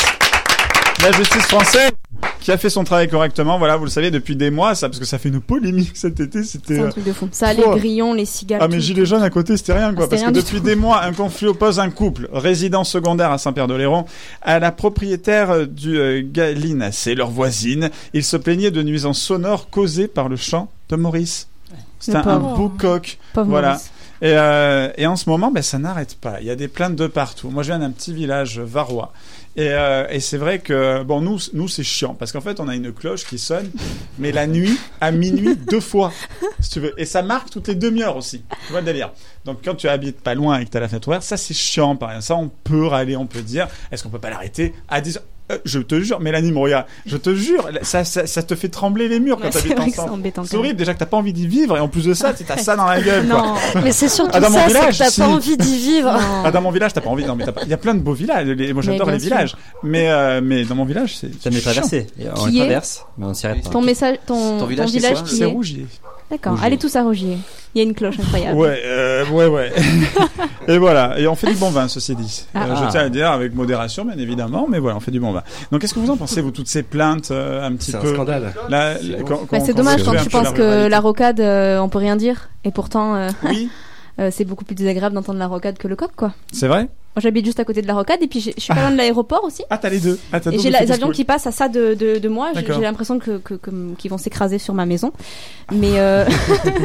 la justice française qui a fait son travail correctement. Voilà, vous le savez depuis des mois, ça, parce que ça fait une polémique cet été. C'était C'est un euh, truc de fou. Ça, les Quoi grillons, les cigales. ah mais tout. gilets jaunes à côté c'était rien quoi Ah, c'était parce que rien du depuis des mois un conflit oppose un couple résident secondaire à Saint-Pierre-de-Léron à la propriétaire euh, du euh, Galinacé leur voisine ils se plaignaient de nuisances sonores causées par le chant de Maurice c'est Le un, un pauvre. beau coq Pauvre voilà Maurice. et, euh, et en ce moment, ben, ça n'arrête pas. Il y a des plaintes de partout. Moi, je viens d'un petit village varois. Et, euh, et c'est vrai que, bon, nous, nous c'est chiant. Parce qu'en fait, on a une cloche qui sonne, mais la nuit, à minuit, deux fois. Si tu veux. Et ça marque toutes les demi-heures aussi. Tu vois le délire. Donc, quand tu habites pas loin et que tu as la fenêtre ouverte, ça, c'est chiant. Par exemple, ça, on peut râler, on peut dire, est-ce qu'on peut pas l'arrêter à 10 Euh, je te jure, Mélanie Moria, je te jure, ça, ça, ça te fait trembler les murs quand Ouais, t'habites c'est vrai que c'est ensemble. embêtant quand C'est horrible, déjà que t'as pas envie d'y vivre, et en plus de ça, tu t'as ça dans la gueule. quoi. Mais c'est surtout Ah, dans mon ça, c'est que village, t'as si. pas envie d'y vivre. Ah, dans mon village, t'as pas envie. Non, mais t'as pas- Il y a plein de beaux villages. Les- Moi, Mais j'adore bien les sûr. villages. Mais, euh, mais dans mon village, c'est. Ça m'est traversé. Et On Qui le est traverse, mais on s'y arrête pas. Ton message, ton, ton village, qui est C'est Rougier. D'accord, Rougier. allez tous à Rougier. Il y a une cloche incroyable. Ouais, euh, ouais, ouais. et voilà. Et on fait du bon vin, ceci dit. Ah. Euh, je tiens à le dire avec modération, bien évidemment. Mais voilà, on fait du bon vin. Donc, qu'est-ce que vous en pensez, vous, toutes ces plaintes euh, un petit C'est un peu scandale. La- la- C'est- quand- Bah, quand- c'est quand dommage on quand fait un tu peu la penses que ruralité. la rocade, euh, on peut rien dire, et pourtant, euh, Oui. euh, c'est beaucoup plus désagréable d'entendre la rocade que le coq, quoi. C'est vrai Moi, j'habite juste à côté de la rocade et puis j'ai- je suis pas loin de l'aéroport aussi. Ah, t'as les deux. Ah, t'as Et double j'ai la- les photo avions school. qui passent à ça de, de, de moi. J'ai D'accord. j'ai l'impression que, que, que- qu'ils vont s'écraser sur ma maison. Mais euh...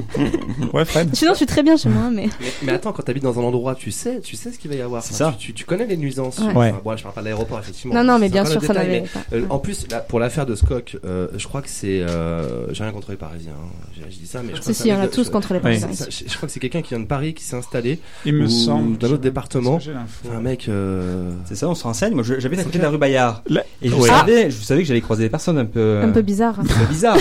Ouais, Fred. sinon, je suis très bien chez moi. Mais Mais, mais attends, quand t'habites dans un endroit, tu sais, tu sais ce qu'il va y avoir. C'est Enfin, ça. Tu, tu- tu connais les nuisances. Ouais. Enfin, bon, là, je parle pas de l'aéroport, effectivement. Non, non, mais C'est bien encore sûr, le ça détail, n'avait mais, pas- euh, En plus, là, pour l'affaire de Skok, euh, je crois que c'est. euh, J'ai rien contre les Parisiens. hein. Je, je dis ça, mais je Si, crois que si, c'est un on a mec de- tous je- contre les Parisiens. ça- Je, je crois que c'est quelqu'un qui vient de Paris, qui s'est installé. Il me ou semble. Dans l'autre département. J'ai l'info. Un mec. euh, C'est ça, on se renseigne. Moi, je- j'habite à C'est côté de clair. la rue Bayard. La- Et je, Ouais. savais, je savais que j'allais croiser des personnes un peu. Euh, un peu bizarre. hein. Un peu bizarres.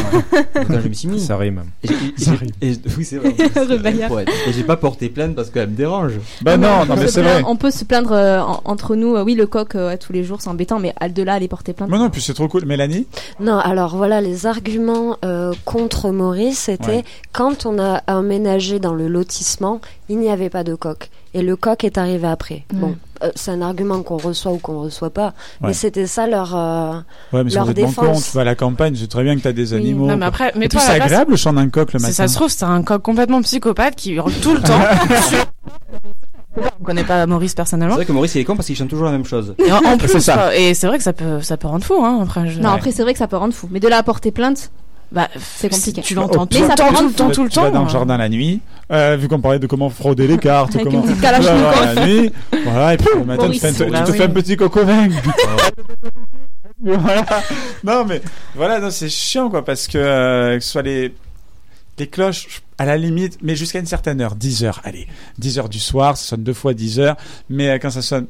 Putain, je me suis mis. Ça rime. Et j'ai- et j'ai- et- oui, c'est vrai. Rue Bayard. Ah Ouais. Et j'ai pas porté plainte parce qu'elle me dérange. Bah non, non, On mais se c'est plaint- vrai. On peut se plaindre euh, en- entre nous. Euh, oui, le coq euh, à tous les jours, c'est embêtant, mais à de là, aller porter plainte. Mais non, puis c'est trop cool. Mélanie Non, alors voilà, les arguments euh, contre Maurice c'était Ouais. quand on a emménagé dans le lotissement, il n'y avait pas de coq. Et le coq est arrivé après. Mm. Bon, euh, c'est un argument qu'on reçoit ou qu'on reçoit pas. Ouais. Mais c'était ça leur, euh, Ouais, mais si leur vous êtes bon con, tu défense. vas à la campagne, c'est très bien que t'as des animaux. Non, mais après, Et puis mets-toi à c'est la place- agréable le chant d'un coq le matin. Si ça se trouve, c'est un coq complètement psychopathe qui hurle tout le temps. On connaît pas Maurice personnellement. C'est Hein vrai que Maurice, il est con parce qu'il chante toujours la même chose. Ah, Et en, en plus, C'est ça. euh, et c'est vrai que ça peut, ça peut rendre fou. Hein, après, je- Non, après, c'est vrai que ça peut rendre fou. Mais de là à porter plainte, bah, c'est compliqué. Tu l'entends tout Mais ça le peut temps, tout rendre le temps, tout le Tu vas dans temps. hein. le jardin la nuit, euh, vu qu'on parlait de comment frauder les cartes, Avec comment une petite kalachnikov. Voilà, la nuit, voilà, et puis le matin tu, Maurice. fais un- tu Bah te oui. fais un petit coco voilà. Non mais voilà, non, c'est chiant quoi parce que, euh, que ce soit les les cloches à la limite, mais jusqu'à une certaine heure, 10 heures, allez, 10 heures du soir, ça sonne deux fois 10 heures, mais euh, quand ça sonne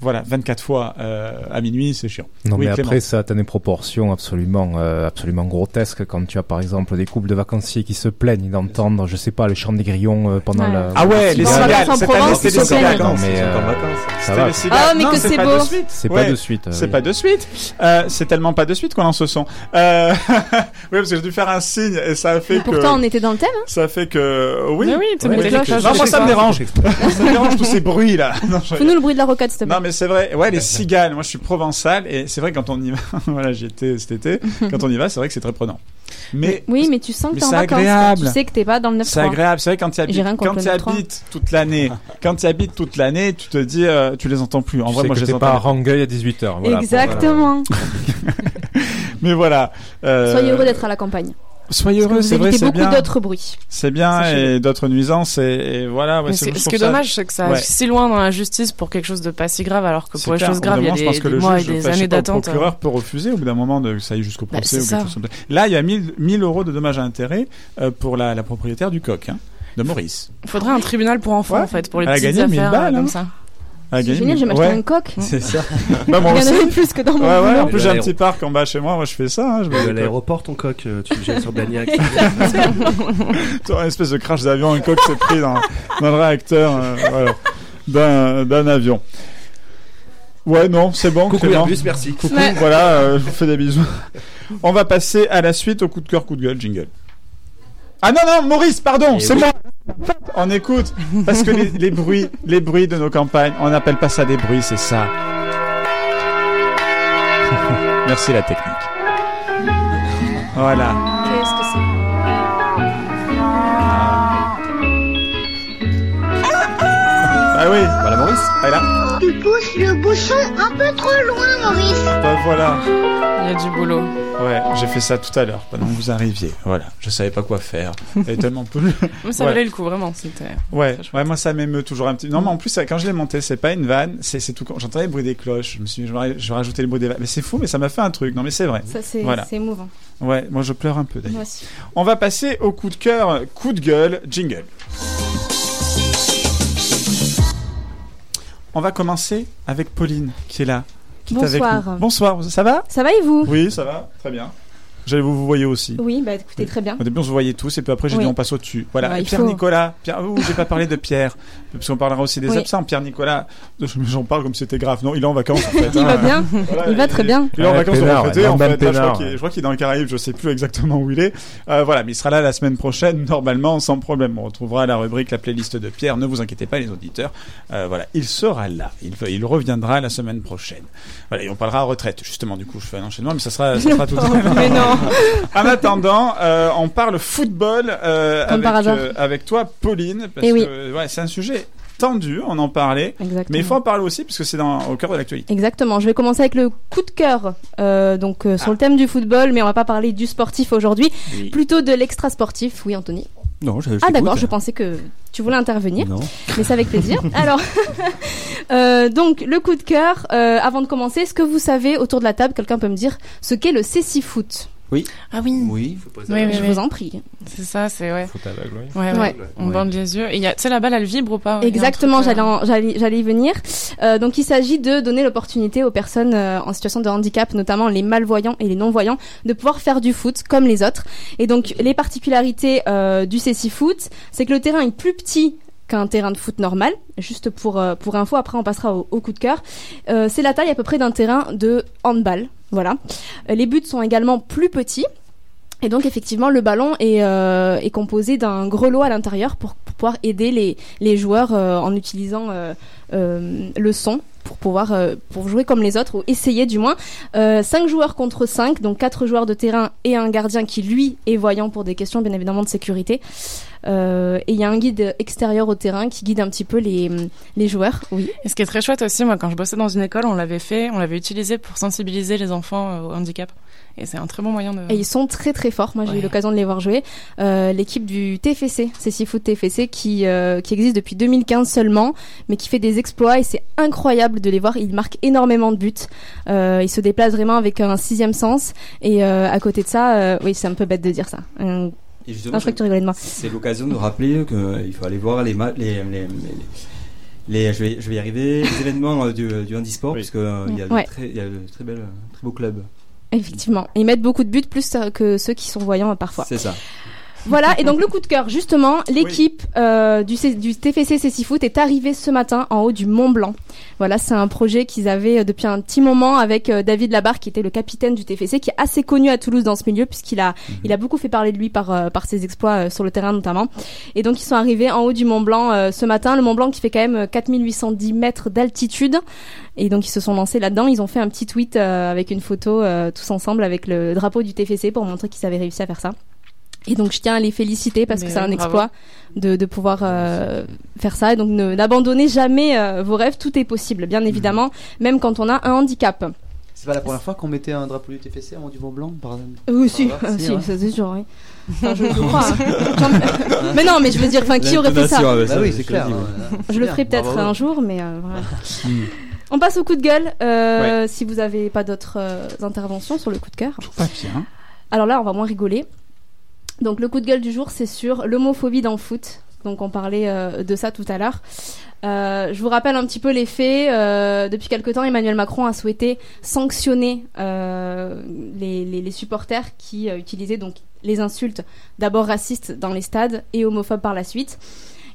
voilà, 24 fois euh, à minuit, c'est chiant. Non, Oui, mais Clément. après, ça atteint des proportions absolument, euh, absolument grotesques quand tu as, par exemple, des couples de vacanciers qui se plaignent d'entendre, je sais pas, le chant des grillons euh, pendant Ouais. la. Ah ouais, les Dans la cigales, vacances en cette Provence, année, c'était ils les sont cigales. pleins. Non, mais, Ils sont en euh, vacances. ça C'était va. les cigales. Ah, mais Non, que c'est pas beau. de suite. C'est Ouais, pas de suite. euh, C'est oui. pas de suite. Euh, c'est tellement pas de suite qu'on lance ce son. Euh, oui, parce que j'ai dû faire un signe et ça a fait que. pourtant, on était dans le thème. hein. Ça fait que. euh, Oui. Mais oui, t'as mis les Non, cloches, moi je ça me sais pas. dérange. ça me dérange tous ces bruits là. Non, je- Fais-nous le bruit de la rocade, s'il te plaît. non, mais c'est vrai. Ouais, les cigales. Moi, je suis provençal et c'est vrai quand on y va. voilà, j'y étais cet été. Quand on y va, c'est vrai que c'est très prenant. Mais oui, mais tu sens que mais t'es en c'est vacances. agréable. Tu sais que t'es pas dans le 9 c'est agréable, c'est vrai quand tu J'ai rien habites, contre quand le tu 9-3. habites toute l'année, quand tu habites toute l'année, tu te dis, euh, tu les entends plus. En Tu vrai, sais moi, que je les t'es entends pas à Rangueil à 18h. Exactement. Mais voilà. euh, Soyez heureux d'être à la campagne. Soyez heureux, Parce que c'est vous vrai, évitez c'est bien. beaucoup d'autres bruits. C'est bien C'est et d'autres nuisances et, et voilà. ouais, Mais c'est- c'est- je ce trouve qui est ça- dommage, c'est que ça arrive Ouais. si loin dans la justice pour quelque chose de pas si grave, alors que C'est pour les clair, choses au bout d'un graves, il y a moment, je pense des, que des le mois et juge, des enfin, je sais années pas, d'attente. hein. Le procureur peut refuser au bout d'un moment de, que ça aille jusqu'au Bah, procès c'est ou quelque ça. chose comme ça. Là, il y a 1000, 1000 euros de dommages à intérêt euh, pour la, la propriétaire du coq, hein, de Maurice. Il faudrait un tribunal pour enfants, en fait, pour les Elle a petites gagné 1000 affaires balles, euh, hein. comme ça. Elle a C'est gagné génial, 1000 j'ai m'acheté ouais. un coq. C'est ça. Bah, moi Il y en aussi. avait plus que dans mon Ouais, ouais, en boulot. plus, j'ai un petit L'aéro- parc en bas chez moi. Moi, je fais ça. Hein, je À me l'aéroport, ton coq, euh, tu le jettes sur Blagnac. Une espèce de crash d'avion, un coq s'est pris dans, dans le réacteur euh, voilà, d'un- d'un avion. Ouais, non, c'est bon. Coucou Clément. Airbus, merci. Coucou, Ouais. voilà, euh, je vous fais des bisous. On va passer à la suite au coup de cœur, coup de gueule, jingle. Ah non, non, Maurice, Eh pardon, c'est moi. On écoute, parce que les, les bruits, les bruits de nos campagnes, on n'appelle pas ça des bruits, c'est ça. Merci la technique. Voilà. Qu'est-ce que c'est Ah oui. Voilà Maurice. Ah, là. Tu pousses le bouchon un peu trop loin, Maurice. Bah, voilà. Il y a du boulot. Ouais, j'ai fait ça tout à l'heure pendant que vous arriviez. Voilà, je savais pas quoi faire. J'avais tellement peu. Mais ça Ouais. valait le coup, vraiment. C'était. Ouais, ouais, moi ça m'émeut toujours un petit. Non, mais en plus, ça, quand je l'ai monté, c'est pas une vanne, c'est c'est tout. con. J'entendais le bruit des cloches, je me suis dit, je vais- je vais rajouter le bruit des vannes. Mais c'est fou, mais ça m'a fait un truc. Non, mais c'est vrai. Ça, c'est Voilà. c'est émouvant. Ouais, moi je pleure un peu d'ailleurs. Moi aussi. On va passer au coup de cœur, coup de gueule, jingle. On va commencer avec Pauline qui est là. Qui est avec Bonsoir. nous. Bonsoir, ça va Ça va et vous Oui, ça va, très bien. J'allais vous vous voyez aussi. Oui, bah écoutez, très bien. Au début, on se voyait tous, et puis après, j'ai Oui. dit on passe au-dessus. Voilà. Ouais, Et il Pierre faut. Nicolas. Pierre, ouh, j'ai pas parlé de Pierre, parce qu'on parlera aussi des Oui. absents. Pierre Nicolas, j'en parle comme si c'était grave. Non, il est en vacances. En fait, Il hein. va bien. Il va très bien. Il est en Ouais, vacances de peinard, retraité, ouais, en fait. Lambert Là, je, crois peinard, qu'il est, ouais. je crois qu'il est dans les Caraïbes, je sais plus exactement où il est. Euh, voilà, mais il sera là la semaine prochaine, normalement, sans problème. On retrouvera la rubrique, la playlist de Pierre. Ne vous inquiétez pas, les auditeurs. Euh, voilà, il sera là. Il, va- il reviendra la semaine prochaine. Voilà, et on parlera retraite, justement. Du coup, je fais un enchaînement, mais ça sera, ça sera tout à l'heure. Mais non. En attendant, euh, on parle football euh, Comme avec, par hasard. euh, avec toi, Pauline, parce Eh oui. que ouais, c'est un sujet tendue, on en parlait. Exactement. Mais il faut en parler aussi puisque c'est dans- au cœur de l'actualité. Exactement. Je vais commencer avec le coup de cœur, euh, donc euh, sur Ah. le thème du football, mais on va pas parler du sportif aujourd'hui, Oui. plutôt de l'extra sportif. Oui, Anthony. Non, Euh, je, je ah d'accord, t'écoute. je pensais que tu voulais intervenir, Non. mais c'est avec plaisir. Alors, euh, donc le coup de cœur. euh, avant de commencer, est-ce que vous savez autour de la table, quelqu'un peut me dire ce qu'est le cécifoot Foot Oui. Ah oui. Oui. Oui, oui, Je oui. vous en prie. C'est ça, c'est ouais. Faute à l'aveugle, oui. Ouais, ouais. Ouais. On bande les yeux. Et il y a, tu sais, la balle, elle vibre ou pas Il y a un Exactement, truc, euh, j'allais en- j'allais j'allais y venir. Euh, donc il s'agit de donner l'opportunité aux personnes euh, en situation de handicap, notamment les malvoyants et les non-voyants, de pouvoir faire du foot comme les autres. Et donc les particularités euh, du CC Foot, c'est que le terrain est plus petit qu'un terrain de foot normal, juste pour, euh, pour info, après on passera au, au coup de cœur. Euh, c'est la taille à peu près d'un terrain de handball. Voilà. Euh, Les buts sont également plus petits. Et donc effectivement, le ballon est, euh, est composé d'un grelot à l'intérieur pour, pour pouvoir aider les, les joueurs euh, en utilisant euh, euh, le son pour pouvoir euh, pour jouer comme les autres ou essayer du moins. Euh, cinq joueurs contre 5, donc quatre joueurs de terrain et un gardien qui lui est voyant pour des questions bien évidemment de sécurité. Euh, et il y a un guide extérieur au terrain qui guide un petit peu les, les joueurs. Oui. Et ce qui est très chouette aussi, moi, quand je bossais dans une école, on l'avait fait, on l'avait utilisé pour sensibiliser les enfants euh, au handicap. Et c'est un très bon moyen de. Et ils sont très très forts. Moi, j'ai eu l'occasion de les voir jouer. Euh, L'équipe du TFC, c'est Foot TFC, qui, euh, qui existe depuis 2015 seulement, mais qui fait des exploits et c'est incroyable de les voir. Ils marquent énormément de buts. Euh, ils se déplacent vraiment avec un sixième sens. Et euh, à côté de ça, euh, oui, c'est un peu bête de dire ça. Un- Et Non, justement, je crois que tu rigolais de moi. C'est l'occasion de rappeler qu'il faut aller voir les, ma- les, les, les- les- je, vais, je vais y arriver, les événements euh, du, du handisport, parce qu'il y a de Ouais. très, il y a de très, belles, euh, très beaux clubs. Effectivement, ils mettent beaucoup de buts plus euh, que ceux qui sont voyants euh, parfois. C'est ça. Voilà, et donc le coup de cœur, justement, l'équipe euh, du, C- du TFC Cécifoot est arrivée ce matin en haut du Mont Blanc. Voilà, c'est un projet qu'ils avaient euh, depuis un petit moment avec euh, David Labarre, qui était le capitaine du TFC, qui est assez connu à Toulouse dans ce milieu, puisqu'il a, il a beaucoup fait parler de lui par, euh, par ses exploits euh, sur le terrain notamment. Et donc ils sont arrivés en haut du Mont Blanc euh, ce matin, le Mont Blanc qui fait quand même euh, 4810 mètres d'altitude. Et donc ils se sont lancés là-dedans, ils ont fait un petit tweet euh, avec une photo euh, tous ensemble avec le drapeau du TFC pour montrer qu'ils avaient réussi à faire ça. Et donc je tiens à les féliciter parce Mais que c'est oui, un bravo. exploit de, de pouvoir euh, faire ça. Et donc ne- n'abandonnez jamais euh, vos rêves, tout est possible, Mhm. bien évidemment, même quand on a un handicap. C'est pas la première fois qu'on mettait un drapeau du TFC avant du Mont Blanc par Ah, bah, Oui, par si, hasard euh, si, hein. ouais. ça c'est sûr, oui. Enfin, je, je crois. hein. J'en- mais non, mais je veux dire, enfin, qui aurait fait ça L'intonation, ouais, ça, Bah oui, je c'est te clair, le dis, ouais. hein, Je le ferai Bien, peut-être bravo. un jour, mais euh, voilà. On passe au coup de gueule. euh, Si vous n'avez pas d'autres euh, interventions sur le coup de cœur. Alors là, on va moins rigoler. Donc le coup de gueule du jour, c'est sur l'homophobie dans le foot. Donc on parlait euh, de ça tout à l'heure. Euh, je vous rappelle un petit peu les faits. Euh, depuis quelque temps, Emmanuel Macron a souhaité sanctionner euh, les, les- les supporters qui euh, utilisaient donc les insultes d'abord racistes dans les stades et homophobes par la suite.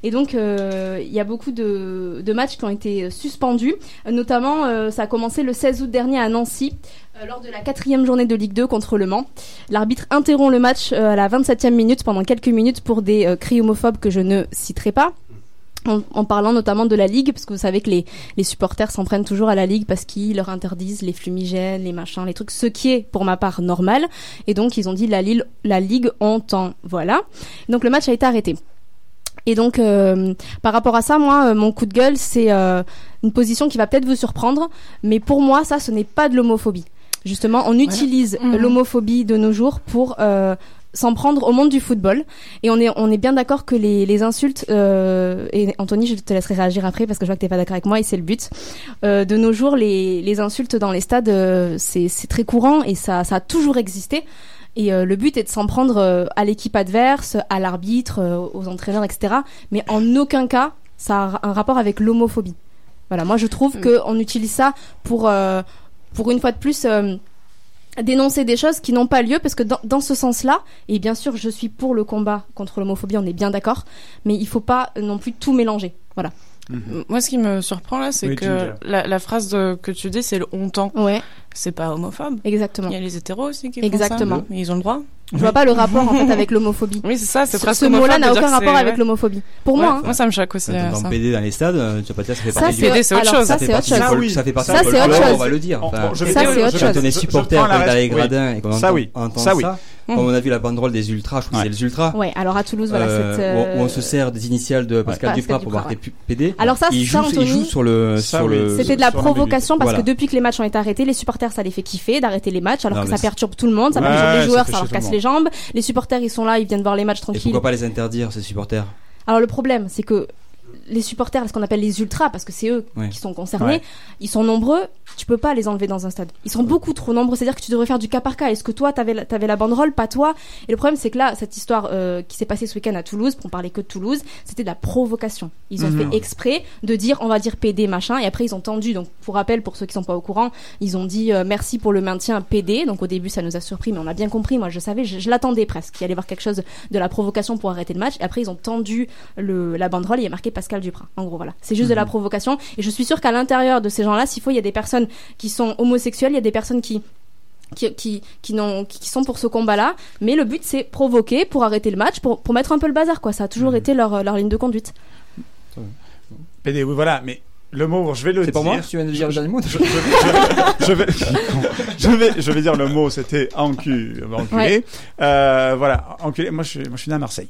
Et donc, euh, il y a beaucoup de, de matchs qui ont été suspendus. Notamment, euh, ça a commencé le 16 août dernier à Nancy, euh, lors de la quatrième journée de Ligue 2 contre Le Mans. L'arbitre interrompt le match euh, à la 27e minute pendant quelques minutes pour des euh, cris homophobes que je ne citerai pas. En, en parlant notamment de la Ligue, parce que vous savez que les, les supporters s'en prennent toujours à la Ligue parce qu'ils leur interdisent les fumigènes, les machins, les trucs, ce qui est pour ma part normal. Et donc ils ont dit la, Lille- la Ligue entend. Voilà. Donc le match a été arrêté. Et donc, euh, par rapport à ça, moi, euh, mon coup de gueule, c'est euh, une position qui va peut-être vous surprendre, mais pour moi, ça, ce n'est pas de l'homophobie. Justement, on utilise Mhm. l'homophobie de nos jours pour euh, s'en prendre au monde du football. Et on est, on est bien d'accord que les, les insultes, euh, et Anthony, je te laisserai réagir après parce que je vois que t'es pas d'accord avec moi et c'est le but. Euh, de nos jours, les, les insultes dans les stades, euh, c'est c'est très courant et ça, ça a toujours existé. Et euh, le but est de s'en prendre euh, à l'équipe adverse, à l'arbitre, euh, aux entraîneurs, etc. Mais en aucun cas, ça a un rapport avec l'homophobie. Voilà, moi je trouve Mm. qu'on utilise ça pour, euh, pour une fois de plus. euh, dénoncer des choses qui n'ont pas lieu parce que dans, dans ce sens-là, et bien sûr je suis pour le combat contre l'homophobie, on est bien d'accord, mais il faut pas euh, non plus tout mélanger. Voilà. Moi, ce qui me surprend là, c'est Oui, que Ginger. la, la phrase de- que tu dis, c'est le on tend. Ouais. C'est pas homophobe. Exactement. Il y a les hétéros aussi qui font Exactement. ça. Mais ils ont le droit. Je vois pas le rapport en fait avec l'homophobie. Oui, c'est ça, c'est Ce- presque Ce mot-là homophobe n'a de aucun dire que c'est- rapport avec ouais. l'homophobie. Pour Ouais, moi, hein. Moi, ça me choque aussi. euh, Dans ça. le PD dans les stades, euh, tu vas pas dire ça fait Ça, partie du c'est- PD, alors, ça, fait partie du c'est autre chose. folklore, Ah oui. ça fait partie du Ça, c'est autre folklore, on chose. va le dire. On- Enfin, on- je vais- Ça, c'est autre Quand on chose. est Je- je supporter, prends la quand on est dans les reste- oui. gradins et qu'on Ça, entend- oui. on entend Ça, ça, oui. Comme on a vu la banderole des ultras, je crois que c'est les ultras. Ouais, alors à Toulouse, voilà, Ah. Euh, cette, euh, où, on, où on se sert des initiales de Pascal Pascal Duprat pour Duprat, marquer ouais. PD. Alors ça, il ça, joue, il Anthony, joue sur le, Ça, sur le. C'était de la euh, sur l'ambiguïté. provocation parce Voilà. que depuis que les matchs ont été arrêtés, les supporters ça les fait kiffer d'arrêter les matchs alors Non, que mais ça perturbe tout le monde, ça Ouais, perturbe les ça joueurs, fait ça, leur chier tout le casse les jambes. Les supporters ils sont là, ils viennent voir les matchs Et tranquilles. pourquoi pas les interdire ces supporters Alors le problème c'est que les supporters, ce qu'on appelle les ultras, parce que c'est eux Ouais. qui sont concernés, Ouais. ils sont nombreux, tu peux pas les enlever dans un stade. Ils sont beaucoup trop nombreux, c'est-à-dire que tu devrais faire du cas par cas. Est-ce que toi, t'avais la, t'avais la banderole, pas toi Et le problème, c'est que là, cette histoire euh, qui s'est passée ce week-end à Toulouse, pour parler que de Toulouse, c'était de la provocation. Ils ont Mhm. fait exprès de dire, on va dire PD, machin, et après ils ont tendu. Donc, pour rappel, pour ceux qui sont pas au courant, ils ont dit euh, merci pour le maintien PD. Donc, au début, ça nous a surpris, mais on a bien compris. Moi, je savais, je, je l'attendais presque, qu'il allait y avoir quelque chose de la provocation pour arrêter le match. Et après, ils ont tendu le, la banderole, il y a marqué Pascal Duprat. En gros, voilà. C'est juste de la Mhm. provocation. Et je suis sûre qu'à l'intérieur de ces gens-là, s'il faut, il y a des personnes qui sont homosexuelles, il y a des personnes qui qui, qui, qui, n'ont- qui- qui sont pour ce combat-là. Mais le but, c'est provoquer pour arrêter le match, pour, pour mettre un peu le bazar, quoi. Ça a Mhm. toujours été leur, leur ligne de conduite. PD, oui, voilà, mais le mot, je vais le dire. C'est pour moi Tu viens de dire le dernier mot Je- je vais, je vais, je vais dire le mot, c'était encu- enculé. Ouais. Euh, voilà, enculé. Moi, je, suis- moi, je suis né à Marseille.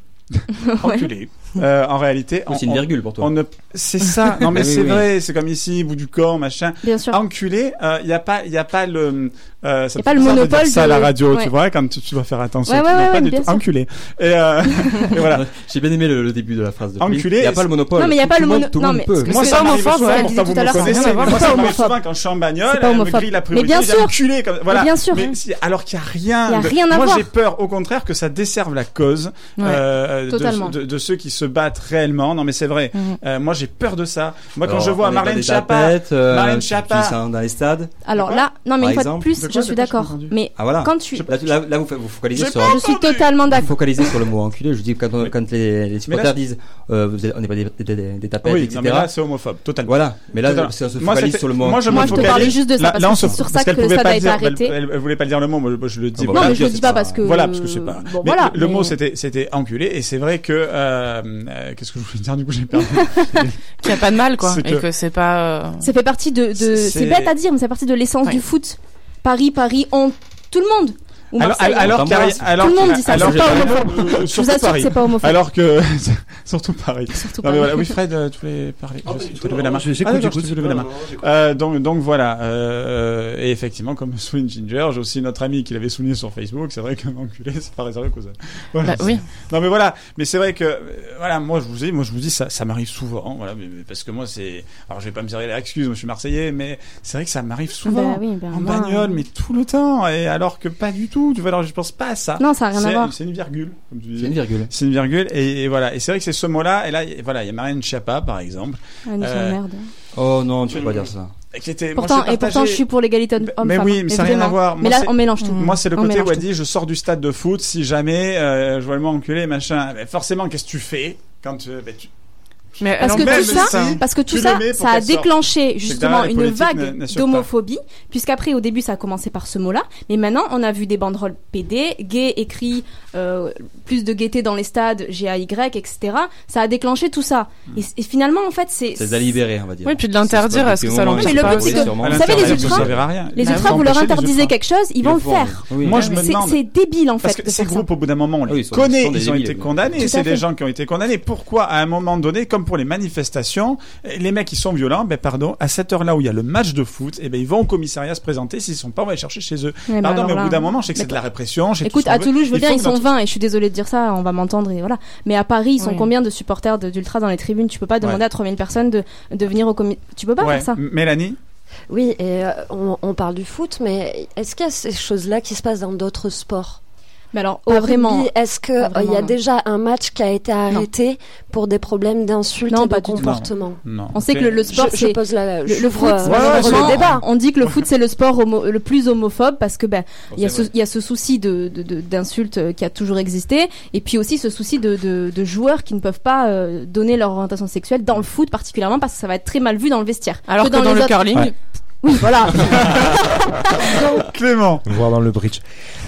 enculé. Euh, en réalité, Oui, c'est une virgule pour toi. on ne- C'est ça. Non, mais Oui, c'est oui. vrai. C'est comme ici, bout du corps, machin. Bien sûr. Enculé. Il n'y a pas, il y a pas le. Euh, ça Y a pas le bizarre de dire monopole Ça à de- la radio, Ouais. tu vois, quand tu, tu dois faire attention. Ouais, tu ouais, dis ouais, pas ouais, du bien tout sûr. enculé. Et, euh, et voilà. J'ai bien aimé le, le début de la phrase de Enculé, Pauline. Il n'y a pas c'est- le monopole. Non, mais il y a Tout pas le monde- mono- Tout le non, monde mais peut. c'est- Moi, c'est ça m'arrive homophobe, souvent, ouais, elle Pourtant, disait tout à vous me l'heure, ça a rien connaissez. à voir. Moi, C'est ça pas m'arrive homophobe. souvent quand je suis en bagnole, C'est pas elle me homophobe. grille la Mais priorité, bien elle dit sûr. enculé comme voilà. Mais bien sûr. si- alors qu'il y a rien. Il y a de- rien à Moi, voir. j'ai peur, au contraire, que ça desserve la cause Ouais, euh, totalement. de, de- de ceux qui se battent réellement. Non, mais c'est vrai. Mhm. Euh, Moi, j'ai peur de ça. Moi, quand Alors, je vois on est dans Marlène des Schiappa, tapettes, euh, Marlène qui- Schiappa, qui sont dans les stades. Alors là, non, Par mais une fois de exemple. plus, De quoi, je de suis quoi, d'accord. Mais Ah voilà. quand tu. Là, tu- là- là, vous, vous focalisez sur. Je suis totalement Vous d'accord. focalisez sur le mot enculé. Je dis quand, on- quand les, les supporters là, disent euh, vous êtes- on n'est pas des, des- des- des tapettes, Oui, etc. non, mais là, c'est homophobe, totalement. Voilà. Mais là, Totalement. si on se Moi, focalise c'était- sur le mot Moi, je enculé- me Moi, je te parlais focalise- juste de ça, là- parce là, que on c'est se- sur ça parce qu'elle que pouvait ça pas doit être dire- elle- arrêté. Elle elle voulait pas le dire le mot, moi, je- je le dis Non, pas. mais je le dis pas parce que. Voilà, parce que c'est pas. Bon, Mais voilà. le, le mot mais- c'était c'était enculé et c'est vrai que euh, euh, qu'est-ce que je voulais dire du coup j'ai perdu. Qu'il n'y a pas de mal, quoi. C'est Et que- que c'est pas. euh, Ça fait partie de. de- C'est- C'est bête à dire, mais ça fait partie de l'essence du foot. Paris, Paris, on. Tout le monde. Ou alors Marseille, alors, on- qu'il y a- Tout le monde dit ça. alors- C'est pas alors- homophobe. euh, Je vous surtout assure que Paris. c'est pas homophobe. Alors que surtout Paris. Non, Paris. mais voilà. Oui Fred, euh, tu voulais parler. Je sais, t'as levé la main. j'écoute, Ah, d'accord, j'écoute. je t'ai levé la Non, main. non, Euh, donc donc voilà euh, et effectivement comme Swing Ginger, j'ai aussi notre ami qui l'avait souligné sur Facebook, c'est vrai que enculé c'est pas réservé qu'aux hommes. Voilà, Bah, oui. c'est- Non mais voilà, mais c'est vrai que euh, voilà, moi je vous dis, moi je vous dis ça, ça m'arrive souvent, voilà, mais, mais parce que moi c'est, alors je vais pas me servir l'excuse, moi je suis marseillais, mais c'est vrai que ça m'arrive souvent Bah oui, ben en moi, bagnole, mais tout le temps, et alors que pas du tout, tu vois, alors je pense pas à ça. Non, ça a rien à Ah. C'est- voir. C'est une virgule, comme tu dis. C'est une virgule. C'est une virgule, et, et voilà, et c'est vrai que c'est ce mot-là, et là, y- voilà, il y a Marine Schiappa par exemple. Euh, Ah, nous, on merde. Oh non, tu peux pas dire ça. Qui était, moi, Pourtant, j'ai et pourtant, partagé- je suis pour l'égalité homme-femme. mais oui, hein, mais ça n'a rien à vraiment. voir. Mais là, c'est- on mélange tout. Moi, c'est le On côté mélange où elle tout. dit je sors du stade de foot, si jamais euh, je vois le mot enculé, machin. Ben, forcément, qu'est-ce que tu fais quand tu. ben, tu- Mais Parce que, Même tout ça, si parce que tout tu ça, le mets pour ça a qu'elle sorte. C'est déclenché que justement derrière, les une politiques vague ne- n'assurent pas. d'homophobie, puisqu'après au début ça a commencé par ce mot-là, mais maintenant on a vu des banderoles PD, gay écrit, euh, plus de gaieté dans les stades, GAY, etc. Ça a déclenché tout ça. Hmm. Et, et finalement en fait c'est... C'est de la libérer, on va dire. Oui, puis de l'interdire, pas est-ce que depuis ça un moment, l'empêche ils Mais le sont but, pas c'est que- obligés, sûrement. Ils vous savez, les sont ultras- pas obligés. rien. Les Bah, ultras, vous vous leur empêchez les interdisez ultras. quelque chose, ils Ils vont le le font. faire. Oui. Moi, je me C'est- demande- C'est débile en fait. Parce que de ces faire ça. groupes, au bout d'un moment, on les Ah Oui, ils sont- connaît, ils sont des ils ont débiles, été oui. Tout à condamnés. C'est fait. des gens qui ont été condamnés. Pourquoi, à un moment donné, comme pour les manifestations, les mecs qui sont violents, ben pardon, à cette heure-là où il y a le match de foot, eh ben ils vont au commissariat se présenter. S'ils sont pas, on va les chercher chez eux. Ouais, mais pardon, alors mais au bout là- d'un moment, je sais que c'est Mais- de la répression. je sais tout Écoute, ce qu'on à veut. Toulouse, je veux Il bien, faut ils que dans sont tout- 20 et je suis désolée de dire ça, on va m'entendre et voilà. Mais à Paris, ils sont Oui. combien de supporters de- d'ultra dans les tribunes Tu peux pas demander Ouais. à 3000 personnes de, de venir au comité. Tu peux pas Ouais. faire ça. M- Mélanie Oui, et euh, on, on parle du foot, mais est-ce qu'il y a ces choses-là qui se passent dans d'autres sports Mais alors, Par oh, vraiment. rugby, Est-ce qu'il Pas vraiment, y a non. déjà un match qui a été arrêté pour des problèmes d'insultes Non, et de pas du tout. comportement Non. On sait que le, le sport, Je- je c'est pose la- le, je le foot. ouvre, euh, c'est Ouais, malheureusement, ouais, c'est- on- On dit que le foot c'est le sport homo- le plus homophobe parce que ben il y a c'est ce vrai. il y a ce souci de de- de- d'insulte euh, qui a toujours existé et puis aussi ce souci de de, de joueurs qui ne peuvent pas euh, donner leur orientation sexuelle dans le foot particulièrement parce que ça va être très mal vu dans le vestiaire. Alors que dans les le autres- curling- Ouais. Oui, voilà. Clément. Voir dans le bridge.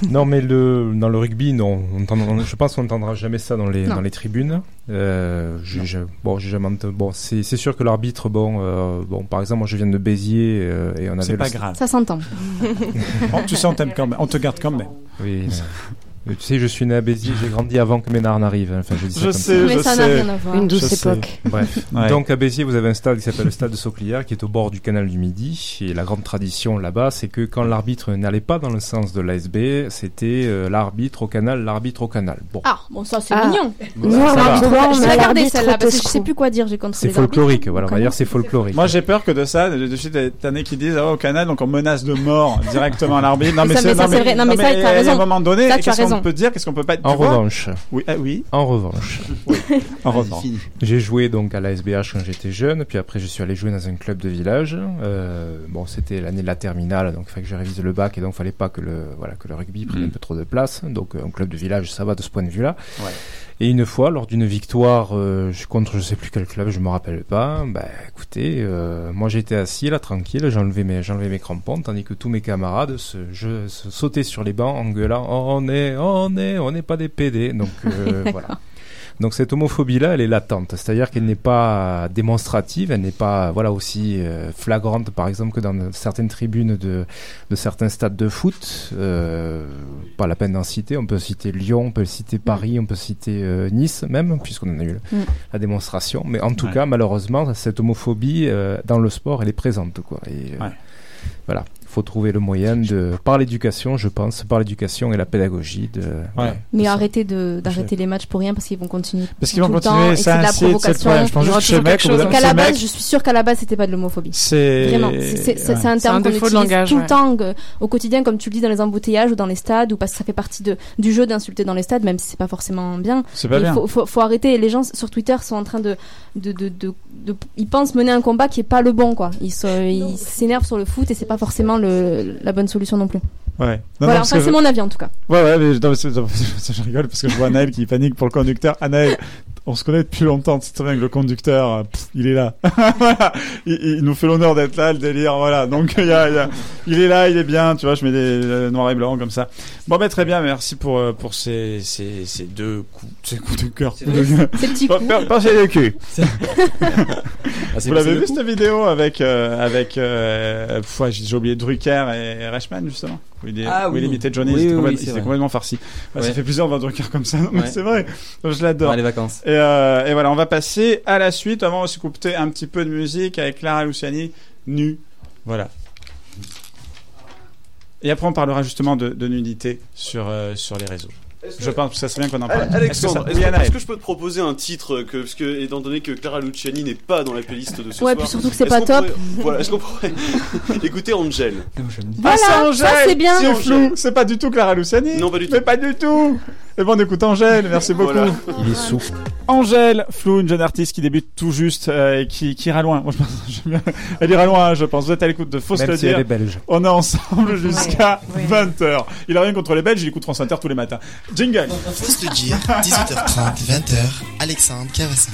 Non, mais le, dans le rugby, non. On t'en- on- je pense qu'on n'entendra jamais ça dans les, Non. dans les tribunes. Euh, j'ai- j'ai- bon, j'ai jamais ent- Bon, c'est c'est sûr que l'arbitre, bon, euh, bon, par exemple, moi je viens de Béziers euh, et on avait. C'est le pas st- grave. Ça s'entend. Oh, tu sais, on t'aime quand même. On te garde quand même. Oui. Euh, Tu sais, je suis né à Béziers, j'ai grandi avant que Ménard n'arrive. hein. Enfin, je dis ça Je comme sais, ça. Mais je ça n'a sais. rien à voir. Une douce Je sais. époque. Bref. Ouais. Donc, à Béziers, vous avez un stade qui s'appelle le stade de Sauplière, qui est au bord du canal du Midi. Et la grande tradition là-bas, c'est que quand l'arbitre n'allait pas dans le sens de l'ASB, c'était euh, l'arbitre au canal, l'arbitre au canal. Bon. Ah, bon, ça c'est Ah. mignon. Nous, on Ça arbitre, va. on je met l'ai gardée l'arbitre celle-là parce que je Tosco. sais plus quoi dire. J'ai contre C'est les arbitres. folklorique, voilà. On va dire c'est folklorique. Moi, j'ai peur que de ça, de de suite, t'as années qui disent, ah, au Canada, donc on menace de mort directement à l'arbitre. Non, Ça, mais mais c'est, ça, non, c'est vrai. Non, mais ça, t'as à raison. un moment donné, Ça, tu as qu'est-ce raison. qu'on peut dire, qu'est-ce qu'on peut pas dire? En revanche. Oui, ah oui. En revanche. En revanche. J'ai joué donc à la SBH quand j'étais jeune, puis après je suis allé jouer dans un club de village. Euh, bon, c'était l'année de la terminale, donc il fallait que je révise le bac et donc il fallait pas que le voilà que le rugby prenne un peu trop de place. Donc euh, un club de village, ça va de ce point de vue-là. Ouais. Et une fois, lors d'une victoire euh, je- contre je sais plus quel club, je me rappelle pas, bah écoutez, euh, moi j'étais assis là tranquille, j'enlevais mes j'enlevais mes crampons, tandis que tous mes camarades se, je, se sautaient sur les bancs en gueulant on est on est on n'est pas des PD. Donc euh, voilà. Donc cette homophobie-là, elle est latente, c'est-à-dire qu'elle n'est pas démonstrative, elle n'est pas voilà aussi euh, flagrante, par exemple, que dans de- certaines tribunes de, de certains stades de foot. Euh, pas la peine d'en citer. On peut citer Lyon, on peut citer Paris, on peut citer euh, Nice même, puisqu'on en a eu Mm. la démonstration. Mais en tout Ouais. cas, malheureusement, cette homophobie euh, dans le sport, elle est présente, quoi. Et, euh, Voilà, faut trouver le moyen de, par l'éducation, je pense, par l'éducation et la pédagogie de. voilà. Mais arrêtez de- d'arrêter les matchs pour rien parce qu'ils vont continuer. Parce qu'ils vont tout le continuer, temps, et ça c'est de la incite, c'est le provocation. problème. Je pense il y aura juste que ce toujours quelque mec, au chose. bout hein. d'un Donc moment, à la ce base, mec- je suis sûre qu'à la base c'était pas de l'homophobie. C'est- vraiment, c'est- c'est c'est- c'est un Ouais. C'est un terme qu'on défaut de utilise langage, tout ouais. le temps euh, au quotidien, comme tu le dis dans les embouteillages ou dans les stades, ou parce que ça fait partie de, du jeu d'insulter dans les stades, même si c'est pas forcément bien. C'est pas Mais bien. Faut, faut, faut arrêter. Les gens sur Twitter sont en train de, de, de, de- de- ils pensent mener un combat qui est pas le bon, quoi. Ils se- ils s'énervent sur le foot et c'est pas forcément le, la bonne solution non plus. Ouais. Non, non, voilà, parce enfin que- c'est mon avis en tout cas. Ouais, ouais, mais non, mais c'est- non, je rigole parce que je vois Anaël qui panique pour le conducteur. Anaël, on se connaît depuis longtemps, tu te souviens que le conducteur, euh, pff, il est là. Voilà. il, il nous fait l'honneur d'être là, le délire, voilà. Donc, il, y a- il y a- il est là, il est bien, tu vois, je mets des euh, noirs et blancs comme ça. Bon, ben, très bien, merci pour, euh, pour ces, ces, ces deux coups, ces coups de cœur. Ces petits coups. Pincez les culs. c'est- Vous l'avez c'est le vu coup cette vidéo avec, euh, avec, euh, pff, ouais, j'ai oublié Drucker et Reichmann, justement. Où il, est, Ah où il oui. imitait Johnny, Oui, c'était oui, oui, complètement- c'est il s'était vrai. complètement farci. Ouais, Ça Ouais. fait plusieurs Vadrouker comme ça, non, mais Ouais. c'est vrai. Je l'adore. Ouais, les vacances. Et, euh, et voilà, on va passer à la suite. Avant, on va s'écouter un petit peu de musique avec Clara Luciani, nue. Voilà. Et après, on parlera justement de, de nudité sur, euh, sur les réseaux. Je pense que ça serait bien qu'on en parle. Euh, Alexandre, Est-ce est-ce que que, ça- Oui, est-ce que je peux te proposer un titre que, parce que, étant donné que Clara Luciani n'est pas dans la playlist de ce soir. Ouais, puis surtout que c'est est-ce pas qu'on top. pourrait- voilà, est-ce qu'on pourrait écouter Angel Ah, Voilà, ça, c'est bien. C'est flou, c'est pas du tout Clara Luciani. Non, pas du tout. Mais pas du tout. Et bon, on écoute Angèle, merci beaucoup. Il est sous. Angèle, flou, une jeune artiste qui débute tout juste euh, et qui, qui ira loin. Moi, je pense- j'aime bien. Elle ira loin, je pense. Vous êtes à l'écoute de Fausse Même le si dire. elle est belge. On est ensemble jusqu'à 20h. Il a rien contre les Belges, il écoute France Inter tous les matins. Jingle. Faut se le dire, 18h30, 20h, Alexandre Cavassa.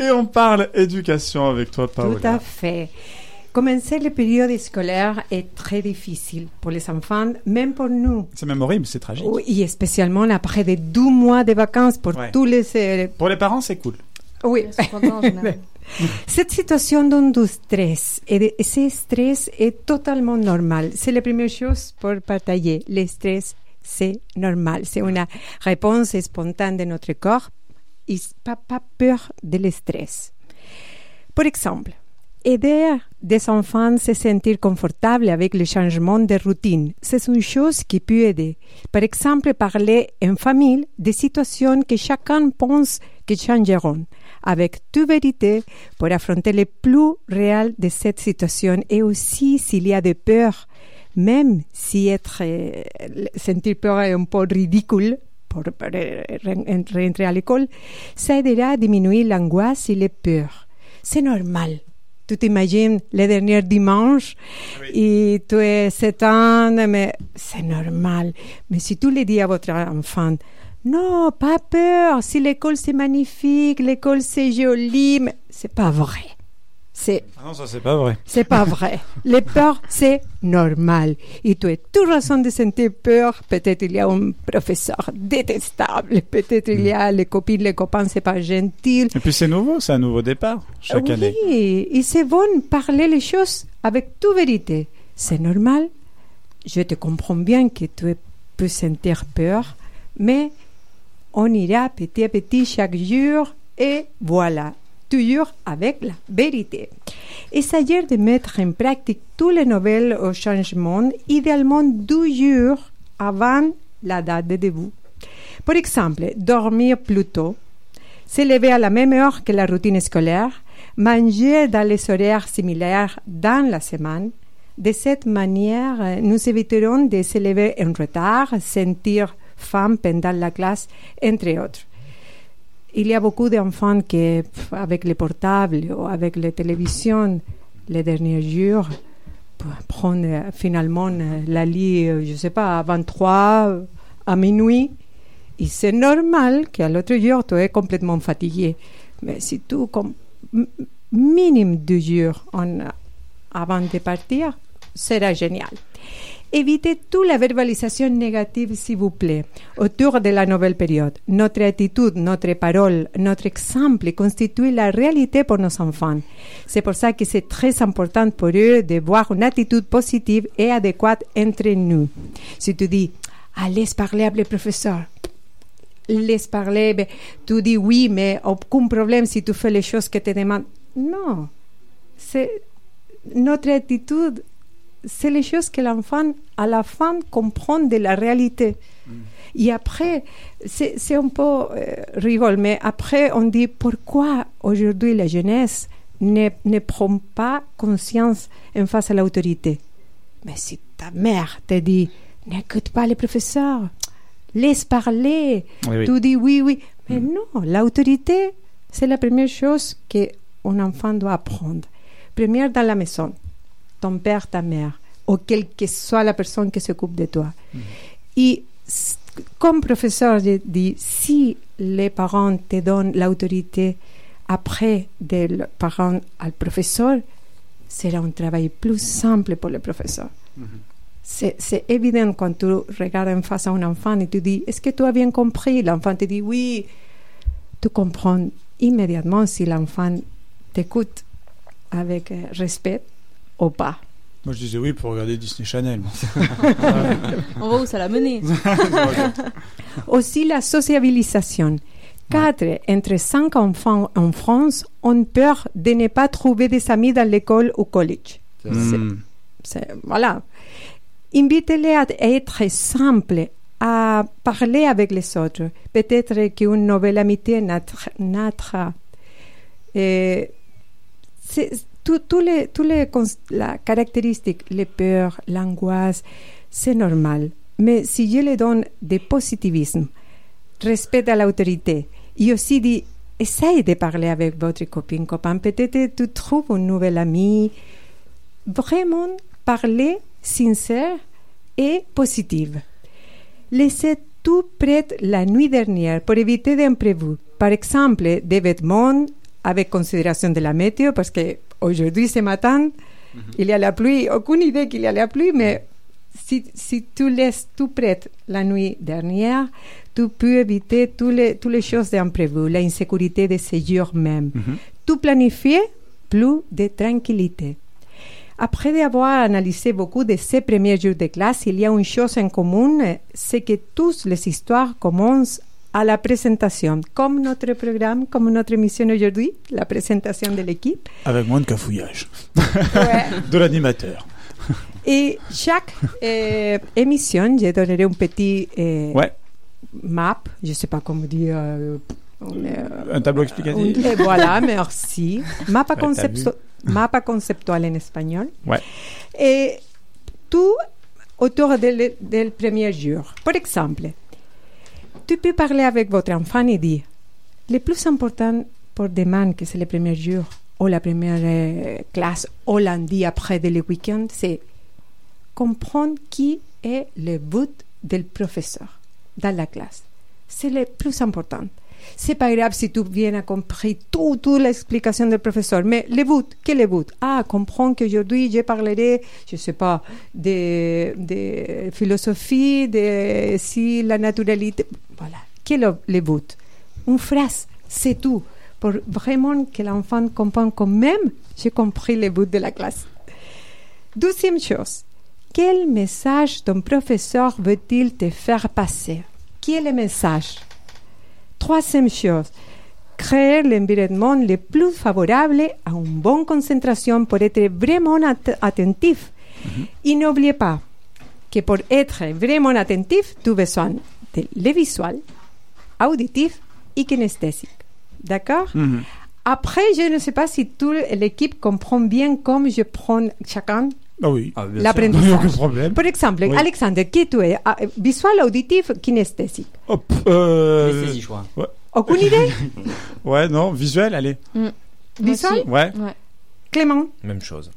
Et on parle éducation avec toi, Paola. Tout à fait. Commencer le période scolaire est très difficile pour les enfants, même pour nous. C'est même horrible, c'est tragique. Oui, et spécialement après des 12 mois de vacances pour Ouais. tous les élèves. Pour les parents, c'est cool. Oui. Cette situation donne du stress et, de- et ce stress est totalement normal. C'est la première chose pour batailler. Le stress, c'est normal. C'est une réponse spontanée de notre corps. Il s- pas, pas peur de le stress. Par exemple, aider des enfants à se sentir confortables avec le changement de routine, c'est une chose qui peut aider. Par exemple, parler en famille des situations que chacun pense qui changeront, avec toute vérité, pour affronter le plus réel de cette situation et aussi s'il y a des peurs, même si être, euh, sentir peur est un peu ridicule, pour, pour, euh, ren- rentrer à l'école, ça aidera à diminuer l'angoisse et les peurs. C'est normal. Tu t'imagines les derniers dimanches Ah et tu es 7 ans, mais c'est normal. Mais si tu le dis à votre enfant, non, pas peur, si l'école c'est magnifique, l'école c'est joli, mais c'est pas vrai. C'est Ah non, ça c'est pas vrai. c'est pas vrai. Les peurs, c'est normal. Et tu as toute raison de sentir peur. Peut-être il y a un professeur détestable. Peut-être il y Mm. a les copines, les copains, c'est pas gentil. Et puis c'est nouveau, c'est un nouveau départ chaque Ah oui, année. et c'est bon de parler les choses avec toute vérité. C'est normal. Je te comprends bien que tu es peut sentir peur, mais on ira petit à petit chaque jour et voilà, toujours avec la vérité. Essayer de mettre en pratique tous les nouvelles changements, idéalement deux jours avant la date de début. Par exemple, dormir plus tôt, se lever à la même heure que la routine scolaire, manger dans les horaires similaires dans la semaine. De cette manière, nous éviterons de se lever en retard, sentir faim pendant la classe, entre autres. Il y a beaucoup d'enfants qui, pff, avec les portables ou avec les télévisions, les derniers jours, p- prennent euh, finalement euh, la lit, euh, je ne sais pas, à 23, euh, à minuit. Et c'est normal qu'à l'autre jour, tu es complètement fatigué. Mais si tu, comme m- minimum deux jours en- avant de partir, sera génial. Évitez toute la verbalisation négative, s'il vous plaît, autour de la nouvelle période. Notre attitude, notre parole, notre exemple constituent la réalité pour nos enfants. C'est pour ça que c'est très important pour eux de voir une attitude positive et adéquate entre nous. Si tu dis, ah, laisse parler avec le professeur, laisse parler, ben, tu dis oui, mais aucun problème si tu fais les choses que te demandent. Non, c'est notre attitude c'est les choses que l'enfant, à la fin, comprend de la réalité. Et après, c'est c'est un peu euh, rigole, mais après, on dit pourquoi aujourd'hui la jeunesse ne, ne prend pas conscience en face à l'autorité. Mais si ta mère te dit n'écoute pas les professeurs, laisse parler, Oui, Mm. oui. tu dis oui, oui. Mais non, l'autorité, c'est la première chose qu'un enfant doit apprendre. Première dans la maison ton père, ta mère, ou quelle que soit la personne qui s'occupe de toi. Et s- comme professeur, je dis, si les parents te donnent l'autorité après des le- parents au professeur, c'est un travail plus simple pour le professeur. Mm-hmm. C'est c'est évident quand tu regardes en face à un enfant et tu dis, est-ce que tu as bien compris L'enfant te dit oui. Tu comprends immédiatement si l'enfant t'écoute avec euh, respect ou pas. Moi, je disais oui pour regarder Disney Channel. On voit où ça l'a mené. Aussi la sociabilisation. Quatre entre cinq enfants en France ont peur de ne pas trouver des amis dans l'école ou collège. C'est- c'est- voilà. Invitez-les à être simples, à parler avec les autres. Peut-être qu'une nouvelle amitié natra- naîtra. Et c'est- tout- tout les, tous les cons- la caractéristique, les peurs, l'angoisse, c'est normal. Mais si je les donne de positivisme, respect à l'autorité, et aussi dit, essaye de parler avec votre copine, copain, peut-être tu trouves un nouvel ami. Vraiment parler sincère et positive. Laissez tout prêt la nuit dernière pour éviter d'imprévus. Par exemple, des vêtements avec considération de la météo, parce que aujourd'hui, ce matin, il y a la pluie. Aucune idée qu'il y a la pluie, mais si, si tu laisses tout prêt la nuit dernière, tu peux éviter tous les, toutes les choses d'imprévues, la insécurité de ces jours même. Tout planifier, plus de tranquillité. Après avoir analysé beaucoup de ces premiers jours de classe, il y a une chose en commun, euh, c'est que toutes les histoires commencent à la présentation, comme notre programme, comme notre émission aujourd'hui, la présentation de l'équipe. Avec moins de cafouillage. de l'animateur. Et chaque euh, émission, je donnerai un petit euh, Ouais. map, je ne sais pas comment dire. euh, on, euh, Un tableau explicatif. Et voilà, merci. Mapa, Ouais, t'as concepto- mapa conceptual en espagnol. Ouais. Et tout autour de le- del premier jour. Par exemple, tu peux parler avec votre enfant et dire le plus important pour demain, que c'est le premier jour, ou la première euh, classe, ou lundi après de le week-end, c'est comprendre qui est le but du professeur dans la classe. C'est le plus important. C'est pas grave si tu viens à compris toute tout l'explication du professeur, mais le but, quel est le but Ah, comprendre qu'aujourd'hui je parlerai, je sais pas, de, de philosophie, de si la naturalité. Voilà, quel est le but Une phrase, c'est tout, pour vraiment que l'enfant comprenne quand même j'ai compris le but de la classe. Deuxième chose, Quel message ton professeur veut-il te faire passer Quel est le message Troisième chose, créer l'environnement le plus favorable à une bonne concentration pour être vraiment at- attentif. Et n'oubliez pas que pour être vraiment attentif, tu as besoin de le visuel, auditif et kinesthésique. D'accord Mhm. Après, je ne sais pas si toute l'équipe comprend bien comment je prends chacun Ah oui. l'apprentissage. Il n'y a aucun problème. Par exemple, Oui. Alexandre, qui tu es Ah, Visuel, auditif, kinesthésique Hop. Euh... Kinesthésie, je crois. Aucune idée Ouais, non, visuel, allez. Mm. Visuel Ouais. Clément Même chose.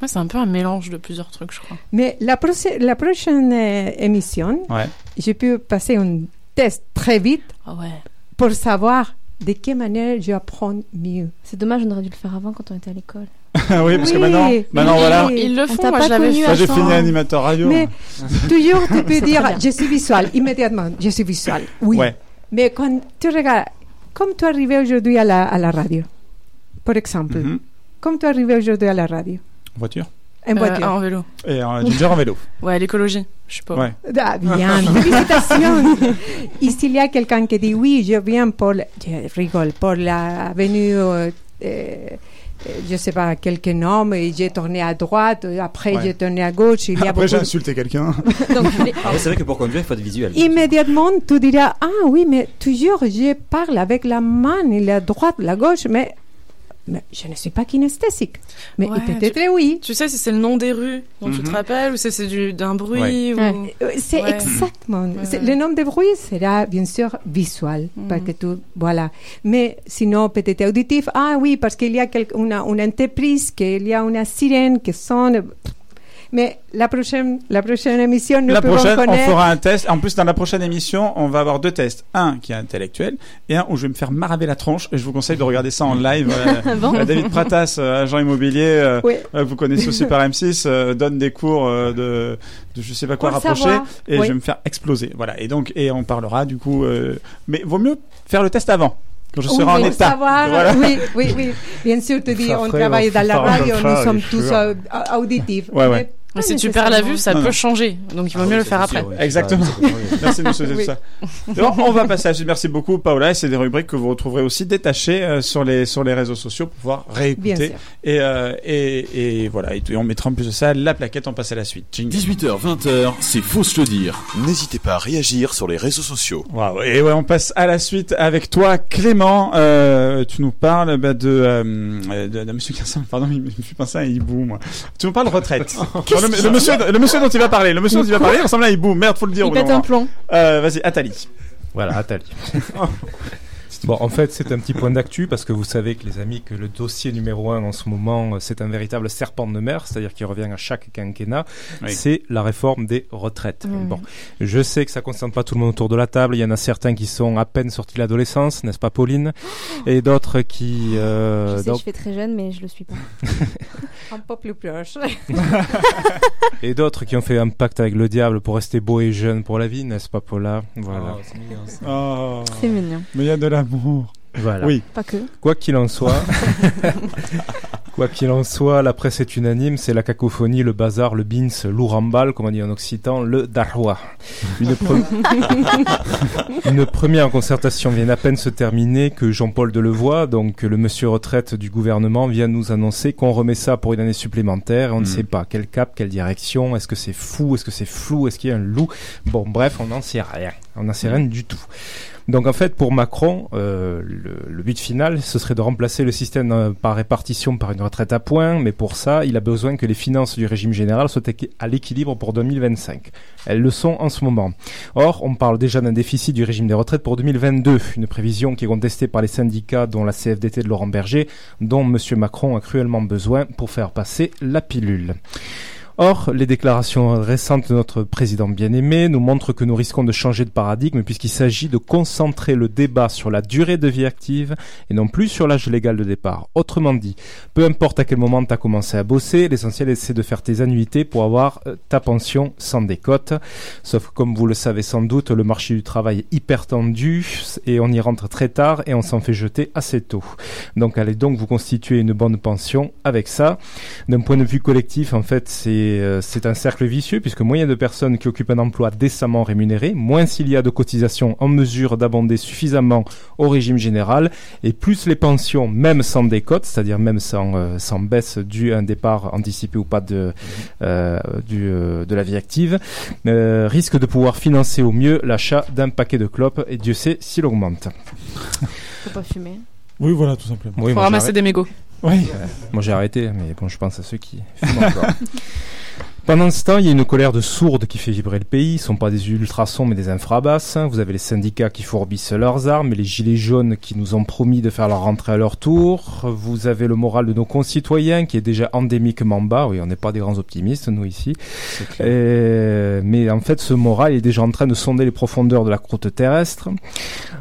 Ouais, c'est un peu un mélange de plusieurs trucs, Ah. je crois. Mais la, proce- la prochaine euh, émission, Ouais. je peux passer un test très vite Ah pour savoir de quelle manière je apprends mieux. C'est dommage, on aurait dû le faire avant quand on était à l'école. Ah oui, parce que Oui. maintenant, maintenant Oui. voilà. Ils le On font, t'a moi, pas je l'avais connu fait. à Là, j'ai temps. fini animateur radio. Mais toujours, tu C'est peux très dire, bien. je suis visuel, immédiatement, je suis visuel, oui. Ouais. Mais quand tu regardes, comme tu es arrivé aujourd'hui à la, à la radio, par exemple, Mhm. comme tu es arrivé aujourd'hui à la radio, En voiture. en voiture. Euh, en vélo. Et en Ginger en vélo. Ouais, l'écologie, je sais pas. Ouais. Ah, bien, félicitations. Et s'il y a quelqu'un qui dit oui, je viens pour, le- je rigole, pour l'avenue, euh, euh, je sais pas, quelques noms, et j'ai tourné à droite, euh, après Ouais. j'ai tourné à gauche, il y a Après, j'ai beaucoup- insulté quelqu'un. Ah ouais, c'est vrai que pour conduire, il faut être visuel. Immédiatement, tu diras, ah oui, mais toujours, je parle avec la main, et la droite, la gauche, mais, mais je ne suis pas kinesthésique. Mais Ouais, peut-être oui. Tu sais si c'est le nom des rues dont tu te Mhm. rappelles ou si c'est du- d'un bruit Ouais. ou... Euh, C'est Ouais. exactement. c'est- Le nombre de bruits sera bien sûr visuel, parce que tout, voilà. Mais sinon, peut-être auditif. Ah oui, parce qu'il y a quel- une, une entreprise, qu'il y a une sirène qui sonne. Mais la prochaine, la prochaine émission, nous la pourrons prochaine, on connaître. fera un test. En plus, dans la prochaine émission, on va avoir deux tests. Un qui est intellectuel et un où je vais me faire maraver la tronche. Et je vous conseille de regarder ça en live. Euh, Ah Bon. euh, David Pratas, euh, agent immobilier, euh, Oui. euh, vous connaissez aussi par M6, euh, donne des cours euh, de, de je sais pas quoi Pour le rapproché. savoir. Et Oui. je vais me faire exploser. Voilà. Et donc, et on parlera du coup. euh, mais vaut mieux faire le test avant. Quand je Oui, serai en pour état. savoir, Voilà. oui, oui, oui. Bien sûr, tu dis, Ça on ferait- travaille dans la ça ferait radio, un nous chat, sommes je suis tous sûr. euh, au- auditifs. Ouais, ouais. Mais pas Ah, si tu perds la vue, ça Non, peut non. changer. Donc il vaut mieux le faire après. Exactement. Merci de nous souhaiter Oui. ça. Bon, on va passer à la suite. Merci beaucoup, Paola. Et c'est des rubriques que vous retrouverez aussi détachées euh, sur, les, sur les réseaux sociaux pour pouvoir Bien réécouter. sûr. Et, euh, et, et voilà. Et, et on mettra en plus de ça la plaquette. On passe à la suite. Jingle. 18h, 20h, c'est Faut se le dire. N'hésitez pas à réagir sur les réseaux sociaux. Waouh. Et ouais, on passe à la suite avec toi, Clément. Euh, tu nous parles bah, de, euh, euh, de, de Monsieur Quinson. Pardon, il me je me suis pensé à un hibou, moi. Tu nous parles retraite. Qu'est-ce le, qu'il y le a monsieur, le monsieur dont il va parler, le monsieur dont il va Quoi parler ressemble à un hibou. Merde, faut le dire. au Il bout d'un pète un moment. plomb. Euh, Vas-y, Atali. Voilà, Atali. Bon, en fait, c'est un petit point d'actu parce que vous savez que les amis, que le dossier numéro un en ce moment, euh, c'est un véritable serpent de mer, c'est-à-dire qui revient à chaque quinquennat. Oui. C'est la réforme des retraites. Mmh. Bon, je sais que ça concerne pas tout le monde autour de la table. Il y en a certains qui sont à peine sortis de l'adolescence, n'est-ce pas, Pauline Et d'autres qui. euh, Oh. Je sais, d'autres- je fais très jeune, mais je le suis pas. Un peu plus proche. Et d'autres qui ont fait un pacte avec le diable pour rester beau et jeune pour la vie, n'est-ce pas, Paula Voilà. Oh. C'est mignon. Mais il y a de l'amour. Voilà. Oui. Pas que. Quoi qu'il en soit. Quoi qu'il en soit, la presse est unanime, c'est la cacophonie, le bazar, le bins, l'ourambal, comme on dit en occitan, le darwa. Une, pre- une première concertation vient à peine se terminer que Jean-Paul Delevoye, donc le monsieur retraite du gouvernement, vient nous annoncer qu'on remet ça pour une année supplémentaire et on ne Mm. sait pas quel cap, quelle direction, est-ce que c'est fou, est-ce que c'est flou, est-ce qu'il y a un loup. Bon, bref, on n'en sait rien. On n'en sait rien du tout. Donc en fait, pour Macron, euh, le, le but final, ce serait de remplacer le système euh, par répartition par une retraite à points, mais pour ça, il a besoin que les finances du régime général soient équi- à l'équilibre pour 2025. Elles le sont en ce moment. Or, on parle déjà d'un déficit du régime des retraites pour 2022, une prévision qui est contestée par les syndicats, dont la CFDT de Laurent Berger, dont M. Macron a cruellement besoin pour faire passer la pilule. Or, les déclarations récentes de notre président bien-aimé nous montrent que nous risquons de changer de paradigme puisqu'il s'agit de concentrer le débat sur la durée de vie active et non plus sur l'âge légal de départ. Autrement dit, peu importe à quel moment tu as commencé à bosser, l'essentiel c'est de faire tes annuités pour avoir euh, ta pension sans décote. Sauf que comme vous le savez sans doute, le marché du travail est hyper tendu et on y rentre très tard et on s'en fait jeter assez tôt. Donc allez donc vous constituer une bonne pension avec ça. D'un point de vue collectif, en fait, c'est euh, c'est un cercle vicieux puisque moins il y a de personnes qui occupent un emploi décemment rémunéré, moins il y a de cotisations en mesure d'abonder suffisamment au régime général, et plus les pensions, même sans décote, c'est-à-dire même sans, euh, sans baisse due à un départ anticipé ou pas de, euh, du, euh, de la vie active, euh, risquent de pouvoir financer au mieux l'achat d'un paquet de clopes, et Dieu sait s'il augmente. Faut pas fumer. Oui, voilà, tout simplement. Oui, Faut moi, ramasser j'arrête. des mégots. Oui. Euh, moi j'ai arrêté, mais bon, je pense à ceux qui fument encore. Pendant ce temps, il y a une colère de sourdes qui fait vibrer le pays. Ce sont pas des ultrasons, mais des infrabasses. Vous avez les syndicats qui fourbissent leurs armes et les gilets jaunes qui nous ont promis de faire leur rentrée à leur tour. Vous avez le moral de nos concitoyens qui est déjà endémiquement bas. Oui, on n'est pas des grands optimistes, nous, ici. Et- Mais en fait, ce moral est déjà en train de sonder les profondeurs de la croûte terrestre.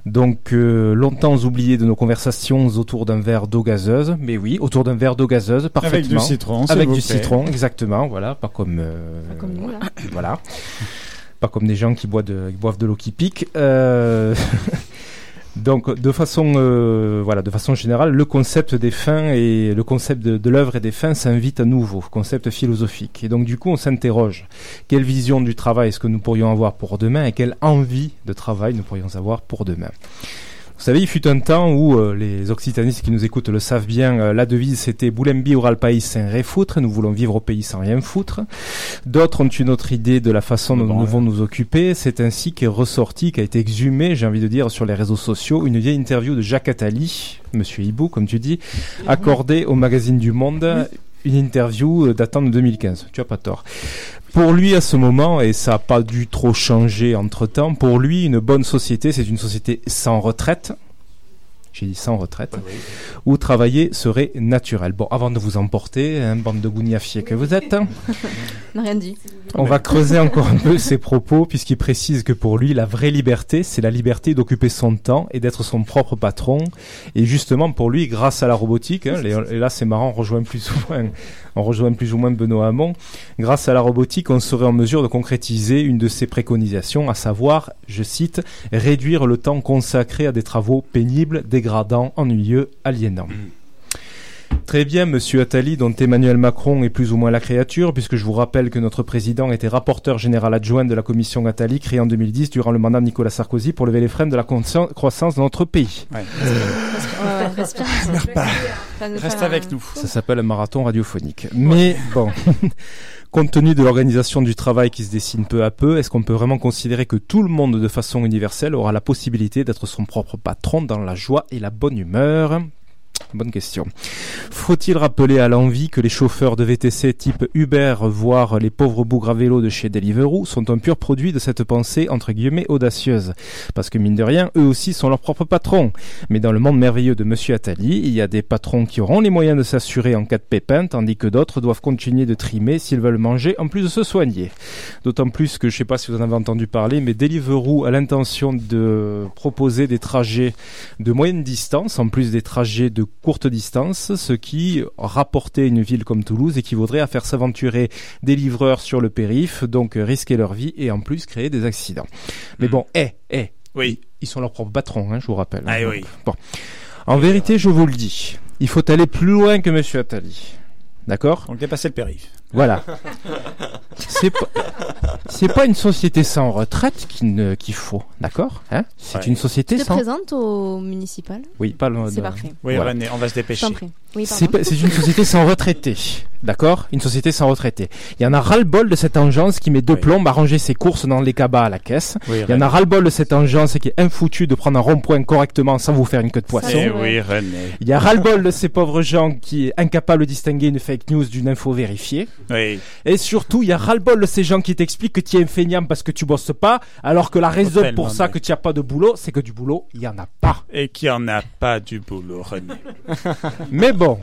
Donc, euh, longtemps oublié de nos conversations autour d'un verre d'eau gazeuse. Mais oui, autour d'un verre d'eau gazeuse, parfaitement. Avec du citron, s'il Avec vous du plaît. citron, exactement, voilà, pas comme, euh, comme nous, là. voilà, pas comme des gens qui boivent de, qui boivent de l'eau qui pique. Euh, Donc, de façon, euh, voilà, de façon générale, le concept des fins et le concept de, de l'œuvre et des fins s'invite à nouveau, concept philosophique. Et donc, du coup, on s'interroge quelle vision du travail est-ce que nous pourrions avoir pour demain et quelle envie de travail nous pourrions avoir pour demain. Vous savez, il fut un temps où euh, les occitanistes qui nous écoutent le savent bien, euh, la devise c'était Boulembi oral pays sans rien foutre, nous voulons vivre au pays sans rien foutre. D'autres ont une autre idée de la façon dont nous devons nous occuper, c'est ainsi qu'est ressorti, qu'a été exhumé, j'ai envie de dire, sur les réseaux sociaux, une vieille interview de Jacques Attali, monsieur Hibou comme tu dis, accordée au magazine du Monde, une interview euh, datant de 2015. Tu as pas tort. Pour lui, à ce moment, et ça n'a pas dû trop changer entre temps, pour lui, une bonne société, c'est une société sans retraite. J'ai dit sans retraite. Où travailler serait naturel. Bon, avant de vous emporter, hein, bande de gougnafiers que vous êtes. hein. On n'a rien dit. On va creuser encore un peu ses propos puisqu'il précise que pour lui, la vraie liberté, c'est la liberté d'occuper son temps et d'être son propre patron. Et justement, pour lui, grâce à la robotique, hein, les- et là c'est marrant, on rejoint plus ou moins, on rejoint plus ou moins Benoît Hamon. Grâce à la robotique, on serait en mesure de concrétiser une de ses préconisations, à savoir, je cite, réduire le temps consacré à des travaux pénibles, dégradants, ennuyeux, aliénants. Très bien, monsieur Attali, dont Emmanuel Macron est plus ou moins la créature, puisque je vous rappelle que notre président était rapporteur général adjoint de la commission Attali, créée en 2010 durant le mandat de Nicolas Sarkozy pour lever les freins de la conscien- croissance de notre pays. Reste avec nous. Ça s'appelle un marathon radiophonique. Mais bon, compte tenu de l'organisation du travail qui se dessine peu à peu, est-ce qu'on peut vraiment considérer que tout le monde de façon universelle aura la possibilité d'être son propre patron dans la joie et la bonne humeur Bonne question. Faut-il rappeler à l'envie que les chauffeurs de VTC type Uber, voire les pauvres bougres à vélo de chez Deliveroo, sont un pur produit de cette pensée entre guillemets audacieuse Parce que mine de rien, eux aussi sont leurs propres patrons. Mais dans le monde merveilleux de Monsieur Attali, il y a des patrons qui auront les moyens de s'assurer en cas de pépin, tandis que d'autres doivent continuer de trimer s'ils veulent manger en plus de se soigner. D'autant plus que je sais pas si vous en avez entendu parler, mais Deliveroo a l'intention de proposer des trajets de moyenne distance en plus des trajets de courte distance, ce qui rapporté à une ville comme Toulouse équivaudrait à faire s'aventurer des livreurs sur le périph, donc euh, risquer leur vie et en plus créer des accidents. Hmm. Mais bon, eh, eh, oui. ils sont leurs propres patrons, hein, je vous rappelle. Ah, Donc, oui. Bon. En vérité, je vous le dis, il faut aller plus loin que Monsieur Attali. D'accord Donc dépasser le périph. Voilà. C'est pas, c'est pas une société sans retraite qui ne- qu'il faut, d'accord hein C'est une société Tu te sans. présentes au municipal Oui, pas loin. C'est de- parfait. Oui, René, on va se Je dépêcher. t'en prie. Oui, pardon. C'est pas- c'est une société sans retraités, d'accord Une société sans retraités. Il y en a ras-le-bol de cette engeance qui met deux plombes à ranger ses courses dans les cabas à la caisse. Oui, Il y en a ras-le-bol de cette engeance qui est infoutu de prendre un rond-point correctement sans vous faire une queue de poisson. Eh oui, René. Il y a ras-le-bol de ces pauvres gens qui est incapable de distinguer une fake news d'une info vérifiée. Oui. Et surtout, il y a ras-le-bol de ces gens qui t'expliquent que tu es un feignant parce que tu bosses pas, alors que la raison Totalement, pour ça mais- que tu as pas de boulot, c'est que du boulot, il y en a pas. Et qui en a pas du boulot, René. Mais bon,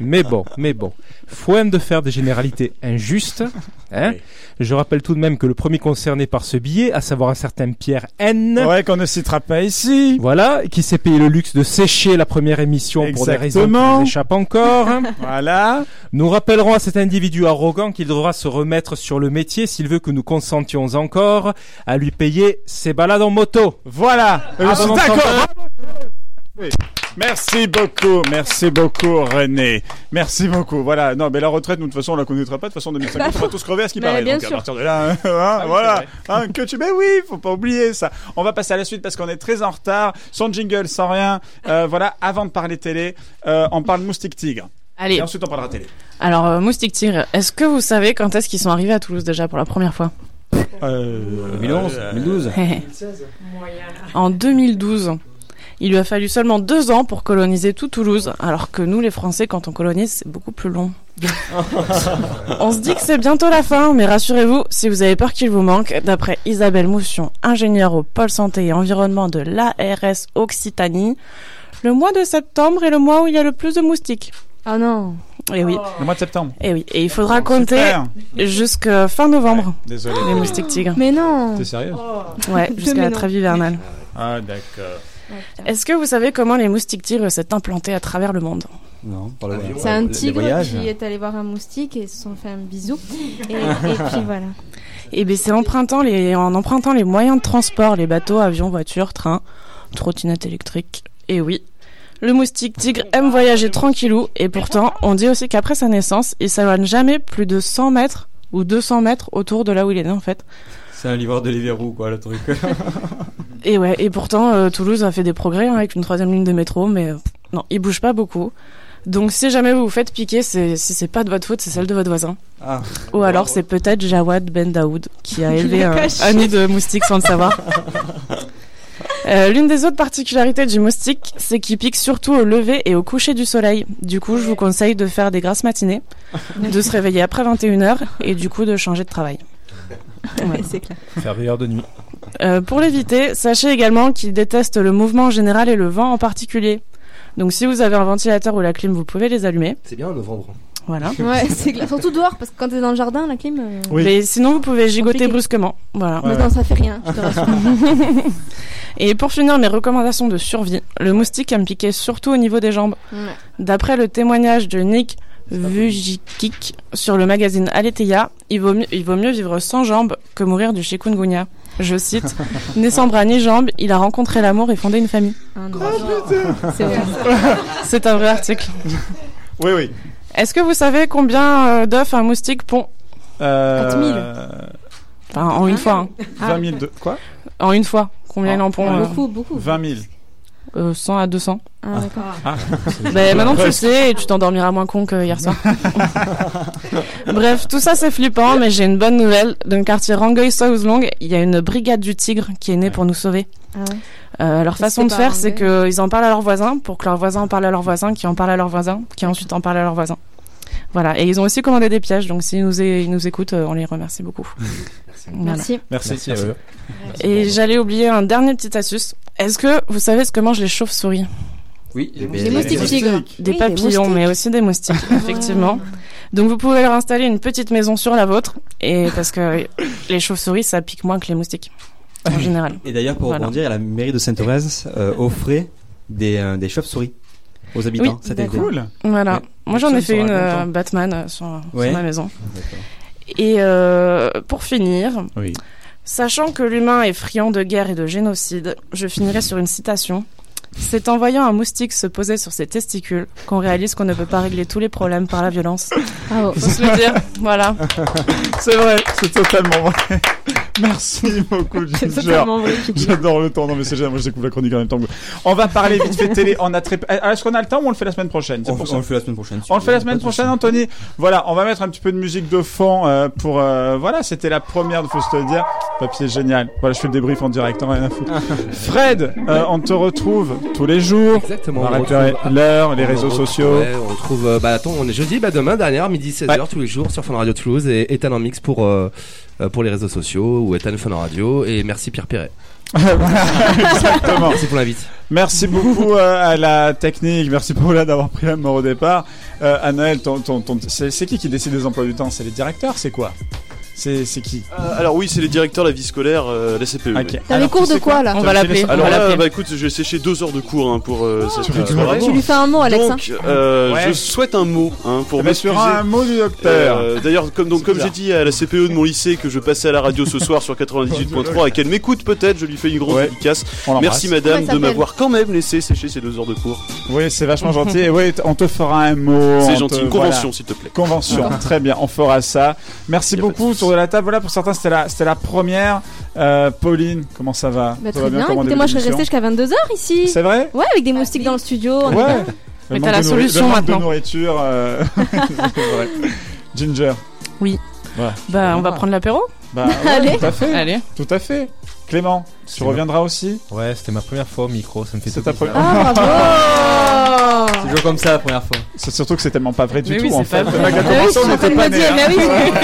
mais bon, mais bon. Foin de faire des généralités injustes. Hein Je rappelle tout de même que le premier concerné par ce billet, à savoir un certain Pierre N. Ouais, qu'on ne citera pas ici. Voilà, qui s'est payé le luxe de sécher la première émission pour des raisons qui Exactement. nous échappent encore. voilà. Nous rappellerons à cet individu arrogant qu'il devra se remettre sur le métier s'il veut que nous consentions encore à lui payer ses balades en moto. Voilà. Ah, je suis bon, d'accord. on s'entend. Merci beaucoup, merci beaucoup René. Merci beaucoup. Voilà, non mais la retraite, nous de toute façon on la connaîtra pas, de toute façon en 2050 on va tous crever à ce qui Mais paraît. bien Donc à sûr. partir de là, Ah hein, hein, oui, voilà, c'est hein, que tu... Mais oui, faut pas oublier ça. On va passer à la suite parce qu'on est très en retard, sans jingle, sans rien. Euh, voilà, avant de parler télé, euh, on parle moustique tigre. Allez. Et ensuite on parlera télé. Alors, euh, Moustique Tigre, est-ce que vous savez quand est-ce qu'ils sont arrivés à Toulouse déjà pour la première fois Euh, 2011, 2012. En 2012. Il lui a fallu seulement deux ans pour coloniser tout Toulouse, alors que nous, les Français, quand on colonise, c'est beaucoup plus long. euh, On se dit que c'est bientôt la fin, mais rassurez-vous, si vous avez peur qu'il vous manque, d'après Isabelle Moussion, ingénieure au pôle santé et environnement de l'ARS Occitanie, le mois de septembre est le mois où il y a le plus de moustiques. Ah non. Et oui. Oh. Le mois de septembre. Et oui. Et il faudra compter super. jusqu'à fin novembre. désolé. Les moustiques tigres. Mais non. Oh. T'es sérieux Hein. Ouais, Mais jusqu'à la non. trêve hivernale. Ah d'accord. Est-ce que vous savez comment les moustiques tigres s'est implanté à travers le monde Non, par Ah, l'avion. C'est euh, un Les tigre voyages. qui est allé voir un moustique et ils se sont fait un bisou. Et, et puis voilà. Eh bien, c'est en empruntant, les, en empruntant les moyens de transport, les bateaux, avions, voitures, trains, trottinettes électriques. Et oui, le moustique tigre aime voyager tranquillou, et pourtant, on dit aussi qu'après sa naissance, il s'éloigne jamais plus de 100 mètres ou 200 mètres autour de là où il est né, en fait. C'est un livreur de Liverpool, quoi, le truc. Et ouais, et pourtant, euh, Toulouse a fait des progrès hein, avec une troisième ligne de métro, mais euh, non, il bouge pas beaucoup. Donc, si jamais vous vous faites piquer, c'est- si c'est pas de votre faute, c'est celle de votre voisin. Ah. Ou alors, c'est peut-être Jawad Ben Daoud qui a Il élevé l'a un, caché. un nid de moustiques sans le savoir. Euh, L'une des autres particularités du moustique, c'est qu'il pique surtout au lever et au coucher du soleil. Du coup, je vous conseille de faire des grasses matinées, de se réveiller après 21h et du coup de changer de travail. Ouais. C'est clair. Faire veilleur de nuit. Euh, pour l'éviter, sachez également qu'il déteste le mouvement en général et le vent en particulier. Donc si vous avez un ventilateur ou la clim, vous pouvez les allumer. C'est bien en novembre. Voilà. Hein Ouais, c'est clair. Surtout dehors, parce que quand t'es dans le jardin, la clim. euh, Mais sinon, vous pouvez gigoter Compliqué. brusquement. Voilà. Mais non, ça fait rien, je te rassure. Et pour finir, mes recommandations de survie. Le moustique aime piquer surtout au niveau des jambes. Ouais. D'après le témoignage de Nick Vujicic sur le magazine Aletheia, il vaut, mieux, il vaut mieux vivre sans jambes que mourir du chikungunya. Je cite Né sans bras ni jambes, il a rencontré l'amour et fondé une famille. C'est vrai. C'est un vrai article. Oui, oui. Est-ce que vous savez combien euh, d'œufs un moustique pond Euh, 40 000. Enfin, en une fois. hein. 20 000 Ah. de quoi Ah. En une fois. Combien il en pond euh, 20 000. euh, 100 à 200. Ah, d'accord. Ah. Ben, maintenant tu le sais et tu t'endormiras moins con que hier soir. Bref, tout ça c'est flippant, mais j'ai une bonne nouvelle. Dans le quartier Rangueil Long, il y a une brigade du tigre qui est née pour nous sauver. Ah Euh, leur Est-ce façon que de par faire, c'est Rangueil qu'ils en parlent à leurs voisins pour que leurs voisins en parlent à leurs voisins, qui en parlent à leurs voisins, qui ensuite en parlent à leurs voisins. Voilà, et ils ont aussi commandé des pièges, donc s'ils nous, é- ils nous écoutent, euh, on les remercie beaucoup. Voilà. Merci. Merci. Merci à eux. Et j'allais oublier un dernier petit astuce. Est-ce que vous savez ce que mangent les chauves-souris Oui, Des des, ben, moustiques. des moustiques. Des Oui, des papillons, moustiques. mais aussi des moustiques, effectivement. Donc vous pouvez leur installer une petite maison sur la vôtre, et parce que les chauves-souris, ça pique moins que les moustiques, en général. Et d'ailleurs, pour Voilà. rebondir, la mairie de Saint-Orens euh, offrait des, euh, des chauves-souris aux Oui, habitants cet été. Voilà. Ouais. Moi j'en Personne ai fait sera une euh, content. Batman euh, sur, sur Ouais. ma maison. Et euh, pour finir, Oui. sachant que l'humain est friand de guerre et de génocide, je finirai sur une citation. C'est en voyant un moustique se poser sur ses testicules qu'on réalise qu'on ne peut pas régler tous les problèmes par la violence. Bravo. Faut se le dire, voilà. C'est vrai, c'est totalement vrai. Merci beaucoup, Ginger. totalement vrai, J'adore le temps. Non, mais c'est génial. Moi, je découvre la chronique en même temps. que vous. On va parler vite fait télé. On a très... Ah, Est-ce qu'on a le temps ou on le fait la semaine prochaine C'est On, pour ça. on le fait la semaine prochaine. si On le tu fait veux. la semaine Pas de prochaine, Anthony. Voilà, on va mettre un petit peu de musique de fond euh, pour. euh, voilà, c'était la première de Faut se le dire. Papier génial. Voilà, je fais le débrief en direct. hein, rien à foutre. Fred, euh, on te retrouve tous les jours. Exactement. On va on récupérer retrouve- l'heure, les on réseaux retrouve- sociaux. ouais, on retrouve. euh, bah attends, on est jeudi, bah demain, dernière, midi 16h tous les jours sur Fun Radio Toulouse et Ethan en mix pour euh, euh, pour les réseaux sociaux ou Ethan Fun Radio et merci Pierre Perret. Exactement. Merci pour l'invite. Merci beaucoup euh, à la technique, merci Paula d'avoir pris la mort au départ. Euh, Anaël, ton, ton, ton- c'est c'est qui qui décide des emplois du temps C'est les directeurs, c'est quoi C'est c'est qui Euh, alors oui, c'est les directeurs de la vie scolaire, euh, la CPE. Ok. oui. T'as Alors, des cours tu sais de quoi, quoi là On Ah, va Alors, l'appeler, on va Alors là, l'appeler. Ah, bah écoute, j'ai séché deux heures de cours hein, pour euh, cette Tu euh, lui- bravo. tu lui fais un mot, Alex. hein. Donc, euh, Ouais. je souhaite un mot hein, pour Eh ben, tu m'excuser. auras un mot du docteur. Euh, D'ailleurs, comme donc comme j'ai dit à la CPE de mon lycée que je passais à la radio ce soir sur 98.3 et qu'elle m'écoute peut-être, je lui fais une grosse dédicace. On l'embrasse. Merci Comment madame elle de s'appelle m'avoir quand même laissé sécher ces deux heures de cours. Oui, c'est vachement gentil. Et oui, t- on te fera un mot. C'est on gentil. te- Une convention, s'il te plaît. Convention. D'accord. Très bien, on fera ça. Merci beaucoup autour de la table. Voilà, pour certains, c'était la, c'était la première. Euh, Pauline, comment ça va Bah, Ça très va bien, comment écoutez, début moi je serais d'émission restée jusqu'à 22h ici. C'est vrai Ouais, avec des moustiques dans le studio. on est Ouais. bien. Le manque de nourri- le manque De nourriture. euh, c'est vrai. Ginger. Oui. Voilà. Bah, on va prendre l'apéro Bah, ouais, Allez. Tout à fait. Allez. Tout à fait. Clément, tu reviendras aussi Ouais, c'était ma première fois au micro, ça me fait C'est tout ta plaisir. première- Ah, bravo C'est toujours comme ça la première fois. C'est surtout que c'était mon pas vrai du Mais tout oui, en c'est fait. pas vrai. La Ah oui, convention, je suis en on train était de pas me dire, nés,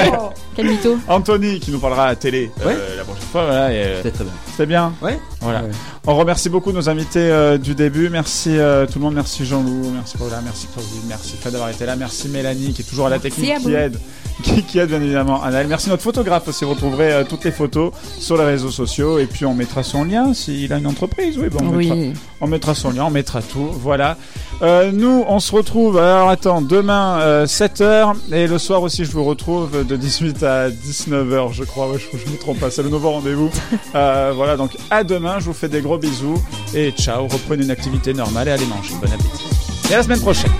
mais hein. Quel mytho. Anthony qui nous parlera à la télé euh, la prochaine fois. Voilà, et, euh, C'était très bien. C'était bien Ouais. Voilà. On remercie beaucoup nos invités euh, du début. Merci euh, tout le monde. Merci Jean-Loup. Merci Paula. Merci Claudine. Merci Fred d'avoir été là. Merci Mélanie qui est toujours à la technique à qui vous. aide. Qui, qui aide bien évidemment Anaël. Merci notre photographe aussi. Vous retrouverez euh, toutes les photos sur les réseaux sociaux et puis on mettra son lien s'il a une entreprise. Oui, bon, on, Oui. Mettra, on mettra son lien, on mettra tout. Voilà. Euh, nous, on se retrouve. Alors attends, demain 7h et le soir aussi, je vous retrouve de 18 à 19h, je crois. Ouais, je, je me trompe pas. C'est le nouveau rendez-vous. Euh, voilà. Donc à demain. Je vous fais des gros bisous et ciao. Reprenez une activité normale et allez manger. Bon appétit. Et à la semaine prochaine.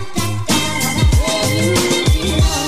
Thank you.